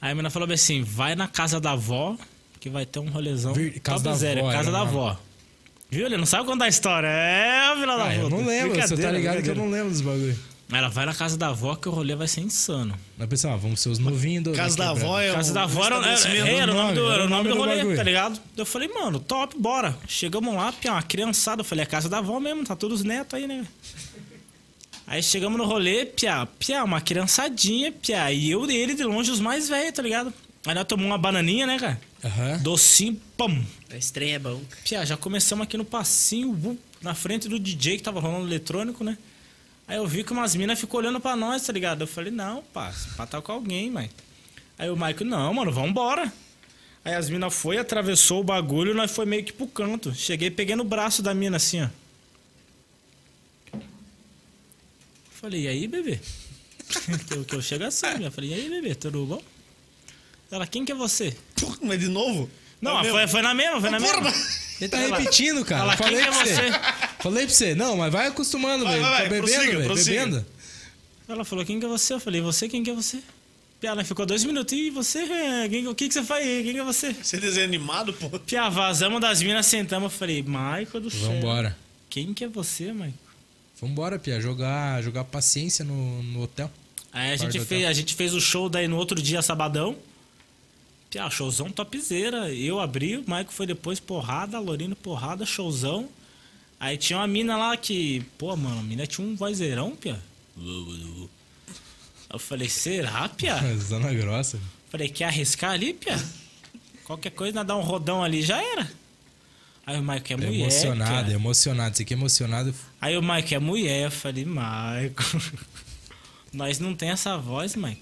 Speaker 4: Aí a menina falou bem assim: vai na casa da avó, que vai ter um rolezão.
Speaker 3: Vir- casa
Speaker 4: top
Speaker 3: da
Speaker 4: zero,
Speaker 3: avó,
Speaker 4: casa
Speaker 3: era
Speaker 4: da
Speaker 3: uma-
Speaker 4: avó. Viu? Ele não sabe contar história. É, filha da
Speaker 3: Ah,
Speaker 4: puta.
Speaker 3: eu não lembro, você tá
Speaker 4: Brincadeira,
Speaker 3: ligado que eu não
Speaker 4: brincadeira.
Speaker 3: lembro dos bagulho.
Speaker 4: Ela vai na casa da avó que o rolê vai ser insano.
Speaker 3: Mas pensava, ah, vamos ser os novinhos do.
Speaker 1: Casa da
Speaker 3: quebrada.
Speaker 1: avó é um
Speaker 4: Casa da avó era, era,
Speaker 1: estabelecimento.
Speaker 4: era é o nome do, era o nome do rolê,
Speaker 3: bagulho.
Speaker 4: tá ligado? Eu falei, mano, top, bora. Chegamos lá, tinha uma criançada. Eu falei, é casa da avó mesmo, tá todos os netos aí, né? Aí chegamos no rolê, piá, piá, uma criançadinha, piá. E eu e ele de longe, os mais velhos, tá ligado? Aí nós tomamos uma bananinha, né, cara?
Speaker 3: Aham.
Speaker 4: Docinho, pam.
Speaker 2: Esse trem é bom.
Speaker 4: Pia, já começamos aqui no passinho, bu, na frente do DJ que tava rolando eletrônico, né? Aí eu vi que umas minas ficou olhando pra nós, tá ligado? Eu falei, não, pá, se pá tá com alguém, mãe. Aí o Maico, não, mano, vambora. Aí as minas foi, atravessou o bagulho, nós foi meio que pro canto. Cheguei, peguei no braço da mina assim, ó. Falei, e aí, bebê? que, eu, que eu chego assim, né? Falei, e aí, bebê, tudo bom? Ela, quem que é você?
Speaker 1: Pô, Mas de novo?
Speaker 4: Não,
Speaker 1: É
Speaker 4: foi, foi na mesma, foi na
Speaker 1: mesmo?
Speaker 4: mesma.
Speaker 1: Porra,
Speaker 3: Ele tá repetindo, cara.
Speaker 4: Fala,
Speaker 3: Falei
Speaker 4: quem
Speaker 3: pra
Speaker 4: que é
Speaker 3: você.
Speaker 4: você?
Speaker 3: Falei pra você. Não, mas vai acostumando,
Speaker 1: Vai,
Speaker 3: velho.
Speaker 1: vai,
Speaker 3: Tá
Speaker 1: vai,
Speaker 3: bebendo,
Speaker 1: prossiga,
Speaker 3: velho.
Speaker 1: prossiga.
Speaker 3: Bebendo.
Speaker 4: Ela falou, quem que é você? Eu falei, você, quem que é você? Pia, Ela ficou dois minutos, e você? é, quem- o que que você faz aí? Quem que é você?
Speaker 1: você é desanimado, pô.
Speaker 4: Pia, vazamos das minas, sentamos, eu falei, Maico do céu.
Speaker 3: Vambora.
Speaker 4: Quem que é você, Maico?
Speaker 3: Vambora, Pia. Jogar, jogar paciência no, no hotel.
Speaker 4: Aí a
Speaker 3: Bar
Speaker 4: gente,
Speaker 3: do
Speaker 4: fez,
Speaker 3: hotel.
Speaker 4: a gente fez o show daí no outro dia, sabadão. Pia, showzão topzera. Eu abri, o Maico foi depois, porrada, Lorino, porrada, showzão. Aí tinha uma mina lá que, pô, mano, a mina tinha um vozeirão, Pia. Eu falei, será, Pia?
Speaker 3: Zona grossa.
Speaker 4: Falei, quer arriscar ali, Pia? Qualquer coisa, nós dá um rodão ali, já era. Aí o Maico é mulher.
Speaker 3: emocionado,
Speaker 4: Pia.
Speaker 3: emocionado. Isso aqui é emocionado.
Speaker 4: Aí o Maico é mulher. Eu falei, Maico. Nós não tem essa voz, Maico.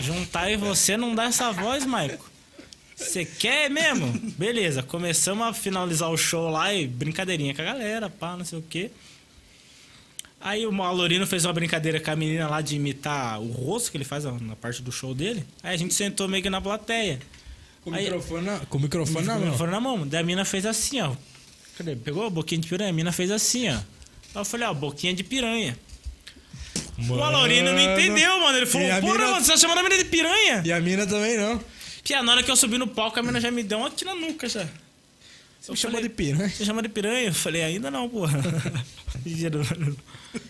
Speaker 4: Juntar e você não dá essa voz, Maico. Você quer mesmo? Beleza, começamos a finalizar o show lá e brincadeirinha com a galera, pá, não sei o quê. Aí o Malorino fez uma brincadeira com a menina lá de imitar o rosto que ele faz na na parte do show dele. Aí a gente sentou meio que na plateia.
Speaker 3: Com o
Speaker 4: Aí-
Speaker 3: microfone na, com o microfone na
Speaker 4: Foram
Speaker 3: mão.
Speaker 4: na mão. Daí a mina fez assim, ó. Cadê? Pegou a boquinha de piranha, a mina fez assim, ó. Aí eu falei, ó, boquinha de piranha. O Valorino não entendeu, mano. Ele falou,
Speaker 3: E a
Speaker 4: porra,
Speaker 3: mina-
Speaker 4: mano, você tá chamando a mina de piranha?
Speaker 3: E a mina também não.
Speaker 4: Pia, na hora que eu subi no palco, a mina já me deu uma tira nuca já.
Speaker 3: Você me chamou de né? piranha.
Speaker 4: Você chama de piranha? Eu falei, ainda não, porra. Geraldo.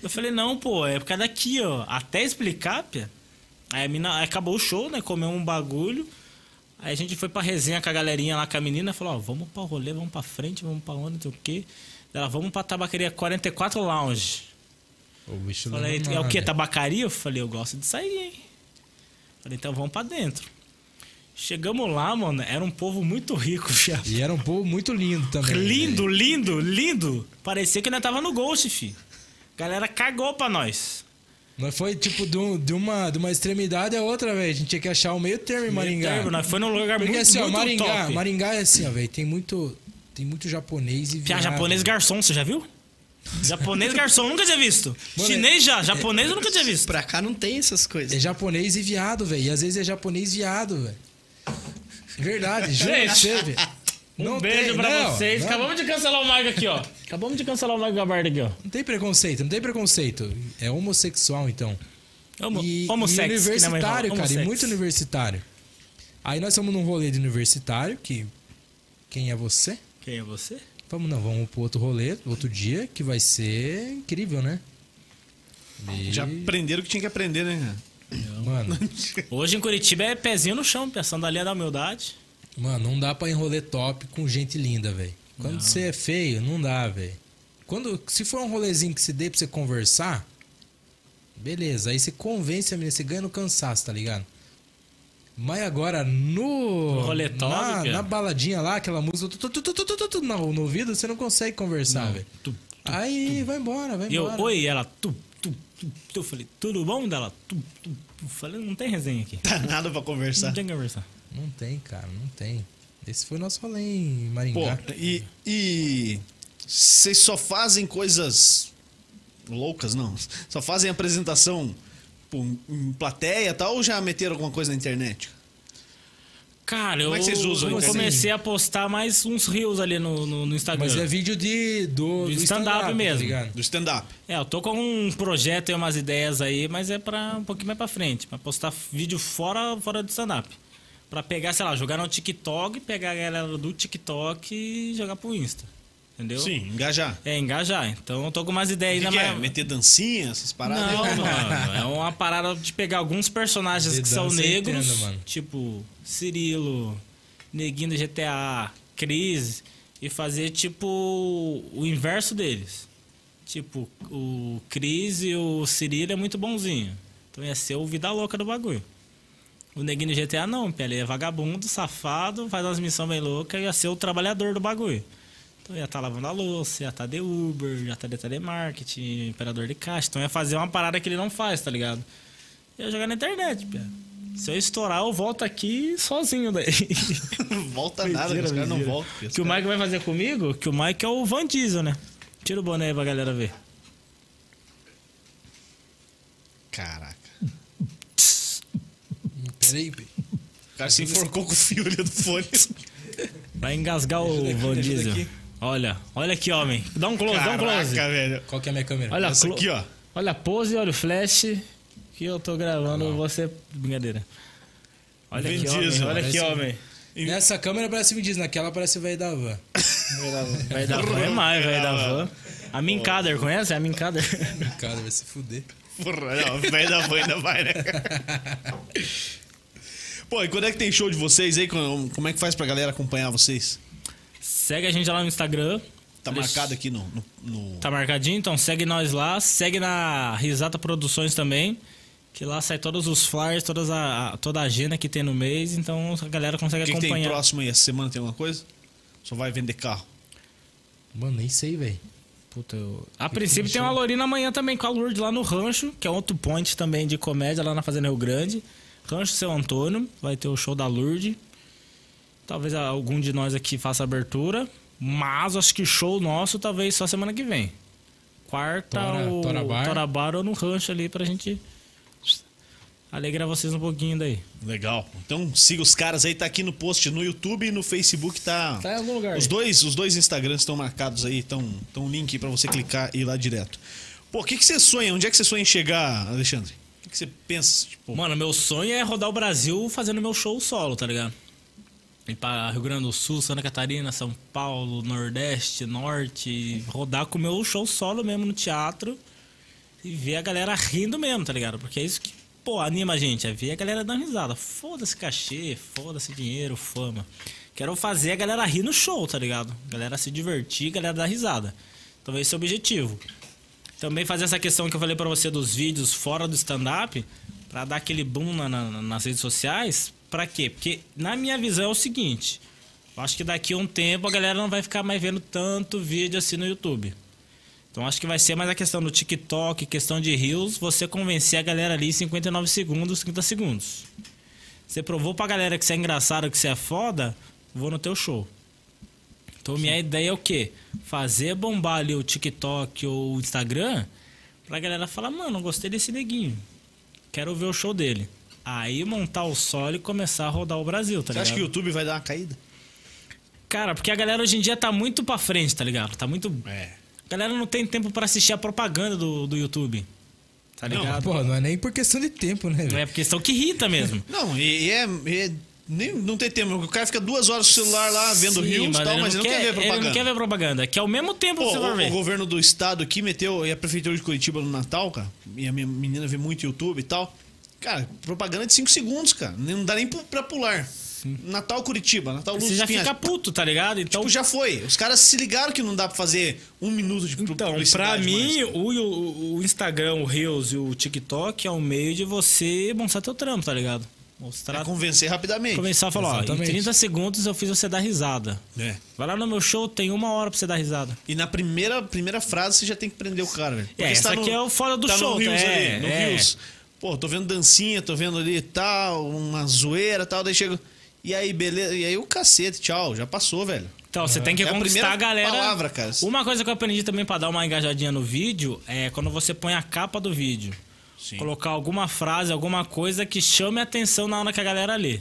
Speaker 4: eu falei, não, pô, é por causa daqui, ó. Até explicar, pia. Aí a mina aí acabou o show, né? Comeu um bagulho. Aí a gente foi pra resenha com a galerinha lá com a menina. Falou, ó, vamos pra rolê, vamos pra frente, vamos pra onde, não sei o quê. Ela, vamos pra tabacaria 44 Lounge.
Speaker 3: O Tá- bicho não
Speaker 4: Falei,
Speaker 3: dá
Speaker 4: é o quê?
Speaker 3: nada.
Speaker 4: Tabacaria? Eu falei, eu gosto de sair, hein? Falei, então vamos pra dentro. Chegamos lá, mano, era um povo muito rico, fiado.
Speaker 3: E era um povo muito lindo também. né?
Speaker 4: Lindo,
Speaker 3: É.
Speaker 4: lindo, lindo. Parecia que nós tava no Ghost, fi. Galera cagou pra nós.
Speaker 3: Nós foi tipo de, um- de uma, de uma extremidade à outra, velho. A gente tinha que achar o meio termo em Maringá.
Speaker 4: Termo, Nós foi num lugar
Speaker 3: Porque
Speaker 4: muito,
Speaker 3: assim, ó,
Speaker 4: muito
Speaker 3: Maringá,
Speaker 4: top.
Speaker 3: Maringá é assim, ó, velho. Tem muito, tem muito japonês e
Speaker 4: Piá,
Speaker 3: viado.
Speaker 4: japonês garçom, você já viu? Japonês garçom, nunca tinha visto.
Speaker 3: Mano,
Speaker 4: Chinês já, japonês eu nunca tinha visto.
Speaker 2: Pra cá não tem essas
Speaker 3: É
Speaker 2: coisas.
Speaker 3: japonês e viado, velho. E às vezes é japonês viado, velho. Verdade, juro pra você, velho.
Speaker 4: Um
Speaker 3: Não
Speaker 4: beijo
Speaker 3: tem,
Speaker 4: pra
Speaker 3: não,
Speaker 4: vocês.
Speaker 3: não.
Speaker 4: Acabamos de cancelar o Mike aqui, ó. Acabamos de cancelar o Mike Gabardo aqui, ó.
Speaker 3: Não tem preconceito, não tem preconceito. É homossexual, então.
Speaker 4: Homo, né,
Speaker 3: E,
Speaker 4: homossex,
Speaker 3: e
Speaker 4: que minha mãe fala,
Speaker 3: universitário, cara. E
Speaker 4: homossex.
Speaker 3: muito universitário. Aí nós fomos num rolê de universitário, que... Quem é você?
Speaker 4: Quem é você?
Speaker 3: Vamos não, vamos pro outro rolê, outro dia, que vai ser incrível, né? E,
Speaker 1: Já aprenderam o que tinha que aprender, né? cara?
Speaker 3: Mano,
Speaker 4: Hoje em Curitiba é pezinho no chão, pia. Sandalinha da humildade.
Speaker 3: mano, não dá pra enrolar top com gente linda, velho. Quando você é feio, não dá, velho. Quando, se for um rolezinho que se dê pra você conversar, beleza. Aí você convence a menina, você ganha no cansaço, tá ligado? Mas agora no.
Speaker 4: rolê top,
Speaker 3: na,
Speaker 4: cara.
Speaker 3: na baladinha lá, aquela música tu, tu, tu, tu, tu, tu, tu, no, no ouvido, você não consegue conversar, Tá, velho.
Speaker 4: Tu-
Speaker 3: Aí vai embora, vai
Speaker 4: E eu,
Speaker 3: embora.
Speaker 4: oi, e ela, tu, tu, tu, tu. Eu falei, tudo bom dela? Tu, tu, tu. Eu Falei, não tem resenha aqui.
Speaker 1: Tá nada pra
Speaker 4: Não
Speaker 1: conversar.
Speaker 4: tem que conversar.
Speaker 3: Não tem, cara, não tem. Esse foi o nosso rolê em
Speaker 1: Pô,
Speaker 3: Maringá.
Speaker 1: e. E. Vocês só fazem coisas. loucas, não. Só fazem apresentação pô, em plateia e tal ou já meteram alguma coisa na internet? Como
Speaker 4: Cara, eu,
Speaker 1: é que vocês usam a
Speaker 4: eu
Speaker 1: internet?
Speaker 4: comecei a postar mais uns reels ali no, no, no Instagram.
Speaker 3: Mas é vídeo de, do, tá
Speaker 4: De
Speaker 3: do
Speaker 4: stand-up mesmo.
Speaker 1: Do stand-up.
Speaker 4: É, eu tô com um projeto e umas ideias aí, mas é pra um pouquinho mais pra frente. Pra postar vídeo fora, fora do stand-up. Pra pegar, sei lá, jogar no TikTok, pegar a galera do TikTok e jogar pro Insta. Entendeu?
Speaker 1: Sim, engajar.
Speaker 4: É, engajar. Então eu tô com mais ideia
Speaker 1: O que,
Speaker 4: ainda
Speaker 1: que é?
Speaker 4: mais.
Speaker 1: Meter dancinha, essas paradas?
Speaker 4: Não, mano. É uma parada de pegar alguns personagens
Speaker 3: De
Speaker 4: que são
Speaker 3: dança, eu
Speaker 4: negros,
Speaker 3: entendo, mano.
Speaker 4: tipo Cirilo, Neguinho do GTA, Cris, e fazer tipo o inverso deles. Tipo, o Cris e o Cirilo é muito bonzinho. Então ia ser o vida louca do bagulho. O Neguinho do GTA não, pô, ele é vagabundo, safado, faz umas missões bem loucas e ia ser o trabalhador do bagulho. Então ia estar lavando a louça, ia estar de Uber, ia estar de telemarketing, operador de caixa. Então ia fazer uma parada que ele não faz, tá ligado? Ia jogar na internet, pô. Se eu estourar, eu volto aqui sozinho daí.
Speaker 1: Volta nada, os caras não voltam.
Speaker 4: que o Mike vai fazer comigo? Que o Mike é o Van Diesel, né? Tira o boné aí pra galera ver.
Speaker 1: Caraca.
Speaker 3: Peraí, Bi.
Speaker 1: O cara se enforcou com assim, o fio ali do fone.
Speaker 4: Vai engasgar o Van Diesel. Olha, olha aqui, homem. Dá um close, dá um close.
Speaker 1: Caraca, velho.
Speaker 3: Qual que é a minha câmera?
Speaker 4: Olha,
Speaker 1: Essa
Speaker 4: clo-
Speaker 1: aqui, ó.
Speaker 4: olha a pose, olha o flash que eu tô gravando você. Brincadeira. Olha
Speaker 1: Vin Diesel,
Speaker 4: aqui, homem. Olha aqui,
Speaker 3: parece um-
Speaker 4: homem.
Speaker 3: Nessa câmera parece me diz, naquela parece o velho da van.
Speaker 4: Vai dar van é mais, vai dar van. A Minkader, conhece? A Minkader.
Speaker 3: Cara, vai se fuder.
Speaker 1: Porra, não, velho da van ainda vai, né? Pô, e quando é que tem show de vocês aí? Como como é que faz pra galera acompanhar vocês?
Speaker 4: Segue a gente lá no Instagram.
Speaker 1: Tá
Speaker 4: Eles-
Speaker 1: marcado aqui no. no- no-
Speaker 4: Tá marcadinho, então segue nós lá. Segue na Risata Produções também. Que lá sai todos os flyers, todas a, a- toda a agenda que tem no mês. Então a galera consegue
Speaker 1: O que, que tem
Speaker 4: acompanhar.
Speaker 1: próximo aí? Essa semana tem alguma coisa? Só vai vender carro.
Speaker 3: Mano, nem sei, velho.
Speaker 4: Puta, eu... A princípio tem uma Lorina amanhã também com a Lourdes lá no Rancho, que é outro point também de comédia lá na Fazenda Rio Grande. Rancho Seu Antônio, vai ter o show da Lourdes. Talvez algum de nós aqui faça abertura, mas acho que show nosso talvez só semana que vem. Quarta
Speaker 3: Tora-
Speaker 4: ou
Speaker 3: Torabar.
Speaker 4: Torabar ou no Rancho ali pra gente alegrar vocês um pouquinho daí.
Speaker 1: Legal. Então siga os caras aí, tá aqui no post, no YouTube e no Facebook tá.
Speaker 4: Tá em algum lugar
Speaker 1: Os
Speaker 4: aí.
Speaker 1: dois, os dois Instagrams estão marcados aí, estão um link pra você clicar e ir lá direto. Pô, o que, que você sonha? Onde é que você sonha em chegar, Alexandre? O que, que você pensa? Tipo,
Speaker 4: Mano, meu sonho é rodar o Brasil fazendo meu show solo, tá ligado? Ir pra Rio Grande do Sul, Santa Catarina, São Paulo, Nordeste, Norte, rodar com o meu show solo mesmo no teatro e ver a galera rindo mesmo, tá ligado? Porque é isso que, pô, anima a gente, é ver a galera dando risada. Foda-se cachê, foda-se dinheiro, fama. Quero fazer a galera rir no show, tá ligado? A galera se divertir, a galera dar risada. Então esse é o objetivo. Também fazer essa questão que eu falei pra você dos vídeos fora do stand-up, pra dar aquele boom na- na- nas redes sociais. Pra quê? Porque, na minha visão, é o seguinte: eu acho que daqui a um tempo a galera não vai ficar mais vendo tanto vídeo assim no YouTube. Então acho que vai ser mais a questão do TikTok, questão de Reels, você convencer a galera ali em 59 segundos, 30 segundos. Você provou pra galera que você é engraçado, que você é foda, vou no teu show. Então minha ideia é o quê? Fazer bombar ali o TikTok ou o Instagram pra galera falar, mano, eu gostei desse neguinho. Quero ver o show dele. Aí montar o solo e começar a rodar o Brasil, tá
Speaker 1: você
Speaker 4: ligado?
Speaker 1: acha que o YouTube vai dar uma caída?
Speaker 4: Cara, porque a galera hoje em dia tá muito pra frente, tá ligado? Tá muito.
Speaker 1: É.
Speaker 4: A galera não tem tempo pra assistir a propaganda do, do YouTube. Tá ligado?
Speaker 3: Pô, não é nem por questão de tempo, né,
Speaker 4: Não
Speaker 3: velho?
Speaker 4: é por questão que irrita mesmo.
Speaker 1: Não, e, e é. e nem, não tem tempo. O cara fica duas horas com o celular lá vendo
Speaker 4: Sim,
Speaker 1: rios e tal, mas ele não quer, ver propaganda.
Speaker 4: Ele não quer ver propaganda, que ao mesmo tempo
Speaker 1: Pô,
Speaker 4: você vai
Speaker 1: o, o
Speaker 4: ver.
Speaker 1: governo do estado aqui meteu, e a prefeitura de Curitiba no Natal, cara, e a minha menina vê muito YouTube e tal. Cara, propaganda é de 5 segundos, cara. Não dá nem pu- pra pular. Natal Curitiba, Natal Luz
Speaker 4: Você já
Speaker 1: Pinhais.
Speaker 4: fica puto, tá ligado? Então,
Speaker 1: Tipo, já foi. Os caras se ligaram que não dá pra fazer um minuto de pu-
Speaker 4: Então, pra
Speaker 1: publicidade
Speaker 4: mim,
Speaker 1: mais.
Speaker 4: o, o- o Instagram, o Reels e o TikTok é um meio de você mostrar teu trampo, tá ligado?
Speaker 1: Pra
Speaker 4: Mostrar.
Speaker 1: convencer rapidamente.
Speaker 4: Começar a falar, ó, em
Speaker 3: Exatamente.
Speaker 4: 30 segundos eu fiz você dar risada.
Speaker 1: É.
Speaker 4: Vai lá no meu show, tem uma hora pra você dar risada.
Speaker 1: E na primeira, primeira frase você já tem que prender o cara, velho. Porque
Speaker 4: É,
Speaker 1: você
Speaker 4: essa aqui é o fora do
Speaker 1: tá
Speaker 4: show,
Speaker 1: no Rios
Speaker 4: é,
Speaker 1: ali, no
Speaker 4: é.
Speaker 1: Rios. Pô, tô vendo dancinha, tô vendo ali e tal, uma zoeira e tal, daí chega... E aí, beleza? E aí o cacete, tchau, já passou, velho.
Speaker 4: Então, você tem que
Speaker 1: É a
Speaker 4: conquistar a,
Speaker 1: primeira
Speaker 4: galera.
Speaker 1: palavra, cara.
Speaker 4: Uma coisa que eu aprendi também pra dar uma engajadinha no vídeo é quando você põe a capa do vídeo.
Speaker 1: Sim.
Speaker 4: Colocar alguma frase, alguma coisa que chame a atenção na hora que a galera lê.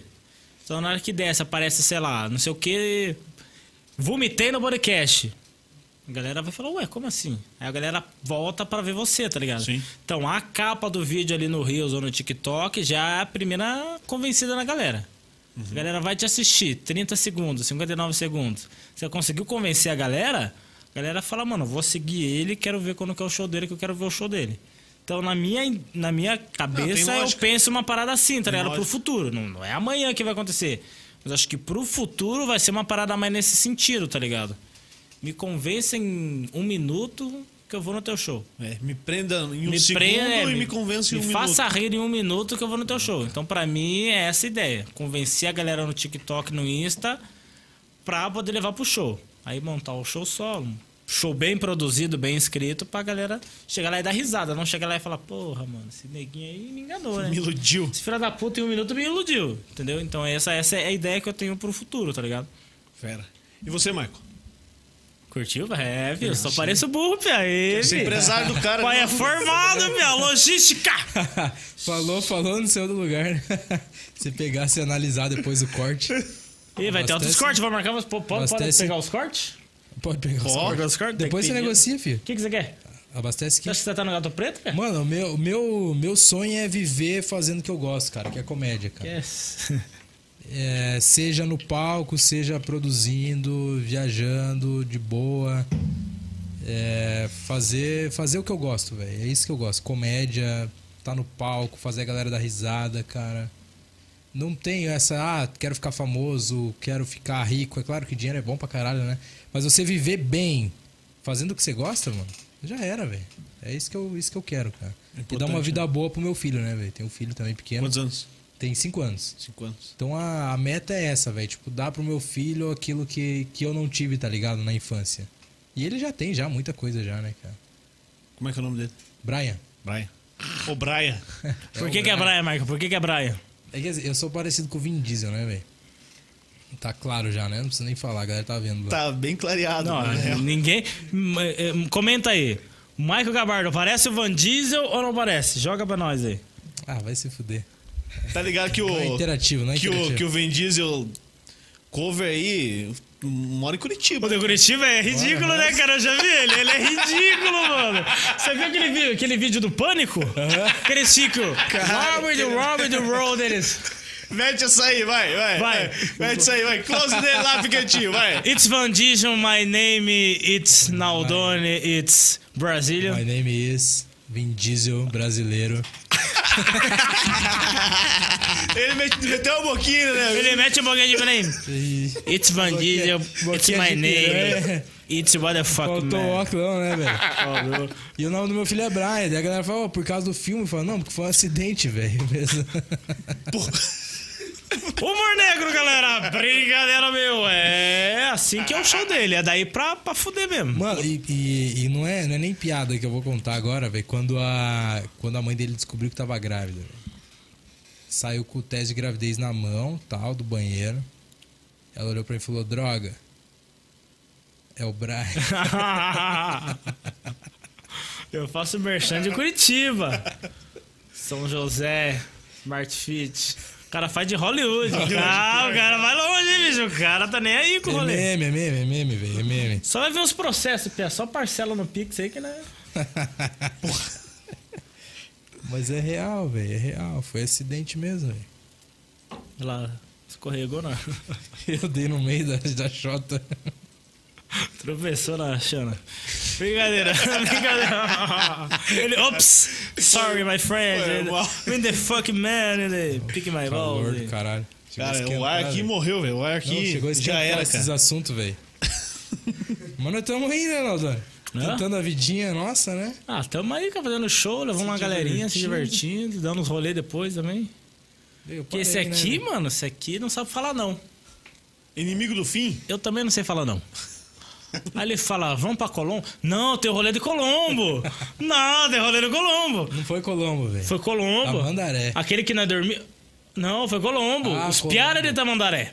Speaker 4: Então, na hora que desce, aparece, sei lá, não sei o que. Vomitei no podcast. A galera vai falar, ué, como assim? Aí a galera volta pra ver você, tá ligado?
Speaker 1: Sim.
Speaker 4: Então, a capa do vídeo ali no Reels ou no TikTok já é a primeira convencida na galera. A galera vai te assistir 30 segundos, 59 segundos. Você conseguiu convencer a galera, A galera fala, mano, vou seguir ele, quero ver quando que é o show dele, que eu quero ver o show dele. Então, na minha, na minha cabeça,
Speaker 1: tem
Speaker 4: eu
Speaker 1: lógica.
Speaker 4: penso uma parada assim, tá
Speaker 1: Tem
Speaker 4: ligado? Pro
Speaker 1: lógica.
Speaker 4: futuro. Não, não é amanhã que vai acontecer. Mas acho que pro futuro vai ser uma parada mais nesse sentido, tá ligado? Me convença em um minuto que eu vou no teu show.
Speaker 1: É, me prenda em um
Speaker 4: me
Speaker 1: segundo
Speaker 4: prenda, é,
Speaker 1: e me convence em um
Speaker 4: me
Speaker 1: minuto.
Speaker 4: faça rir em um minuto que eu vou no teu show. Então, pra mim, é essa a ideia. Convencer a galera no TikTok, no Insta, pra poder levar pro show. Aí montar o show solo. um Show bem produzido, bem escrito, pra galera chegar lá e dar risada. Não chegar lá e falar, porra, mano, esse neguinho aí me enganou, né?
Speaker 1: Me iludiu.
Speaker 4: Esse filho da puta em um minuto me iludiu, entendeu? Então, essa, essa é a ideia que eu tenho pro futuro, tá ligado?
Speaker 1: Fera. E você, Michael?
Speaker 4: Curtiu? É, viu? Só pareço burro, pia. Aí,
Speaker 1: Você é
Speaker 4: vi.
Speaker 1: empresário do cara. né?
Speaker 4: Pai é
Speaker 1: não-
Speaker 4: formado, minha logística!
Speaker 3: falou, falou, não saiu do lugar. né? Se pegasse e analisar depois o corte.
Speaker 4: E vai ter outros
Speaker 3: Abastece.
Speaker 4: cortes, vai marcar. mas po- po- Pode, pode
Speaker 3: Abastece.
Speaker 4: pegar os cortes?
Speaker 3: Pode pegar os
Speaker 1: Ó,
Speaker 3: cortes.
Speaker 4: os cortes?
Speaker 3: Depois você
Speaker 4: Tem que pedir.
Speaker 3: negocia, filho.
Speaker 4: O que, que você quer?
Speaker 3: Abastece que.
Speaker 4: Você acha que você tá no gato preto, cara?
Speaker 3: Mano, o meu, o meu, meu sonho é viver fazendo o que eu gosto, cara, que é comédia, cara.
Speaker 4: Yes.
Speaker 3: É, seja no palco, seja produzindo, viajando, de boa. É, fazer, fazer o que eu gosto, velho. É isso que eu gosto. Comédia, tá no palco, fazer a galera dar risada, cara. Não tenho essa, ah, quero ficar famoso, quero ficar rico. É claro que dinheiro é bom pra caralho, né? Mas você viver bem, fazendo o que você gosta, mano, já era, velho. É isso que eu, isso que eu quero, cara. e dar uma
Speaker 1: importante,
Speaker 3: vida boa pro meu filho, né, velho? Tem um filho também pequeno.
Speaker 1: Quantos anos?
Speaker 3: Tem cinco anos.
Speaker 1: Cinco anos.
Speaker 3: Então a, a meta é essa, velho. Tipo, dar pro meu filho aquilo que, que eu não tive, tá ligado? Na infância. E ele já tem já muita coisa já, né, cara?
Speaker 1: Como é que é o nome dele?
Speaker 3: Brian.
Speaker 1: Brian. Ô, Brian.
Speaker 4: Por que, que é Brian, Michael? Por que, que é Brian?
Speaker 3: É que assim, eu sou parecido com o Vin Diesel, né, velho? Tá claro já, né? Não precisa nem falar, a galera tá vendo. lá.
Speaker 1: Tá bem clareado.
Speaker 4: Não,
Speaker 1: né?
Speaker 3: é.
Speaker 4: ninguém. Hum, é, é, Comenta aí. Michael Gabardo, parece o Van Diesel ou não parece? Joga pra nós aí.
Speaker 3: Ah, vai se fuder.
Speaker 1: Tá ligado que o.
Speaker 3: Não é interativo, não é
Speaker 1: que, o
Speaker 3: interativo.
Speaker 1: que o Vin Diesel cover aí mora em Curitiba.
Speaker 4: O de Curitiba é ridículo, né, cara? Eu já vi ele. Ele é ridículo, mano. Você viu aquele, vi- aquele vídeo do Pânico? Aquele Chico. Robert, Robert, the Road, eles.
Speaker 1: Mete essa aí, vai, vai.
Speaker 4: Vai.
Speaker 1: Mete essa aí, vai. Close dele lá, picantinho, vai.
Speaker 4: It's Van Diesel, my name, it's Naldone, it's Brasília.
Speaker 3: My name is Vin Diesel, brasileiro.
Speaker 1: Ele mete- meteu um pouquinho, né?
Speaker 4: Ele mete um pouquinho de blame.
Speaker 3: E
Speaker 4: It's Van Diesel, it's
Speaker 3: boquinha
Speaker 4: my
Speaker 3: de
Speaker 4: name,
Speaker 3: piranha.
Speaker 4: it's what the fuck,
Speaker 3: faltou o
Speaker 4: man.
Speaker 3: óculos, né, velho? E o nome do meu filho é Brian. Daí a galera fala, ó, por causa do filme. Eu falo, não, porque foi um acidente, velho. Beleza?
Speaker 4: Humor negro, galera. Brincadeira, meu. É assim que é o show dele. É daí pra, pra fuder mesmo.
Speaker 3: Mano, e, e- e não, é, não é nem piada que eu vou contar agora, velho. Quando a, quando a mãe dele descobriu que tava grávida, velho. Saiu com o teste de gravidez na mão, tal, do banheiro. Ela olhou pra mim e falou, droga. É o Brian.
Speaker 4: Eu faço merchan de Curitiba. São José, Smart Fit. O cara faz de Hollywood. Ah, o cara vai longe, bicho. O cara tá nem aí com o
Speaker 3: É
Speaker 4: rolê.
Speaker 3: meme, é meme, é meme, velho. É meme.
Speaker 4: Só vai ver os processos, Pia. Só parcela no Pix aí que né?
Speaker 3: Mas é real, velho. É real. Foi acidente mesmo, velho.
Speaker 4: Ela escorregou na.
Speaker 3: Eu dei no meio da, da chota.
Speaker 4: Tropeçou na Xana. Brincadeira, brincadeira. Ele, ops! Sorry, my friend.
Speaker 1: Foi
Speaker 4: Ele,
Speaker 1: mal.
Speaker 4: I'm the fucking man. Ele, pick my
Speaker 3: Calor do
Speaker 4: balls.
Speaker 3: caralho. Chegou a
Speaker 1: Cara, o
Speaker 3: esquentar,
Speaker 1: ar aqui
Speaker 3: velho.
Speaker 1: morreu, velho. O ar
Speaker 3: Não,
Speaker 1: aqui
Speaker 3: chegou a
Speaker 1: já
Speaker 3: esquentar
Speaker 1: era,
Speaker 3: esses
Speaker 1: cara.
Speaker 3: assuntos, velho. Mas nós estamos aí, né, Naldão?
Speaker 4: Hã?
Speaker 3: Tentando a vidinha nossa, né?
Speaker 4: Ah, tamo aí, cara, fazendo show, levando uma galerinha, se divertindo, dando uns rolê depois também.
Speaker 3: Eu
Speaker 4: Porque
Speaker 3: parei,
Speaker 4: esse
Speaker 3: né,
Speaker 4: aqui,
Speaker 3: velho?
Speaker 4: mano, esse aqui não sabe falar não.
Speaker 1: Inimigo do fim?
Speaker 4: Eu também não sei falar não. Aí ele fala, vamos pra Colombo? Não, tem o rolê de Colombo. Não, tem rolê de Colombo.
Speaker 3: Não foi Colombo, velho.
Speaker 4: Foi Colombo. Ah,
Speaker 3: Tamandaré.
Speaker 4: Aquele que não dormiu. Não, foi Colombo.
Speaker 3: Ah,
Speaker 4: Os
Speaker 3: Colombo.
Speaker 4: piara de Tamandaré.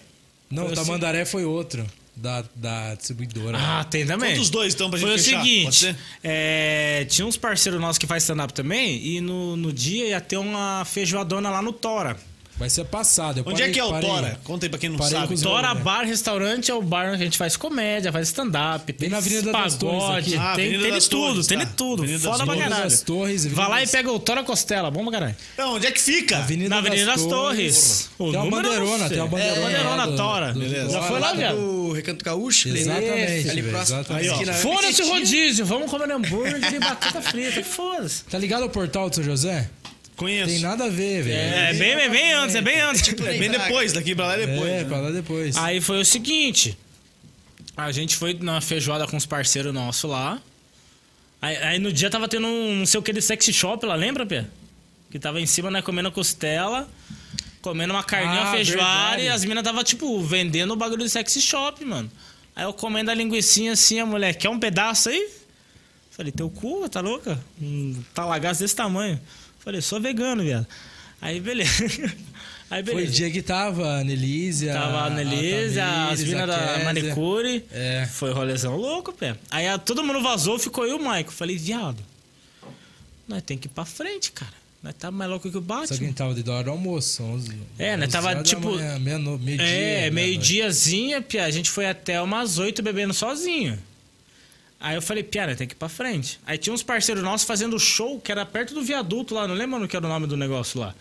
Speaker 3: Não,
Speaker 4: foi
Speaker 3: o
Speaker 4: o
Speaker 3: Tamandaré foi outro. Da, da distribuidora.
Speaker 4: Ah, tem
Speaker 3: É.
Speaker 4: também.
Speaker 1: Conta os dois, então, pra gente
Speaker 4: Foi o
Speaker 1: fechar. Pode
Speaker 4: seguinte,
Speaker 1: ser?
Speaker 4: é, tinha uns parceiros nossos que faz stand-up também, e no, no dia ia ter uma feijoadona lá no Tora.
Speaker 3: Vai ser passado. Eu
Speaker 1: Onde
Speaker 3: parei-
Speaker 1: é que é o
Speaker 3: parei-
Speaker 1: Tora? Conta aí pra quem não
Speaker 3: parei
Speaker 1: sabe.
Speaker 3: com os-
Speaker 4: Dora
Speaker 3: né?
Speaker 4: Bar Restaurante é o bar onde a gente faz comédia, faz stand-up, tem
Speaker 3: na Avenida das Torres
Speaker 4: pagode,
Speaker 3: aqui.
Speaker 1: Ah,
Speaker 4: tem,
Speaker 1: Avenida
Speaker 4: tem de
Speaker 1: das
Speaker 4: tudo,
Speaker 1: Torres,
Speaker 4: tem de
Speaker 1: tá.
Speaker 4: tudo.
Speaker 1: Avenida das
Speaker 4: Foda pra
Speaker 1: Torres.
Speaker 4: caralho.
Speaker 3: Avenida das Torres, Avenida
Speaker 4: Vai lá e
Speaker 3: das-
Speaker 4: pega o Tora Costela, bom pra caralho.
Speaker 1: Então, onde é que fica?
Speaker 3: Avenida,
Speaker 4: Na Avenida das Torres.
Speaker 3: Porra. Tem uma
Speaker 4: número eu não
Speaker 3: bandeirona,
Speaker 4: sei.
Speaker 3: tem uma
Speaker 4: É,
Speaker 3: bandeirona. lá
Speaker 4: bandeirona
Speaker 3: do-
Speaker 4: Tora.
Speaker 3: do-
Speaker 1: Beleza.
Speaker 3: do-
Speaker 1: Já
Speaker 2: Lá
Speaker 4: foi lá,
Speaker 2: do
Speaker 4: viado?
Speaker 2: Recanto Gaúcho? Lele?
Speaker 3: Exatamente,
Speaker 2: Ali
Speaker 3: velho,
Speaker 2: próximo.
Speaker 3: exatamente.
Speaker 1: Aí, ó.
Speaker 2: Esquina-
Speaker 4: Foda-se o
Speaker 2: Quietinho.
Speaker 4: rodízio, vamos comer hambúrguer e batata frita, que foda-se.
Speaker 3: Tá ligado ao portal do São José?
Speaker 1: Conheço.
Speaker 3: Tem nada a ver, velho.
Speaker 4: É, é bem, é bem antes, é bem antes.
Speaker 1: É bem depois, daqui pra lá é depois.
Speaker 3: É,
Speaker 1: né?
Speaker 3: pra lá depois.
Speaker 4: Aí foi o seguinte: a gente foi na feijoada com os parceiros nossos lá. Aí, aí no dia tava tendo um não sei o que de sexy shop lá, lembra, Pê? Que tava em cima, né, comendo costela, comendo uma carninha
Speaker 3: Ah,
Speaker 4: feijoada
Speaker 3: verdade.
Speaker 4: e as minas tava, tipo, vendendo o bagulho de sexy shop, mano. Aí eu comendo a linguiçinha assim, a mulher, quer um pedaço aí? Falei, teu cu, tá louca? Um talagaço desse tamanho. Falei, sou vegano, viado. Aí, beleza. Aí,
Speaker 3: Foi
Speaker 4: beleza.
Speaker 3: o dia que tava a Nelise, a-
Speaker 4: Tava a Nelise,
Speaker 3: a
Speaker 4: as
Speaker 3: Tamires,
Speaker 4: minas
Speaker 3: a
Speaker 4: da
Speaker 3: Ah, Kézia.
Speaker 4: manicure.
Speaker 3: É.
Speaker 4: Foi rolezão louco, pé. Aí a- todo mundo vazou, ficou eu e o Maico. Falei, viado, nós tem que ir pra frente, cara. Nós tá mais louco que o
Speaker 3: Só que a
Speaker 4: Batman.
Speaker 3: gente tava de da hora do almoço, 11.
Speaker 4: É, né,
Speaker 3: 11
Speaker 4: tava,
Speaker 3: horas da
Speaker 4: tipo-
Speaker 3: manhã, meia-no- meio-dia. né,
Speaker 4: É,
Speaker 3: meia-noite.
Speaker 4: meio-diazinha, Pia. A gente foi até umas oito bebendo sozinho. Aí eu falei, Pia, nós tem que ir pra frente. Aí tinha uns parceiros nossos fazendo show que era perto do viaduto lá, não lembro mano, que era o nome do negócio lá.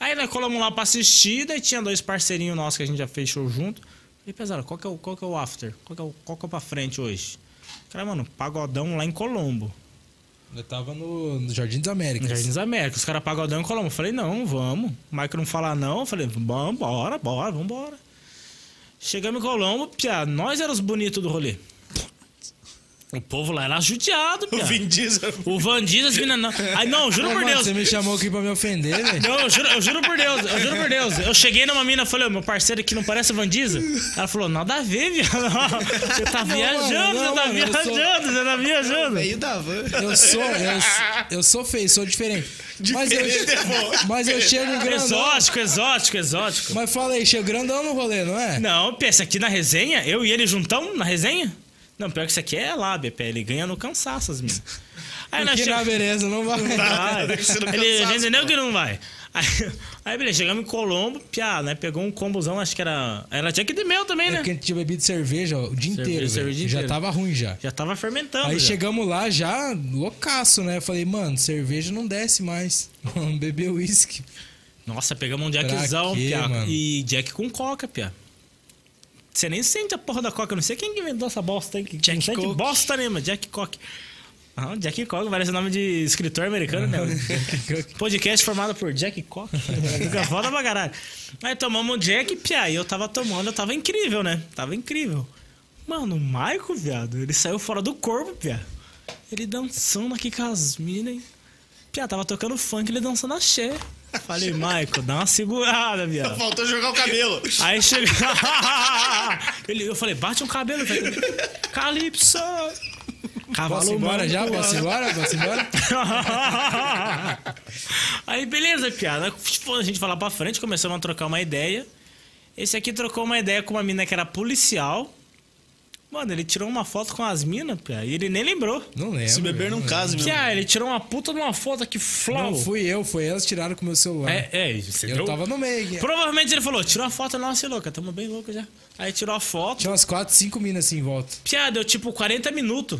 Speaker 4: Aí nós colamos lá pra assistir, daí tinha dois parceirinhos nossos que a gente já fez show junto. Falei, pesado, qual que é o, qual que é o after? Qual que é o, qual que é o pra frente hoje? Cara, mano, pagodão lá em Colombo.
Speaker 3: Eu tava no, no Jardim das Américas.
Speaker 4: Jardins América. Os caras pagodão e colombo. Eu falei, não, vamos. O Mike não fala não. Eu falei, vamos, bora, bora, vamos embora. Chegamos em Colombo, pia, nós éramos bonitos do rolê. O povo lá era judiado,
Speaker 1: O
Speaker 4: pia.
Speaker 1: Vin Diesel.
Speaker 4: O Van Diesel, as minas não. Ai, não, juro
Speaker 3: Ô,
Speaker 4: por
Speaker 3: mano,
Speaker 4: Deus.
Speaker 3: Você me chamou aqui pra me ofender, velho.
Speaker 4: Não, eu juro, eu juro por Deus, eu juro por Deus. Eu cheguei numa mina e falei, ô, meu parceiro aqui não parece o Van Diesel? Ela falou, nada a ver, viado. Você tá viajando, você
Speaker 3: não,
Speaker 4: tá
Speaker 3: mano, eu sou-
Speaker 4: viajando, você tá viajando.
Speaker 2: Veio da van.
Speaker 3: Eu sou, eu, eu sou feio, sou diferente. Mas
Speaker 1: Diferente é bom.
Speaker 3: eu, mas eu
Speaker 4: É
Speaker 3: chego grandão.
Speaker 4: Exótico, exótico, exótico.
Speaker 3: Mas fala aí, chego grandão no rolê, não é?
Speaker 4: Não, pensa aqui na resenha, eu e ele juntão na resenha? Não, pior que isso aqui é lábia, pé. Ele ganha no cansaço, as minas. Aí nós
Speaker 3: Porque na
Speaker 4: chegamos.
Speaker 3: beleza não vai.
Speaker 4: Vai.
Speaker 1: Deve ser no
Speaker 4: Ele já
Speaker 1: cansaço,
Speaker 4: entendeu que não vai. Aí, aí, beleza, chegamos em Colombo, piá, né? Pegou um combozão, acho que era. Era Jack de meu também, né?
Speaker 3: É Porque a gente tinha bebido cerveja ó, o dia
Speaker 4: Cerveja,
Speaker 3: inteiro. velho.
Speaker 4: cerveja
Speaker 3: já
Speaker 4: inteiro.
Speaker 3: tava ruim já.
Speaker 4: Já tava fermentando.
Speaker 3: Aí
Speaker 4: já.
Speaker 3: chegamos lá já loucaço, né? Eu Falei, mano, cerveja não desce mais. Bebeu uísque.
Speaker 4: Nossa, pegamos um Jackzão,
Speaker 3: quê,
Speaker 4: piá.
Speaker 3: mano?
Speaker 4: E Jack com coca, piá. Você nem sente a porra da coca, eu não sei quem que inventou essa bosta aí. Que
Speaker 2: Jack
Speaker 4: não sente
Speaker 2: Coke.
Speaker 4: bosta nenhuma, Jack Coke. Ah, Jack Coke parece nome de escritor americano, né? Podcast formado por Jack Cock. Fica Foda pra caralho. Aí tomamos um Jack, pia, e eu tava tomando, eu tava incrível, né? Tava incrível. Mano, o Maico, viado, ele saiu fora do corpo, pia. Ele dançando aqui com as minas, hein? Pia, tava tocando funk, ele dançando axé. Falei, Maico, dá uma segurada, viado.
Speaker 1: Faltou jogar o cabelo.
Speaker 4: Aí chega. Ele, eu falei, bate um cabelo, velho. Calypso! Cavalo
Speaker 3: Posso ir embora
Speaker 4: humano.
Speaker 3: já? Posso ir embora? Posso ir embora?
Speaker 4: Aí, beleza, piada. Tipo, a gente foi lá pra frente, começamos a trocar uma ideia. Esse aqui trocou uma ideia com uma mina que era policial. Mano, ele tirou uma foto com as minas, piá, e ele nem lembrou.
Speaker 3: Não lembro.
Speaker 1: Se beber
Speaker 3: eu
Speaker 1: não
Speaker 3: lembro.
Speaker 1: casa, meu.
Speaker 4: Piá, ele tirou uma puta de uma foto aqui, flau.
Speaker 3: Não fui eu, foi elas que tiraram com o meu celular.
Speaker 4: É, é, você
Speaker 3: eu
Speaker 4: deu-
Speaker 3: tava no meio.
Speaker 4: Provavelmente ele falou, tirou a foto, nossa, e louca, tamo bem louco já. Aí tirou a foto.
Speaker 3: Tinha umas 4, 5 minas assim em volta.
Speaker 4: Piá, deu tipo 40 minutos.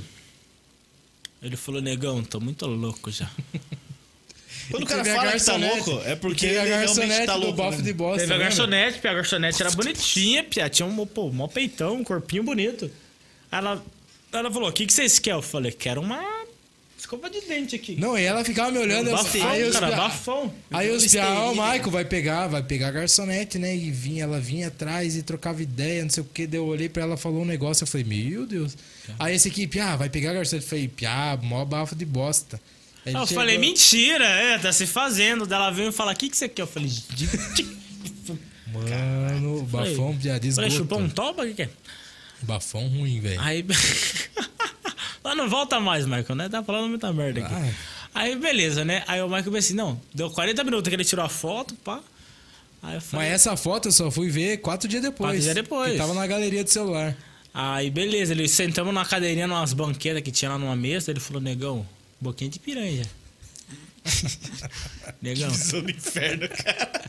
Speaker 4: Ele falou, negão, tô muito louco já.
Speaker 1: Quando o
Speaker 3: E
Speaker 1: cara
Speaker 3: teve a
Speaker 1: fala que tá
Speaker 3: garçonete.
Speaker 1: louco, é porque
Speaker 3: E
Speaker 1: ele
Speaker 3: teve a
Speaker 1: realmente
Speaker 3: garçonete
Speaker 1: tá
Speaker 3: do
Speaker 1: louco.
Speaker 3: bafo
Speaker 1: né?
Speaker 3: de bosta.
Speaker 4: Teve a
Speaker 3: lembra?
Speaker 4: garçonete, pia. A garçonete era bonitinha, pia. Tinha um, pô, mó peitão, um corpinho bonito. Ela, ela falou: O que, que vocês querem? Eu falei: Quero uma escova de dente aqui.
Speaker 3: Não, e ela ficava me olhando. eu-
Speaker 4: bafão,
Speaker 3: aí eu
Speaker 4: cara, bafão.
Speaker 3: Aí os
Speaker 2: Mister
Speaker 3: piá, ó, o
Speaker 2: Líder.
Speaker 3: Maico vai pegar, vai pegar a garçonete, né? E vinha, ela vinha atrás e trocava ideia, não sei o que. Daí eu olhei pra ela, falou um negócio, eu falei, meu Deus. Aí esse aqui, piá, vai pegar a garçonete. Eu falei, piá, mó bafo de bosta. Aí
Speaker 4: Eu
Speaker 3: ele
Speaker 4: falei:
Speaker 3: chegou-
Speaker 4: Mentira, é, tá se fazendo. Daí Ela veio e fala: O que, que você quer? Eu falei: "Gente."
Speaker 3: Mano, bafão, piá,
Speaker 4: Falei: Chupou um
Speaker 3: desgosto.
Speaker 4: toba? O que, que é?
Speaker 3: Bafão ruim, velho.
Speaker 4: Aí. Lá não volta mais, Michael, né? Tá falando muita merda aqui.
Speaker 3: Vai.
Speaker 4: Aí, beleza, né? Aí o Michael pensou assim: Não, deu 40 minutos que ele tirou a foto, pá. Aí eu falei:
Speaker 3: Mas essa foto eu só fui ver quatro dias depois.
Speaker 4: Quatro dias depois.
Speaker 3: Que tava na galeria do celular.
Speaker 4: Aí, beleza, ele sentamos na cadeirinha, numas banquetas que tinha lá numa mesa, ele falou, negão, boquinha de piranha. negão,
Speaker 1: Sou do inferno, cara.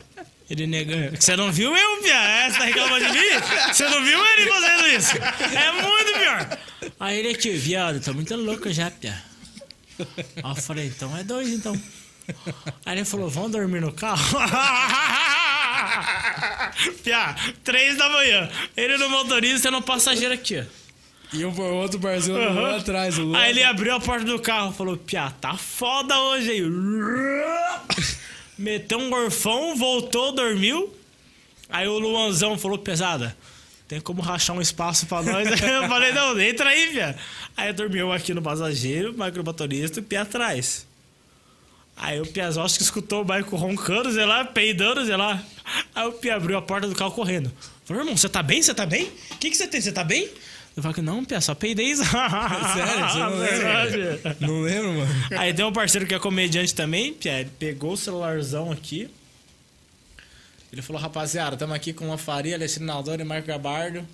Speaker 4: Ele nega. Você não viu eu, viado? É, Você tá reclamando de mim? Você não viu ele fazendo isso? É muito pior. Aí ele aqui, viado, tô muito louco já, piá. Aí eu falei, então é dois, então. Aí ele falou, vamos dormir no carro? Piá, três da manhã. Ele no motorista e no passageiro aqui, ó.
Speaker 3: E um por outro, o Barzinho
Speaker 4: Aham.
Speaker 3: lá atrás. O
Speaker 4: Aí ele abriu a porta do carro e falou: Piá, tá foda hoje aí. Meteu um gorfão, voltou, dormiu. Aí o Luanzão falou: Pesada, tem como rachar um espaço pra nós? Aí eu falei: Não, entra aí, Piá. Aí dormiu aqui no passageiro, macromotorista e o Piá atrás. Aí o Piazão acho que escutou o Maico roncando, sei lá, peidando, sei lá. Aí o Pia abriu a porta do carro correndo. Falou, irmão, você tá bem? Você tá bem? O que, que você tem? Você tá bem? Eu falei, não, Pia, só peidei isso. Sério?
Speaker 3: Você não lembra? Não lembro, mano.
Speaker 4: Aí tem um parceiro que é comediante também, Pia, ele pegou o celularzão aqui. Ele falou, rapaziada, estamos aqui com uma Faria, Alexandre Naldoni, Marco Gabardo.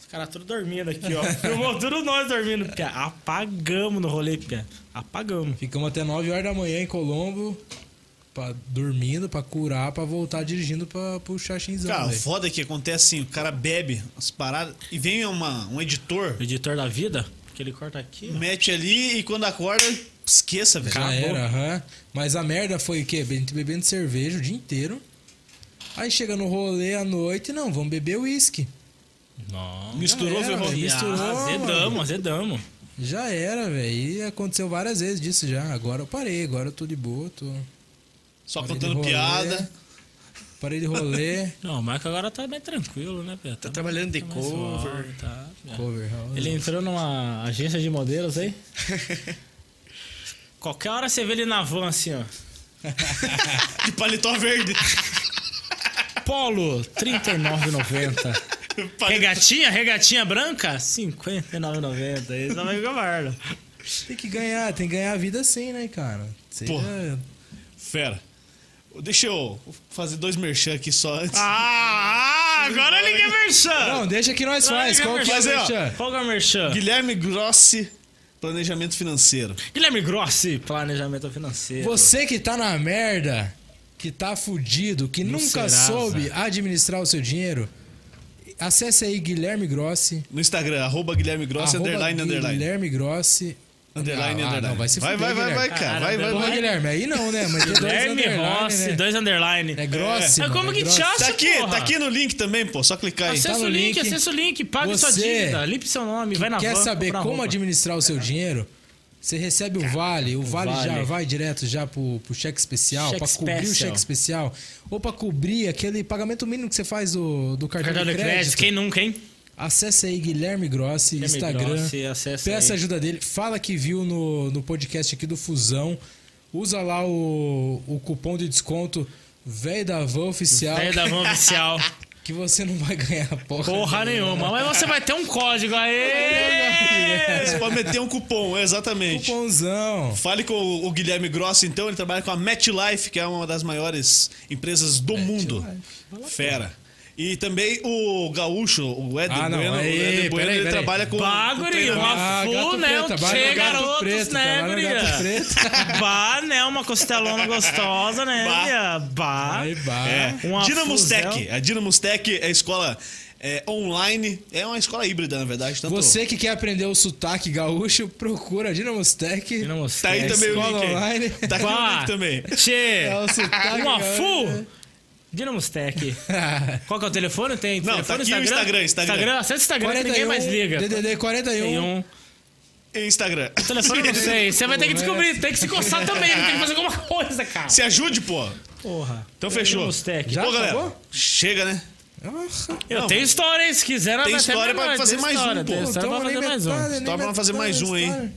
Speaker 4: Os caras tudo dormindo aqui, ó. Filmou tudo nós dormindo, Pia. Apagamos no rolê, Pia. Apagamos.
Speaker 3: Ficamos até 9 horas da manhã em Colombo, pra, dormindo, pra curar, pra voltar dirigindo pra, pro Xaxinzão.
Speaker 1: Cara, o
Speaker 3: velho.
Speaker 1: foda é que acontece assim, o cara bebe as paradas e vem uma, um editor,
Speaker 4: O editor da vida, que ele corta aqui, ó.
Speaker 1: mete ali e quando acorda, esqueça, velho.
Speaker 3: Já
Speaker 1: Acabou.
Speaker 3: era, aham. Mas a merda foi o quê? Be- Bebendo cerveja o dia inteiro. Aí chega no rolê à noite, não, vamos beber uísque.
Speaker 4: Nossa.
Speaker 1: Misturou,
Speaker 3: Já era,
Speaker 1: ferrou.
Speaker 3: velho. Misturou,
Speaker 4: Azedamos, azedamos.
Speaker 3: Já era, velho. E aconteceu várias vezes disso já. Agora eu parei, agora eu tô de boa, tô.
Speaker 1: Só
Speaker 3: Parei de
Speaker 1: contando
Speaker 3: rolê,
Speaker 1: piada.
Speaker 3: Parei de rolê.
Speaker 4: Não, o Marco agora tá bem tranquilo, né, Pedro?
Speaker 2: Tá trabalhando de
Speaker 4: mais
Speaker 2: cover.
Speaker 4: suave, tá, Pedro.
Speaker 3: Cover house.
Speaker 4: Ele entrou numa agência de modelos aí. Qualquer hora você vê ele na van assim, ó.
Speaker 1: De paletó verde.
Speaker 4: Polo, 39,90.
Speaker 1: Paletó-
Speaker 4: Regatinha, regatinha branca, 59,90. Aí só vai ficar guarda.
Speaker 3: Tem que ganhar, tem que ganhar a vida assim, né, cara? Seja-
Speaker 1: Porra. Fera. Deixa eu fazer dois merchan aqui só antes.
Speaker 4: Ah, agora ninguém é merchan.
Speaker 3: Não, deixa que nós faz.
Speaker 4: ninguém
Speaker 3: Qual que é o
Speaker 1: merchan.
Speaker 3: merchan?
Speaker 4: Qual que é o merchan?
Speaker 1: Guilherme Grossi, planejamento financeiro.
Speaker 4: Guilherme Grossi, planejamento financeiro.
Speaker 3: Você que tá na merda, que tá fudido, que
Speaker 4: No
Speaker 3: nunca
Speaker 4: Serasa.
Speaker 3: soube administrar o seu dinheiro, acesse aí Guilherme Grossi.
Speaker 1: No Instagram, arroba Guilherme Grossi,
Speaker 3: arroba
Speaker 1: underline, underline.
Speaker 3: Guilherme Grossi.
Speaker 1: Underline,
Speaker 3: Ah, ah,
Speaker 1: underline.
Speaker 3: não, vai se
Speaker 1: vai, vai,
Speaker 3: fuder,
Speaker 1: vai, vai,
Speaker 3: Guilherme.
Speaker 1: cara.
Speaker 4: Cara,
Speaker 1: Vai, vai,
Speaker 4: Guilherme-
Speaker 3: Porra,
Speaker 1: vai.
Speaker 3: Guilherme, aí não, né? Mas tem dois
Speaker 4: Guilherme
Speaker 3: underline,
Speaker 4: Rossi,
Speaker 3: né?
Speaker 4: dois underline.
Speaker 3: É Grossi,
Speaker 4: Mas
Speaker 3: mano,
Speaker 4: como
Speaker 3: é
Speaker 4: que
Speaker 3: Grossi.
Speaker 4: te acha,
Speaker 1: Tá aqui,
Speaker 4: porra?
Speaker 1: tá aqui no link também, pô. Só clicar aí.
Speaker 4: Acessa
Speaker 3: Tá no
Speaker 4: o link,
Speaker 3: link.
Speaker 4: acessa o link, pague sua
Speaker 3: Você
Speaker 4: dívida, limpe seu nome, vai na
Speaker 3: Quer
Speaker 4: van,
Speaker 3: saber
Speaker 4: compra
Speaker 3: como
Speaker 4: uma roupa.
Speaker 3: administrar o seu dinheiro? Você recebe o vale, o vale, já
Speaker 4: Vale.
Speaker 3: vai direto já pro, pro cheque especial,
Speaker 4: Cheque
Speaker 3: pra cobrir o
Speaker 4: especial.
Speaker 3: cheque especial, ou pra cobrir aquele pagamento mínimo que você faz do, do cartão,
Speaker 4: Cartão de crédito, quem nunca, hein?
Speaker 3: Acesse aí Guilherme Grossi,
Speaker 4: Guilherme
Speaker 3: Instagram.
Speaker 4: Grossi, acessa
Speaker 3: peça
Speaker 4: aí.
Speaker 3: ajuda dele. Fala que viu no, no podcast aqui do Fusão. Usa lá o, o cupom de desconto Véio da Van Oficial.
Speaker 1: Tá.
Speaker 4: Velho da van oficial.
Speaker 3: Que você não vai ganhar porra.
Speaker 4: Porra nenhuma. Mas você vai ter um código aí.
Speaker 1: Você pode meter um cupom, exatamente.
Speaker 3: é, Cupomzão.
Speaker 1: Fale com o o Guilherme Grossi, então, ele trabalha com a MetLife, que é uma das maiores empresas do mundo. Fera. E também o Gaúcho, o Eder
Speaker 3: Ah, não,
Speaker 1: Bueno,
Speaker 3: aí,
Speaker 1: o Éder Bueno,
Speaker 3: peraí,
Speaker 1: ele
Speaker 3: peraí.
Speaker 1: trabalha com. com
Speaker 4: Bagulho,
Speaker 1: treinamento.
Speaker 4: uma full, né? Um
Speaker 3: Ah, vai no
Speaker 4: tchê,
Speaker 3: gato
Speaker 4: garotos,
Speaker 3: preto,
Speaker 4: né,
Speaker 3: vai no gato
Speaker 4: guria?
Speaker 3: preto.
Speaker 4: Bah, né? Uma costelona gostosa, né?
Speaker 1: Bah.
Speaker 4: Bia? Bah.
Speaker 3: Aí, bah.
Speaker 1: É.
Speaker 4: Uma
Speaker 1: Dinamus
Speaker 4: fusel.
Speaker 1: Tech. A Dinamus Tech é a escola é, online, é uma escola híbrida, na verdade. Tanto
Speaker 3: Você que quer aprender o sotaque gaúcho, procura Dinamostec.
Speaker 4: Dinamos
Speaker 1: Tá aí
Speaker 4: Tech.
Speaker 1: também o
Speaker 3: é escola
Speaker 1: link. aí.
Speaker 3: online.
Speaker 1: Tá aqui o
Speaker 4: Bah.
Speaker 1: link também. tá
Speaker 4: Tchê.
Speaker 3: É o sotaque
Speaker 4: Uma
Speaker 3: gaúcho.
Speaker 4: full.
Speaker 1: né?
Speaker 4: Dinamos Tech.
Speaker 3: Ah,
Speaker 4: Qual que é o telefone? Tem
Speaker 1: Não,
Speaker 4: telefone,
Speaker 1: tá aqui o Instagram, Instagram. um,
Speaker 4: acessa o Instagram que
Speaker 3: um
Speaker 4: ninguém mais liga.
Speaker 3: DDD 41.
Speaker 4: Tem um.
Speaker 1: E Instagram.
Speaker 4: O
Speaker 3: é
Speaker 4: telefone eu não sei. Você vai ter que descobrir. Tem que se coçar também. Tem que fazer alguma coisa, cara.
Speaker 1: Se ajude, pô.
Speaker 4: Porra.
Speaker 1: Então fechou.
Speaker 4: Dinamus Tech.
Speaker 3: É Já
Speaker 1: Pô, galera,
Speaker 3: acabou?
Speaker 1: chega, né?
Speaker 3: Ah,
Speaker 4: Eu
Speaker 1: Não.
Speaker 4: tenho história, hein? Se quiser, nós
Speaker 1: Tem
Speaker 4: até
Speaker 1: história pra
Speaker 4: menor,
Speaker 1: fazer
Speaker 4: tem
Speaker 1: mais um,
Speaker 4: história,
Speaker 1: pô.
Speaker 4: Tem história pra
Speaker 3: tamo
Speaker 4: fazer
Speaker 3: Então, nem
Speaker 4: mais
Speaker 3: metade,
Speaker 4: um.
Speaker 3: nem
Speaker 1: Só pra fazer
Speaker 3: metade
Speaker 1: mais
Speaker 3: da
Speaker 1: um aí.
Speaker 3: história.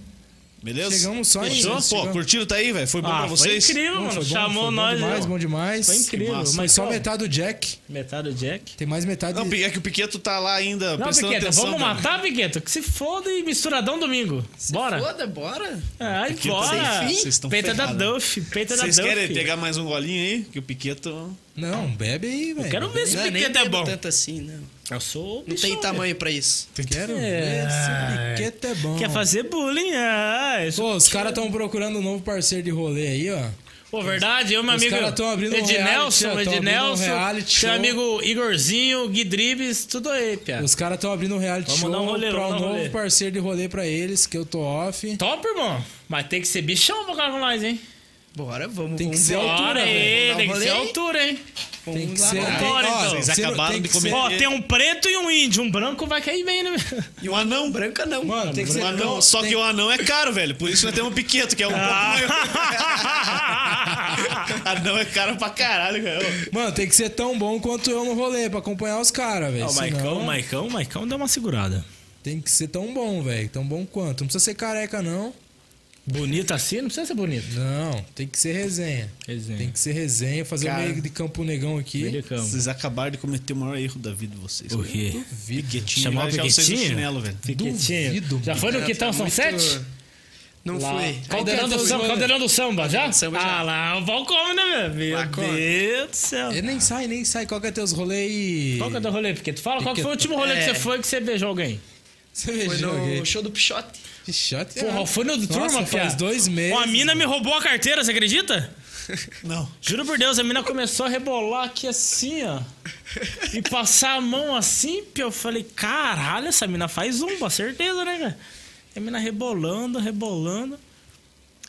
Speaker 1: Beleza?
Speaker 3: Chegamos só em-
Speaker 1: Fechou? Pô,
Speaker 3: chegamos.
Speaker 1: curtiram? Tá aí, velho. Foi bom
Speaker 4: Ah,
Speaker 1: pra vocês?
Speaker 4: Foi incrível,
Speaker 3: Não,
Speaker 4: mano.
Speaker 3: foi bom,
Speaker 4: Chamou
Speaker 3: foi bom
Speaker 4: nós.
Speaker 3: Demais,
Speaker 4: ó.
Speaker 3: bom demais.
Speaker 4: Foi incrível.
Speaker 1: Massa.
Speaker 4: Mas
Speaker 3: Só
Speaker 4: ó,
Speaker 3: metade do Jack.
Speaker 4: Metade do Jack.
Speaker 3: Tem mais metade.
Speaker 1: Não, é que o Piqueto tá lá ainda
Speaker 4: Não,
Speaker 1: Tá prestando
Speaker 4: Piqueta,
Speaker 1: atenção.
Speaker 4: vamos
Speaker 1: também.
Speaker 4: matar, Piqueta. Que se foda e misturadão domingo. Bora.
Speaker 2: Foda, bora.
Speaker 4: É, Aí,
Speaker 1: Piqueta,
Speaker 4: bora.
Speaker 1: vocês- vocês tão
Speaker 4: Peita da
Speaker 1: ferrado.
Speaker 4: Duff. Peita da Duff.
Speaker 1: Vocês querem pegar mais um golinho aí? Que o Piqueto...
Speaker 3: Não, bebe aí, velho.
Speaker 4: Quero ver se
Speaker 2: Não,
Speaker 4: o
Speaker 2: nem
Speaker 4: Piqueta é
Speaker 2: bebo
Speaker 4: bom.
Speaker 2: tanto assim, não.
Speaker 4: Eu sou. né?
Speaker 2: Não tem tamanho pra isso.
Speaker 3: Quero
Speaker 4: É.
Speaker 3: ver se o piquete é bom.
Speaker 4: Quer fazer bullying? Ah, eu sou
Speaker 3: Pô, os caras estão procurando um novo parceiro de rolê aí, ó.
Speaker 4: Pô, verdade, eu e meu
Speaker 3: Os
Speaker 4: amigo
Speaker 3: caras tão abrindo um
Speaker 4: Ednelson,
Speaker 3: reality, ó, tão
Speaker 4: Ednelson,
Speaker 3: abrindo um reality
Speaker 4: seu
Speaker 3: show.
Speaker 4: amigo Igorzinho, Gui Dribes, tudo aí, piá.
Speaker 3: Os caras estão abrindo um reality
Speaker 4: Vamos
Speaker 3: show
Speaker 4: dar um rolê,
Speaker 3: pra
Speaker 4: vamos dar
Speaker 3: um
Speaker 4: um
Speaker 3: novo
Speaker 4: rolê. Então,
Speaker 3: parceiro de rolê pra eles, que eu tô off.
Speaker 4: Top, irmão. Mas tem que ser bichão pra cá com nós, hein?
Speaker 2: Bora, vamos.
Speaker 3: Tem que
Speaker 2: vamos
Speaker 3: ser
Speaker 2: embora.
Speaker 3: altura,
Speaker 4: Bora aí,
Speaker 2: velho.
Speaker 4: tem que
Speaker 2: Vamos
Speaker 4: ser
Speaker 2: dar um rolê.
Speaker 4: altura, hein?
Speaker 3: Tem
Speaker 2: Vamos
Speaker 3: que
Speaker 2: lá,
Speaker 3: ser.
Speaker 2: vamos.
Speaker 3: tem-
Speaker 4: Bora,
Speaker 3: ó,
Speaker 4: então.
Speaker 1: Vocês
Speaker 3: você não-
Speaker 1: acabaram
Speaker 3: tem
Speaker 1: de
Speaker 3: que
Speaker 1: comer.
Speaker 3: ser-
Speaker 4: Ó, tem um preto e um índio. Um branco vai cair bem, né?
Speaker 1: E um anão.
Speaker 2: Branca não.
Speaker 3: Mano, tem que ser.
Speaker 1: Um anão,
Speaker 3: não,
Speaker 1: só
Speaker 3: tem-
Speaker 1: que o anão é caro, velho. Por isso nós temos um piqueto, que é um
Speaker 4: Ah.
Speaker 1: pouco maior. anão é caro pra caralho, cara.
Speaker 3: Mano, tem que ser tão bom quanto eu no rolê pra acompanhar os caras, velho.
Speaker 4: Ó, o Maicão, o
Speaker 3: Senão,
Speaker 4: Maicão, o Maicão deu uma segurada.
Speaker 3: Tem que ser tão bom, velho. Tão bom quanto. Não precisa ser careca, não.
Speaker 4: Bonito assim? Não precisa ser bonito.
Speaker 3: Não, tem que ser resenha.
Speaker 4: Resenha.
Speaker 3: Tem que ser resenha, fazer o
Speaker 1: Cara.
Speaker 3: meio de campo negão aqui.
Speaker 4: Meio de campo.
Speaker 1: Vocês acabaram de cometer o maior erro da vida de vocês.
Speaker 4: Então. O quê?
Speaker 1: Piquetinho.
Speaker 4: Chamar
Speaker 1: vai
Speaker 4: o
Speaker 1: deixar vocês no
Speaker 4: Piquetinho?
Speaker 1: chinelo, velho.
Speaker 4: Piquetinho.
Speaker 3: Duvido,
Speaker 4: Já foi no Quitão São Sete?
Speaker 2: Não
Speaker 4: Lá.
Speaker 2: fui.
Speaker 3: é
Speaker 4: Caldeirão
Speaker 2: Ainda
Speaker 4: do
Speaker 2: fui.
Speaker 4: samba, caldeirão do samba, já?
Speaker 2: Samba já.
Speaker 4: Ah lá, o pau come, né, meu? Meu
Speaker 2: Lá come.
Speaker 4: Deus do céu.
Speaker 3: Ele nem sai, nem sai. Qual que é teus rolês? e-
Speaker 4: Qual que é o teu rolê, Piqueto? Fala, qual que foi o último rolê que
Speaker 2: É.
Speaker 4: você foi que você beijou alguém?
Speaker 3: Você
Speaker 2: Foi
Speaker 3: beijou alguém?
Speaker 2: no show do Pichote.
Speaker 3: Chato.
Speaker 4: Porra, foi no do
Speaker 3: né? Nossa,
Speaker 4: turma,
Speaker 3: faz
Speaker 4: piá.
Speaker 3: dois meses.
Speaker 4: Ó, a mina me roubou a carteira, você acredita?
Speaker 1: Não.
Speaker 4: Juro por Deus, a mina começou a rebolar aqui assim, ó. E passar a mão assim, pia. Eu falei, caralho, essa mina faz zumba, certeza, né, velho? E A mina rebolando, rebolando.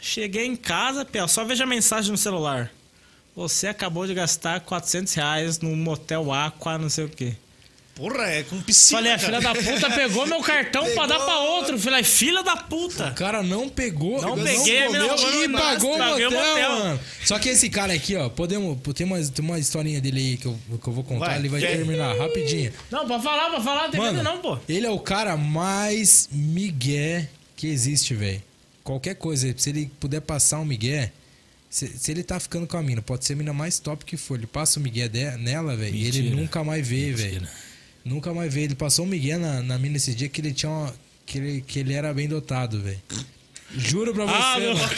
Speaker 4: Cheguei em casa, pia, só vejo a mensagem no celular. Você acabou de gastar 400 reais no motel Aqua, não sei o quê.
Speaker 1: Porra, é com piscina.
Speaker 4: Falei, a
Speaker 1: cara.
Speaker 4: filha da puta pegou meu cartão pra dar pra outro. Falei, filha da puta.
Speaker 3: O cara não pegou,
Speaker 4: Não
Speaker 3: pegou,
Speaker 4: peguei,
Speaker 3: comeu
Speaker 4: a mina roubou
Speaker 3: e
Speaker 4: no
Speaker 3: pagou o
Speaker 4: Master. Paguei
Speaker 3: hotel,
Speaker 4: o motel.
Speaker 3: mano. Só que esse cara aqui, ó, podemos, tem, uma, tem uma historinha dele aí que eu, que eu vou contar,
Speaker 1: Vai,
Speaker 3: ele vai
Speaker 1: quer?
Speaker 3: terminar rapidinho.
Speaker 4: Não, pra falar, pra falar, não tem medo não, pô.
Speaker 3: ele é o cara mais migué que existe, velho. Qualquer coisa, se ele puder passar um migué, se, se ele tá ficando com a mina, pode ser a mina mais top que for, ele passa o migué de- nela, velho, e ele
Speaker 4: Mentira.
Speaker 3: nunca mais vê,
Speaker 4: Mentira.
Speaker 3: velho. Nunca mais vê. Ele passou um migué na, na mina esse dia que ele tinha uma, que, ele, que ele era bem dotado, velho. Juro pra você.
Speaker 4: Ah, meu...
Speaker 3: mano.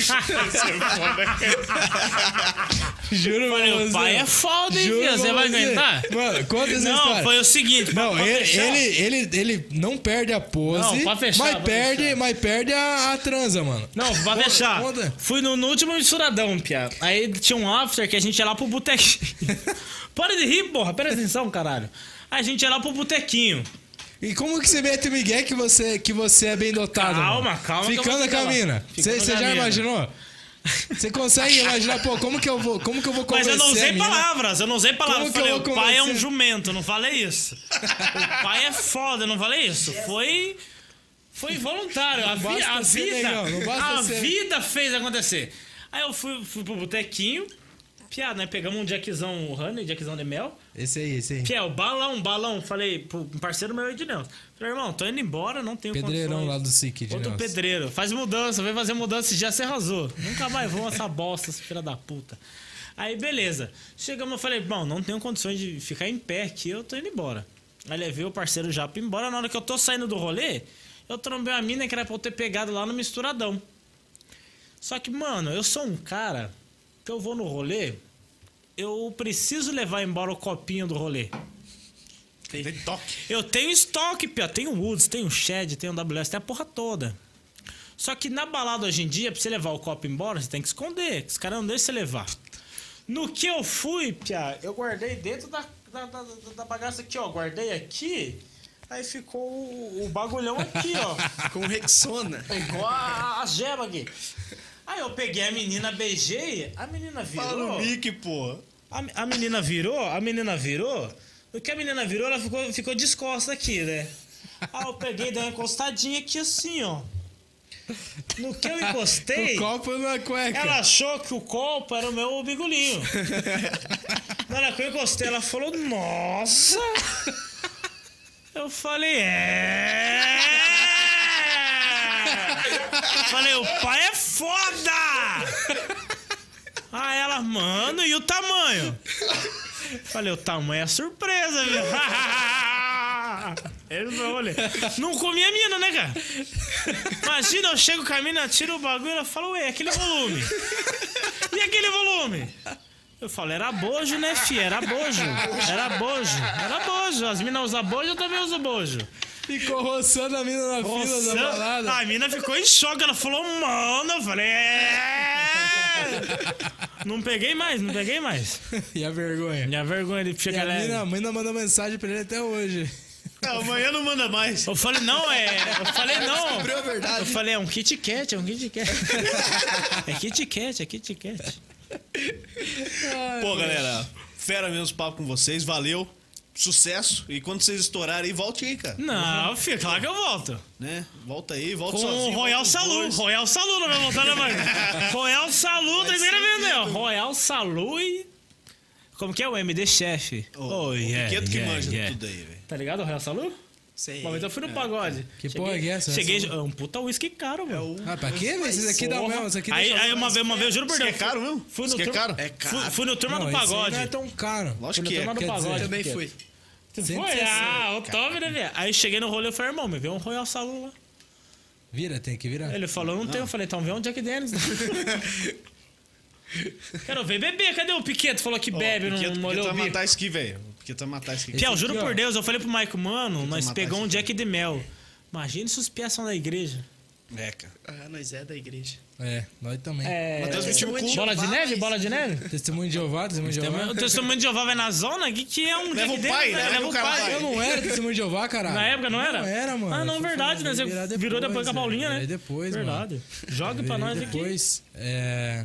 Speaker 3: Juro pra
Speaker 4: Falei,
Speaker 3: você.
Speaker 4: o pai é foda, hein,
Speaker 3: Juro
Speaker 4: filho?
Speaker 3: pra
Speaker 4: Você vai aguentar?
Speaker 3: Mano, conta essa
Speaker 4: Não,
Speaker 3: história.
Speaker 4: foi o seguinte.
Speaker 3: Não,
Speaker 4: pra- pra
Speaker 3: ele,
Speaker 4: fechar.
Speaker 3: ele, ele, ele não perde a pose,
Speaker 4: Não, pra fechar,
Speaker 3: mas,
Speaker 4: pra
Speaker 3: perde,
Speaker 4: fechar.
Speaker 3: mas perde a, a transa, mano.
Speaker 4: Não, pra
Speaker 3: Conta,
Speaker 4: fechar.
Speaker 3: conta.
Speaker 4: Fui no, no último misturadão, Pia. Aí tinha um after que a gente ia lá pro botequinho. Para de rir, porra. Presta atenção, caralho. A gente ia lá pro botequinho.
Speaker 3: E como que você mete o Miguel que você, que você é bem dotado?
Speaker 4: Calma,
Speaker 3: mano?
Speaker 4: calma que eu vou
Speaker 3: Ficando com a
Speaker 4: chegar lá.
Speaker 3: mina.
Speaker 4: Ficando
Speaker 3: Você você
Speaker 4: com a
Speaker 3: já
Speaker 4: mina.
Speaker 3: imaginou? Você consegue imaginar, pô, como que eu vou, como que eu vou
Speaker 4: Mas
Speaker 3: convencer
Speaker 4: eu não
Speaker 3: a
Speaker 4: usei
Speaker 3: mina?
Speaker 4: palavras, eu não usei palavras.
Speaker 3: Como
Speaker 4: Eu
Speaker 3: que
Speaker 4: falei, o
Speaker 3: eu vou
Speaker 4: pai é um
Speaker 3: convencer?
Speaker 4: jumento, eu não falei isso. o pai é foda, eu não falei isso. Foi. Foi voluntário. A, vi-
Speaker 3: basta
Speaker 4: a
Speaker 3: ser
Speaker 4: vida.
Speaker 3: negão, não basta
Speaker 4: a
Speaker 3: ser-
Speaker 4: vida fez acontecer. Aí eu fui, fui pro botequinho. Piá, né? Pegamos um Jackzão Honey, Jackzão de mel.
Speaker 3: Esse aí, esse aí.
Speaker 4: Piá, o balão, balão. Falei pro um parceiro meu, Ednelson. Falei, irmão, tô indo embora, não tenho
Speaker 3: Pedreirão
Speaker 4: condições.
Speaker 3: lá do SIC, de
Speaker 4: Outro
Speaker 3: Nelson.
Speaker 4: pedreiro. Faz mudança, vem fazer mudança esse dia, você arrasou. Nunca mais vão essa bosta, esse filho da puta. Aí, beleza. Chegamos, eu falei, bom, não tenho condições de ficar em pé aqui, eu tô indo embora. Aí levei o parceiro Japa embora. Na hora que eu tô saindo do rolê, eu trombei a mina que era pra eu ter pegado lá no misturadão. Só que, mano, eu sou um cara que eu vou no rolê, eu preciso levar embora o copinho do rolê.
Speaker 1: Tem toque.
Speaker 4: Eu tenho estoque, pia. Tenho Woods, tenho Shed, tenho WS, tem a porra toda. Só que na balada hoje em dia, pra você levar o copo embora, você tem que esconder. que Os caras não deixam você levar. No que eu fui, pia, eu guardei dentro da, da, da, da bagaça aqui, ó. Guardei aqui. Aí ficou o, o bagulhão aqui, ó. É
Speaker 2: Com Rexona.
Speaker 4: Igual a, a gema aqui. Aí eu peguei a menina, beijei. A menina virou.
Speaker 1: Fala no mic, pô.
Speaker 4: A, a menina virou, a menina virou. O que a menina virou, ela ficou, ficou descosta aqui, né? Ah, eu peguei, dei uma encostadinha aqui assim, ó. No que eu encostei,
Speaker 3: O copo na cueca.
Speaker 4: ela achou que o copo era o meu bigolinho. Na hora que eu encostei, ela falou, nossa! Eu falei, é! Falei, o pai é foda! Aí ela, mano, e o tamanho? Falei, o tamanho é surpresa, viu? Ele não, olha. Não comi a mina, né, cara? Imagina, eu chego com a mina, tiro o bagulho e ela fala, ué, aquele volume. E aquele volume? Eu falo, era bojo, né, fi? Era bojo. Era bojo. Era bojo. As minas usam bojo, eu também uso bojo.
Speaker 3: Ficou roçando a mina na fila da
Speaker 4: Nossa,
Speaker 3: balada.
Speaker 4: a mina ficou em choque. Ela falou, mano. Eu falei, é. Não peguei mais, não peguei mais.
Speaker 3: E a vergonha.
Speaker 4: Minha vergonha de
Speaker 3: E
Speaker 4: chegar
Speaker 3: a mina,
Speaker 4: lá.
Speaker 3: a mina manda mensagem pra ele até hoje.
Speaker 1: Ah, amanhã não manda mais.
Speaker 4: Eu falei, não, é. Eu falei, não.
Speaker 2: Descobriu a verdade.
Speaker 4: Eu falei, é um Kit Kat, é um Kit Kat. É Kit Kat, é Kit Kat.
Speaker 1: Pô, galera, fera mesmo o papo com vocês, valeu. Sucesso. E quando vocês estourarem aí, volte aí, cara.
Speaker 4: Não, filho, claro que eu volto.
Speaker 1: Né? Volta aí, volta
Speaker 4: Com
Speaker 1: Uhum. sozinho.
Speaker 4: o Royal
Speaker 1: volta os
Speaker 4: Salu.
Speaker 1: dois.
Speaker 4: Royal Salu não vai voltar, né, mano? Royal Salu, tá escrevendo, ó. Royal Salu e. Como que é o MD Chef?
Speaker 1: Ô, o Piqueto que manja tudo é. aí, velho.
Speaker 4: é, Tá ligado o Royal Salu?
Speaker 2: Sei.
Speaker 4: Uma vez eu fui no pagode.
Speaker 3: Que porra que é essa?
Speaker 4: Cheguei. É um puta uísque caro, velho.
Speaker 3: Ah, pra quê? velho? Esses aqui dá
Speaker 4: Porra.
Speaker 3: mesmo. Isso aqui
Speaker 4: aí,
Speaker 3: deixa-
Speaker 4: aí uma vez, uma vez, eu juro por
Speaker 1: Isso que
Speaker 4: Deus.
Speaker 1: é caro mesmo?
Speaker 4: Fui no
Speaker 1: Isso que é
Speaker 4: turma-
Speaker 1: caro?
Speaker 2: É caro.
Speaker 4: Fui, fui no turma
Speaker 3: Não,
Speaker 4: do
Speaker 3: esse aí
Speaker 4: pagode.
Speaker 3: Não é tão caro.
Speaker 1: Lógico
Speaker 4: Fui
Speaker 1: que
Speaker 4: no
Speaker 1: é.
Speaker 4: turma do
Speaker 3: quer dizer,
Speaker 4: pagode.
Speaker 2: Também
Speaker 4: Piqueto.
Speaker 2: fui.
Speaker 4: Você foi?
Speaker 3: 160.
Speaker 4: Ah, o top, né, velho? Aí cheguei no rolê e falei, irmão, me vê um Royal Salu lá.
Speaker 3: Vira, tem que virar.
Speaker 4: Ele falou, não, tem. Eu falei, então vê um Jack Dennis. Quero ver beber, cadê o Piqueto? Falou que
Speaker 1: Ó,
Speaker 4: bebe,
Speaker 1: Piqueto-
Speaker 4: não
Speaker 1: Piqueto
Speaker 4: molhou o
Speaker 1: vai
Speaker 4: bico.
Speaker 1: matar isso aqui, velho. Piqueto vai matar isso aqui.
Speaker 4: Piau, juro
Speaker 3: aqui, ó.
Speaker 4: por Deus, eu falei pro Maico, mano, nós
Speaker 1: matar
Speaker 4: pegamos um
Speaker 1: esse
Speaker 4: Jack de mel. Imagina se os pias são da igreja.
Speaker 1: É, cara.
Speaker 2: Ah, nós é da igreja.
Speaker 3: É, nós também.
Speaker 1: Mas transmitiu o
Speaker 2: é muito
Speaker 1: cu.
Speaker 2: bom.
Speaker 4: Bola de neve? Bola de neve?
Speaker 3: Testemunho de Jeová, é testemunho de Jeová.
Speaker 4: O testemunho de Jeová vai na zona? O que, que é um
Speaker 1: Leva
Speaker 4: Jack
Speaker 1: o
Speaker 4: Daniels,
Speaker 1: pai, né?
Speaker 4: velho?
Speaker 1: leva o cara
Speaker 3: Eu não era testemunho de Jeová, caralho.
Speaker 4: Na época não era?
Speaker 3: Não era, mano.
Speaker 4: Ah,
Speaker 3: Eu
Speaker 4: não,
Speaker 3: fui
Speaker 4: verdade, né?
Speaker 3: fazer-
Speaker 4: Você
Speaker 3: virar
Speaker 4: virou depois com a
Speaker 3: é.
Speaker 4: Paulinha, né?
Speaker 3: Virei depois,
Speaker 4: Verdade.
Speaker 3: mano.
Speaker 4: Joga pra
Speaker 3: Virei
Speaker 4: nós aqui.
Speaker 3: depois, É...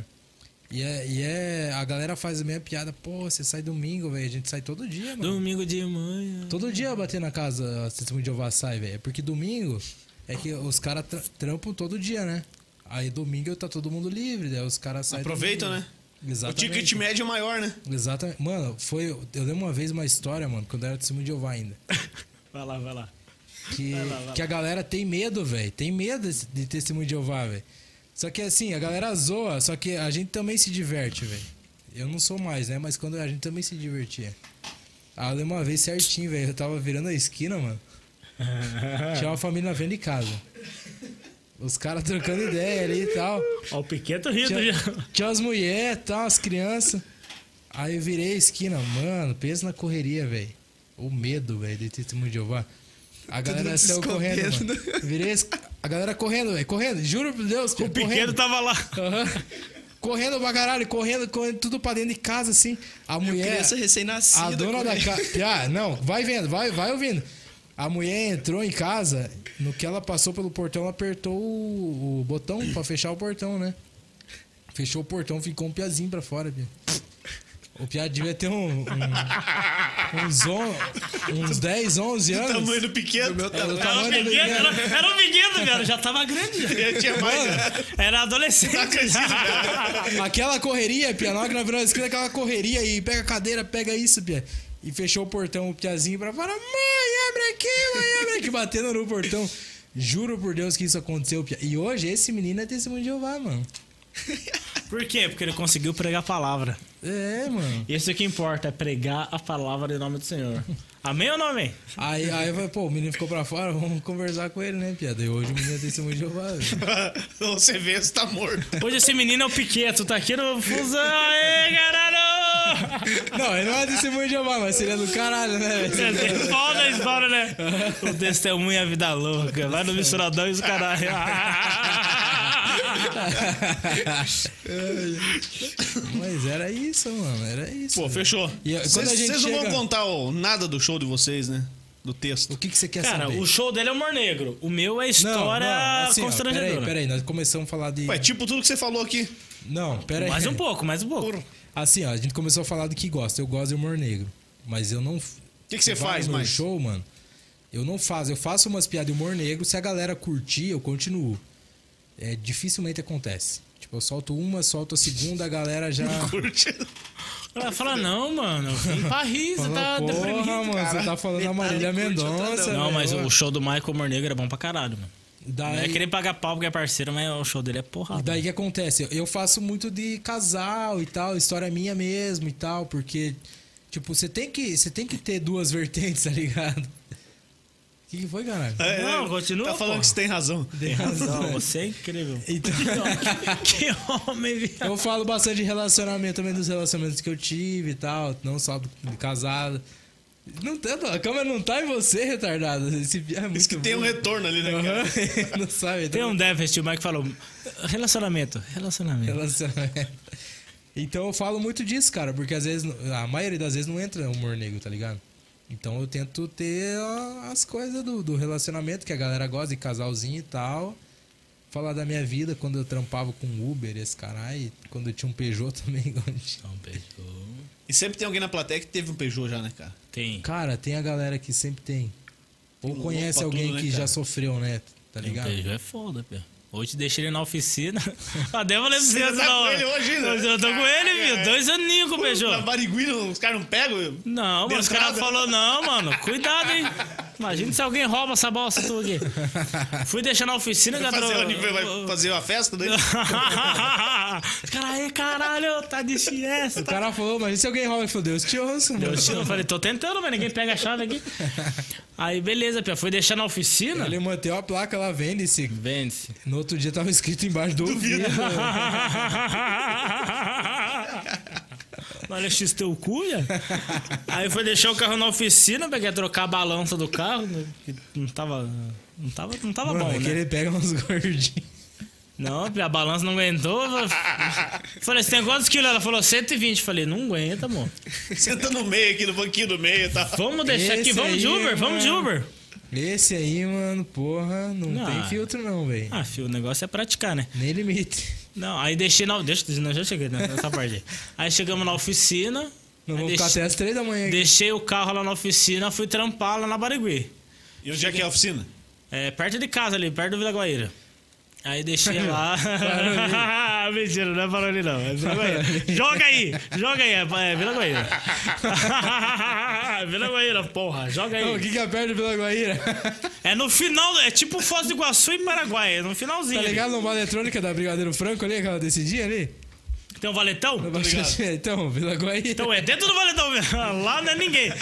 Speaker 3: E é, e é- A galera faz a minha piada. Pô, você sai domingo, velho. A gente sai todo dia, mano.
Speaker 4: Domingo de manhã.
Speaker 3: Todo dia eu bater na casa, a testemunho de Jeová sai, velho. É porque domingo é que os caras tra- trampam todo dia, né? Aí domingo tá todo mundo livre, daí os caras saem.
Speaker 1: Aproveita,
Speaker 3: domingo.
Speaker 1: né? O
Speaker 3: Exatamente.
Speaker 1: ticket médio é maior, né?
Speaker 3: Exatamente. Mano, foi. Eu lembro uma vez uma história, mano, quando eu era testemunho de Jeová ainda.
Speaker 4: Vai lá, vai lá.
Speaker 3: Que,
Speaker 4: Vai lá, vai lá.
Speaker 3: que a galera tem medo, velho. Tem medo de- de testemunho de Jeová, velho. Só que assim, a galera zoa, só que a gente também se diverte, velho. Eu não sou mais, né? Mas quando a gente também se divertia. Ah, eu lembro uma vez certinho, velho. Eu tava virando a esquina, mano. Tinha uma família na frente de casa. Os caras trocando ideia ali e tal.
Speaker 4: Ó, o Piqueto rindo
Speaker 3: Tinha,
Speaker 4: já.
Speaker 3: tinha as mulheres e tal, as crianças. Aí eu virei a esquina, mano, pensa na correria, velho. O medo, velho, de testemunho de Jeová. A galera
Speaker 2: mundo se
Speaker 3: saiu correndo,
Speaker 2: escondendo.
Speaker 3: mano. Virei a, es- a galera correndo, velho, correndo, juro por Deus,
Speaker 4: O tá- Piqueto tava lá.
Speaker 3: Aham. Correndo pra caralho, correndo, correndo, tudo pra dentro de casa, assim. A mulher.
Speaker 2: Criança recém-nascida.
Speaker 3: A dona da
Speaker 2: correndo.
Speaker 3: casa. Ah, não, vai vendo, vai, vai ouvindo. A mulher entrou em casa, no que ela passou pelo portão, ela apertou o, o botão pra fechar o portão, né? Fechou o portão, ficou um piazinho pra fora, Bia. O piá devia ter um, um- uns, on, uns 10, 11 anos.
Speaker 1: Tamanho do Piqueto.
Speaker 3: Era o
Speaker 4: Era o
Speaker 3: tamanho do
Speaker 4: Piqueto,
Speaker 3: Piqueto.
Speaker 4: um era, era o Piqueto, velho. Já tava grande. já.
Speaker 1: Ele tinha mais, né?
Speaker 4: Era adolescente.
Speaker 1: Tá crescido,
Speaker 4: já.
Speaker 3: Aquela correria, Pia, na hora que nós viramos a esquina, aquela correria e pega a cadeira, pega isso, Pia. E fechou o portão, o Piazinho pra fora, mãe, abre aqui, mãe, abre aqui, batendo no portão. Juro por Deus que isso aconteceu, Pia. E hoje esse menino é testemunho de Jeová, mano.
Speaker 4: Por quê? Porque ele conseguiu pregar a palavra.
Speaker 3: É, mano.
Speaker 4: E Isso que importa, é pregar a palavra em nome do Senhor. Amém ou não amém?
Speaker 3: Aí, aí eu falei, pô, o menino ficou pra fora, vamos conversar com ele, né, Pia? Daí hoje o menino é testemunho de Jeová, velho.
Speaker 1: Você vê, você tá morto.
Speaker 4: Hoje esse menino é o Piqueto, tá aqui no Fusão. Aê, caralho!
Speaker 3: Não, ele não é testemunho de Jeová, mas seria do caralho, né, velho?
Speaker 4: É foda a história, né? O testemunho é a vida louca. Vai no misturadão e os caralho. É.
Speaker 3: Mas era isso, mano, era isso.
Speaker 1: Pô, fechou.
Speaker 3: E quando a
Speaker 1: Vocês
Speaker 3: gente
Speaker 1: vocês não vão
Speaker 3: chega-
Speaker 1: contar o- nada do show de vocês, né? Do texto.
Speaker 3: O que, que você quer
Speaker 4: Cara,
Speaker 3: saber?
Speaker 4: o show dele é humor negro. O meu é
Speaker 3: Não,
Speaker 4: história
Speaker 3: não, assim, ó,
Speaker 4: constrangedora.
Speaker 3: Peraí, peraí, nós começamos a falar de.
Speaker 1: Ué, tipo tudo que você falou aqui.
Speaker 3: Não, peraí.
Speaker 4: Mais um pouco, mais um pouco.
Speaker 3: Assim, ó, a gente começou a falar do que gosta. Eu gosto de humor negro. Mas eu não. O
Speaker 1: que que você faz,
Speaker 3: no
Speaker 1: mais?
Speaker 3: show, mano? Eu não faço. Eu faço umas piadas de humor negro. Se a galera curtir, eu continuo. É, dificilmente acontece. Tipo, eu solto uma, solto a segunda, a galera já.
Speaker 1: Curte.
Speaker 4: Ela fala, não, mano, vem pra rir, você
Speaker 3: Fala,
Speaker 4: tá
Speaker 3: Porra,
Speaker 4: deprimido.
Speaker 3: mano, você tá falando a Marília
Speaker 2: Metade curte,
Speaker 3: Mendonça.
Speaker 2: outra
Speaker 4: Não, mas
Speaker 3: velho.
Speaker 4: o show do Michael Mornego é bom pra caralho, mano. Não é
Speaker 3: Daí-
Speaker 4: querer pagar pau porque é parceiro, mas o show dele é porrada.
Speaker 3: E daí o que acontece? Eu faço muito de casal e tal, história minha mesmo e tal, porque, tipo, você tem que, você tem que ter duas vertentes, tá ligado? O que, que foi, caralho?
Speaker 1: É,
Speaker 4: Não,
Speaker 1: é,
Speaker 4: continua,
Speaker 1: Tá falando
Speaker 4: pô.
Speaker 1: que você tem razão.
Speaker 3: Tem razão.
Speaker 4: Não, você é incrível.
Speaker 3: Então,
Speaker 4: que homem, viado.
Speaker 3: eu falo bastante de relacionamento também, dos relacionamentos que eu tive e tal, não só do- de casado. Não tem, a câmera não tá em você, retardado. Esse é muito
Speaker 1: Isso que tem um
Speaker 4: Uhum.
Speaker 3: bom.
Speaker 1: retorno ali, né? cara?
Speaker 3: Aham, não sabe.
Speaker 4: um Tem um déficit, o Mike falou. Relacionamento, relacionamento.
Speaker 3: Relacionamento. Então eu falo muito disso, cara, porque às vezes, a maioria das vezes não entra humor negro, tá ligado? Então eu tento ter ó, as coisas do, do relacionamento que a galera gosta de casalzinho e tal. Falar da minha vida quando eu trampava com Uber, esse caralho, quando eu tinha um Peugeot também. igual eu tinha.
Speaker 4: Então, Peugeot.
Speaker 1: E sempre tem alguém na plateia que teve um Peugeot já, né, cara?
Speaker 4: Tem.
Speaker 3: Cara, tá tem a galera que sempre tem.
Speaker 1: Tem
Speaker 3: Ou
Speaker 1: louco
Speaker 3: conhece
Speaker 1: pra
Speaker 3: alguém
Speaker 1: tudo, né,
Speaker 3: que já
Speaker 1: cara?
Speaker 3: sofreu, né? Tá
Speaker 4: Tem
Speaker 3: ligado?
Speaker 4: Peugeot é foda, pô. Hoje deixei ele na oficina. Até falei pra
Speaker 1: Você
Speaker 4: você.
Speaker 1: tá
Speaker 4: não,
Speaker 1: com
Speaker 4: ó.
Speaker 1: ele hoje ainda?
Speaker 3: né?
Speaker 4: Eu tô com ele,
Speaker 1: Caralho, é.
Speaker 4: viu? Dois aninhos com
Speaker 1: Na
Speaker 4: o Um Peugeot.
Speaker 1: Barigui, os caras não pegam?
Speaker 4: Não, mano, os
Speaker 1: Dentrada.
Speaker 4: caras falaram, não, mano, cuidado, hein? Imagina se alguém rouba essa bolsa tua aqui. Fui deixar na oficina,
Speaker 1: Vai
Speaker 4: Gabriel.
Speaker 1: fazer, o nível-
Speaker 4: Uhum.
Speaker 1: vai fazer uma festa né? daí?
Speaker 4: Caralho, caralho, tá de fiesta.
Speaker 3: O cara falou, mas se alguém rola, ele falou, Deus te ouça, mano.
Speaker 4: Eu tiro, eu falei, tô tentando, mas ninguém pega a chave aqui. Aí, beleza, Pia, fui deixar na oficina.
Speaker 3: Ele manteve a placa lá, vende-se.
Speaker 4: Vende-se.
Speaker 3: No outro dia tava escrito embaixo do ouvido.
Speaker 4: Tá Olha, X teu cu, já. Aí foi deixar o carro na oficina, peguei trocar a balança do carro. né, que Não tava. Não tava, não tava
Speaker 3: Mano,
Speaker 4: bom,
Speaker 3: é que
Speaker 4: né?
Speaker 3: ele pega uns gordinhos.
Speaker 4: Não, a balança não aguentou. eu Falei, você tem quantos quilos? Ela falou, 120. Eu Falei, não aguenta, amor.
Speaker 1: Senta no meio aqui, no banquinho do meio, tá?
Speaker 4: Vamos deixar
Speaker 3: Esse
Speaker 4: aqui, vamos de
Speaker 3: aí, né?
Speaker 4: Uber, vamos de
Speaker 3: mano.
Speaker 4: Uber.
Speaker 3: Esse aí, mano, porra, não,
Speaker 4: Não.
Speaker 3: tem filtro não, velho.
Speaker 4: Ah, filho, o negócio é praticar, né?
Speaker 3: Nem limite.
Speaker 4: Não, aí deixei na. Deixa, não, já cheguei né, nessa parte. aí. Aí chegamos na oficina.
Speaker 3: Não
Speaker 4: aí
Speaker 3: vou
Speaker 4: deixe-
Speaker 3: ficar até as três da manhã aqui.
Speaker 4: Deixei o carro lá na oficina, fui trampar lá na Barigui.
Speaker 1: E onde é que é a oficina?
Speaker 4: É, perto de casa ali, perto do Vila Guaíra. Aí deixei lá. Mentira, não é Barulho não. É Vila Guaíra. Joga aí! Joga aí, é, é Vila Guaíra. Vila Guaíra, porra, joga
Speaker 3: Ô, O
Speaker 4: aí.
Speaker 3: que que é perto do Vila Guaíra?
Speaker 4: É no final, é tipo Foz do Iguaçu e Paraguai, é no finalzinho.
Speaker 3: tá
Speaker 4: ali.
Speaker 3: ligado? Lombada eletrônica da Brigadeiro Franco ali, aquela desse dia ali?
Speaker 4: Tem um valetão?
Speaker 3: Na Baixa- Então, Vila Guaíra.
Speaker 4: Então é dentro do Valedão mesmo. Lá não é ninguém.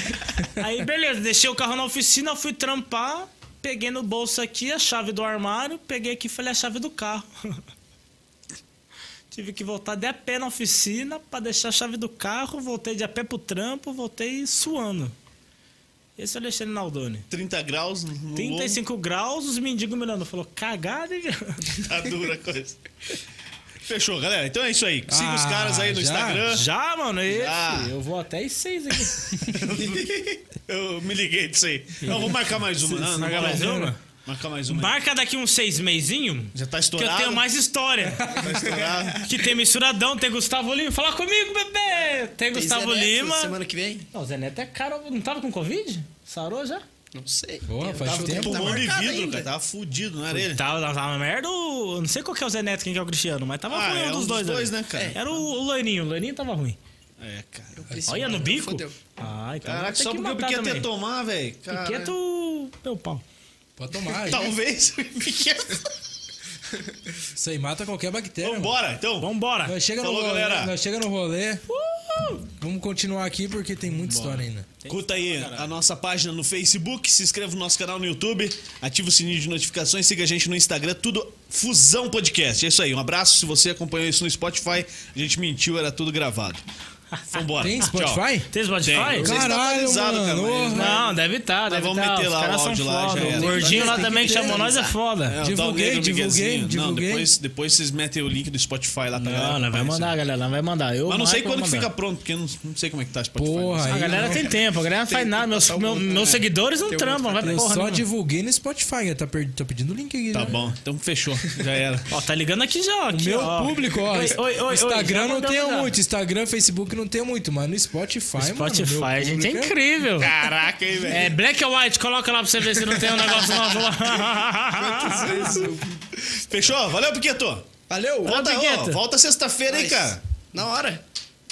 Speaker 4: Aí, beleza, deixei o carro na oficina, fui trampar, peguei no bolso aqui a chave do armário, peguei aqui e falei "É a chave do carro. Tive que voltar de a pé na oficina pra deixar a chave do carro, voltei de a pé pro trampo, voltei suando. Esse é o Alexandre Naldoni.
Speaker 1: 30 graus no- no
Speaker 4: 35 graus, os mendigos me olhando. Falou, cagada, hein?
Speaker 1: lombo, Tá dura a coisa. Fechou, galera. Então é isso aí. Siga os
Speaker 3: Ah,
Speaker 1: caras aí no
Speaker 3: já?
Speaker 1: Instagram.
Speaker 4: Já, mano, esse,
Speaker 1: Já.
Speaker 4: eu vou até às seis aqui.
Speaker 1: Eu me liguei disso aí. Não, vou marcar mais uma. né? Não, não
Speaker 4: Marca
Speaker 1: vou
Speaker 4: mais
Speaker 1: não.
Speaker 4: uma?
Speaker 1: Marcar mais uma. aí.
Speaker 4: Marca daqui uns seis meizinho.
Speaker 1: Já tá
Speaker 4: Que
Speaker 1: estourado.
Speaker 4: eu tenho mais história.
Speaker 1: Tá estourado.
Speaker 4: Que tem misturadão, tem Gustavo Lima. Fala comigo, bebê!
Speaker 2: Tem
Speaker 4: Tem Gustavo
Speaker 2: Zé Neto
Speaker 4: Lima.
Speaker 2: Semana que vem?
Speaker 4: Não, o Zé Neto é caro. Não tava com Covid? Sarou já?
Speaker 2: Não sei.
Speaker 3: Porra,
Speaker 2: Tem-
Speaker 3: faz
Speaker 2: tava-
Speaker 3: tempo.
Speaker 2: tá
Speaker 1: Pulmão de
Speaker 2: marcado
Speaker 1: vidro,
Speaker 2: ainda.
Speaker 1: cara. Tava fudido, não era ele?
Speaker 4: Tava, tava, tava merda. o- eu Não sei qual que é o Zé Neto, quem que é o Cristiano, mas tava
Speaker 1: Ah,
Speaker 4: ruim
Speaker 1: é
Speaker 4: um dos dois.
Speaker 1: né, cara?
Speaker 2: É.
Speaker 4: Era o, o Loirinho. O Loirinho tava ruim.
Speaker 1: É, cara.
Speaker 2: Esse
Speaker 4: Olha, no
Speaker 2: assim, mano,
Speaker 4: bico.
Speaker 2: fodeu.
Speaker 4: Ah, então.
Speaker 1: Caraca, só porque o Piquet ia tomar, velho. Cara,
Speaker 4: é Piqueto, meu pau.
Speaker 3: Pode tomar.
Speaker 1: Então- Talvez o Piquet.
Speaker 3: Isso aí mata qualquer bactéria. mano.
Speaker 1: Vambora, então.
Speaker 4: Vambora. Uh!
Speaker 3: Nós chega,
Speaker 1: Falou,
Speaker 3: no rolê,
Speaker 1: galera.
Speaker 3: nós chega no rolê. Vamos continuar aqui porque tem muita história ainda.
Speaker 1: Curta aí a nossa página no Facebook, se inscreva no nosso canal no YouTube, ativa o sininho de notificações, siga a gente no Instagram, tudo Fusão Podcast. É isso aí, um abraço. Se você acompanhou isso no Spotify, a gente mentiu, era tudo gravado. Vambora.
Speaker 3: Tem
Speaker 1: Tchau.
Speaker 3: Spotify?
Speaker 4: Tem
Speaker 1: Tem.
Speaker 4: Spotify?
Speaker 1: Não sei se tá
Speaker 3: Caralho,
Speaker 1: atualizado, cara, mas-
Speaker 3: mano.
Speaker 4: Não, deve tá, deve
Speaker 1: vamos
Speaker 4: tá.
Speaker 1: meter
Speaker 4: Os
Speaker 1: lá o
Speaker 4: caras são
Speaker 1: áudio lá, já
Speaker 4: foda.
Speaker 1: era.
Speaker 4: O gordinho lá
Speaker 2: Tem que
Speaker 4: também que chamou nós é
Speaker 2: analisar.
Speaker 1: É,
Speaker 4: foda.
Speaker 1: o tal
Speaker 3: Divulguei,
Speaker 1: negro
Speaker 3: divulguei,
Speaker 1: miguezinho. Não,
Speaker 3: divulguei.
Speaker 1: depois, depois vocês metem o link do Spotify lá pra galera.
Speaker 4: Não, não vai
Speaker 1: acompanhar
Speaker 4: mandar,
Speaker 1: isso
Speaker 4: galera. Não vai mandar. Eu
Speaker 1: aí. É, Mas não sei
Speaker 4: marco,
Speaker 1: quando
Speaker 4: vou mandar.
Speaker 1: fica pronto, porque eu não, não sei como é que tá o Spotify.
Speaker 3: Porra,
Speaker 1: Mas-
Speaker 4: A
Speaker 3: aí
Speaker 4: galera
Speaker 3: não.
Speaker 4: tem tempo, a galera não faz nada. Meus, meu- meus seguidores não trampam, vai
Speaker 3: Eu
Speaker 4: porra.
Speaker 3: só
Speaker 4: nenhuma.
Speaker 3: divulguei no Spotify, né? tá, per- tá pedindo o link aqui.
Speaker 1: Tá
Speaker 3: né?
Speaker 1: bom, então fechou. Já era.
Speaker 4: Ó, tá ligando aqui já, ó, aqui,
Speaker 3: Meu
Speaker 4: ó.
Speaker 3: público, ó.
Speaker 4: Oi,
Speaker 3: Inst-
Speaker 4: oi, oi,
Speaker 3: Instagram
Speaker 4: oi, já
Speaker 3: não tem
Speaker 4: mandamos já.
Speaker 3: muito, Instagram, Facebook não tem muito, mas no Spotify, mano.
Speaker 4: Spotify,
Speaker 3: meu
Speaker 4: a gente é
Speaker 3: público
Speaker 4: incrível.
Speaker 1: Caraca, hein, velho.
Speaker 4: É, black and white, coloca lá pra você ver se não tem um negócio novo lá.
Speaker 1: Fechou? Valeu, Piqueto.
Speaker 2: Valeu.
Speaker 1: Volta,
Speaker 4: Ô,
Speaker 1: ó,
Speaker 4: Piqueto.
Speaker 1: volta sexta-feira, hein,
Speaker 2: Nós.
Speaker 1: cara.
Speaker 2: Na hora.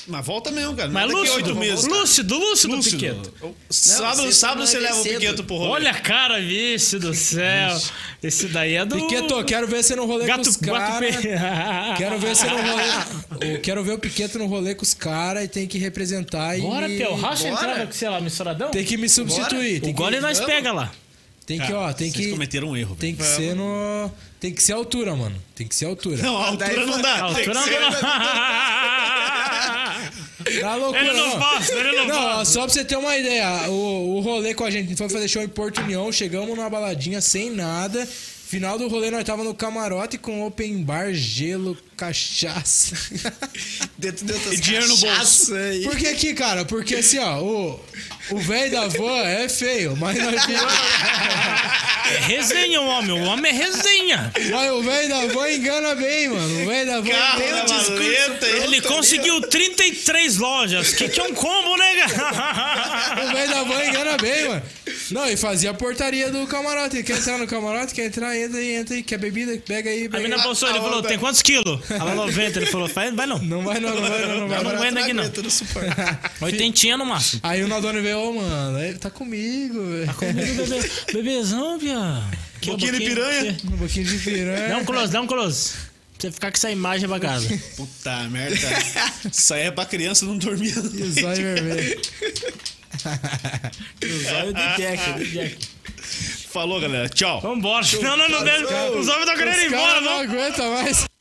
Speaker 1: Mas volta mesmo, cara.
Speaker 4: Mas
Speaker 1: Daqui a
Speaker 4: lúcido,
Speaker 1: oito meses. cara.
Speaker 4: lúcido, lúcido,
Speaker 1: Lúcido.
Speaker 4: Piqueto.
Speaker 1: sábado
Speaker 2: sexta
Speaker 1: sábado
Speaker 2: não é
Speaker 1: você
Speaker 2: bem
Speaker 1: leva o
Speaker 2: cedo.
Speaker 1: Piqueto pro rolê.
Speaker 4: Olha a cara, vixe do céu. Esse daí é do...
Speaker 3: Piqueto, quero ver você no rolê
Speaker 4: gato,
Speaker 3: com os
Speaker 4: gato
Speaker 3: caras.
Speaker 4: pe-
Speaker 3: Quero ver você no rolê. Eu quero ver o Piqueto no rolê com os caras e tem que representar
Speaker 4: Bora,
Speaker 3: e.
Speaker 4: Pel, racha a
Speaker 2: Bora.
Speaker 4: entrada com, sei lá, misturadão.
Speaker 3: Tem que me substituir.
Speaker 4: O
Speaker 3: Tem que,
Speaker 4: gole nós
Speaker 2: vamos.
Speaker 4: pega lá.
Speaker 3: tem que,
Speaker 1: Cara,
Speaker 3: ó, tem
Speaker 1: Vocês
Speaker 3: que.
Speaker 1: cometeram um erro.
Speaker 3: Tem que ser no. Tem que ser a altura, mano. Tem que ser a altura.
Speaker 1: Não, a altura
Speaker 2: Daí foi-
Speaker 1: não
Speaker 4: A
Speaker 1: dá. Tem que
Speaker 4: Altura
Speaker 1: ser-
Speaker 4: não...
Speaker 3: Tá loucura,
Speaker 4: Ele não passa, ele não
Speaker 3: ó, Ah, só pra você ter uma ideia, o, o rolê com a gente, a gente foi fazer show em Porto União, chegamos numa baladinha sem nada. Final do rolê, nós tava no camarote com open bar, gelo, cachaça.
Speaker 2: Dentro, dentro
Speaker 1: E dinheiro no bolso.
Speaker 3: Por que aqui, cara? Porque assim, ó, o, o velho da van é feio, mas nós
Speaker 4: É resenha, o homem. O homem é resenha.
Speaker 3: Mas o velho da van engana bem, mano. O velho da van
Speaker 1: Carro
Speaker 3: tem
Speaker 1: na
Speaker 3: um discurso.
Speaker 1: maleta.
Speaker 4: Ele conseguiu 33 lojas, que, que é um combo, né, cara?
Speaker 3: O velho da van engana bem, mano. Não, e fazia a portaria do camarote. Quer entrar no camarote? Quer entrar? Entra aí, entra aí. Quer bebida? Pega aí.
Speaker 4: A
Speaker 3: Pega.
Speaker 4: menina
Speaker 3: aí.
Speaker 4: passou, ele
Speaker 1: a
Speaker 4: falou,
Speaker 1: onda.
Speaker 4: tem quantos quilos? Ela 90, ele falou, vai vai não.
Speaker 3: Não vai, não, não vai, não, não vai.
Speaker 4: Eu não
Speaker 3: não.
Speaker 4: aguento aqui, não. Oitentinha no máximo.
Speaker 3: Aí o Nadone veio, ô, mano, ele tá comigo, velho.
Speaker 4: Bebê, bebezão, Bia. Que
Speaker 1: Boquinha de piranha.
Speaker 3: Um pouquinho de piranha.
Speaker 4: Dá um close, dá um close. Pra você ficar com essa imagem pra casa.
Speaker 1: Puta merda. Isso aí é pra criança não dormir. à
Speaker 3: E o
Speaker 1: noite.
Speaker 4: é
Speaker 3: zóio vermelho.
Speaker 4: Os olhos do Jack, do Jack.
Speaker 1: Falou, galera. Tchau.
Speaker 4: Vambora. Não, não, não. deve- Os homens estão querendo ir
Speaker 3: Os
Speaker 4: embora,
Speaker 3: caras não
Speaker 4: não.
Speaker 3: aguentam mais.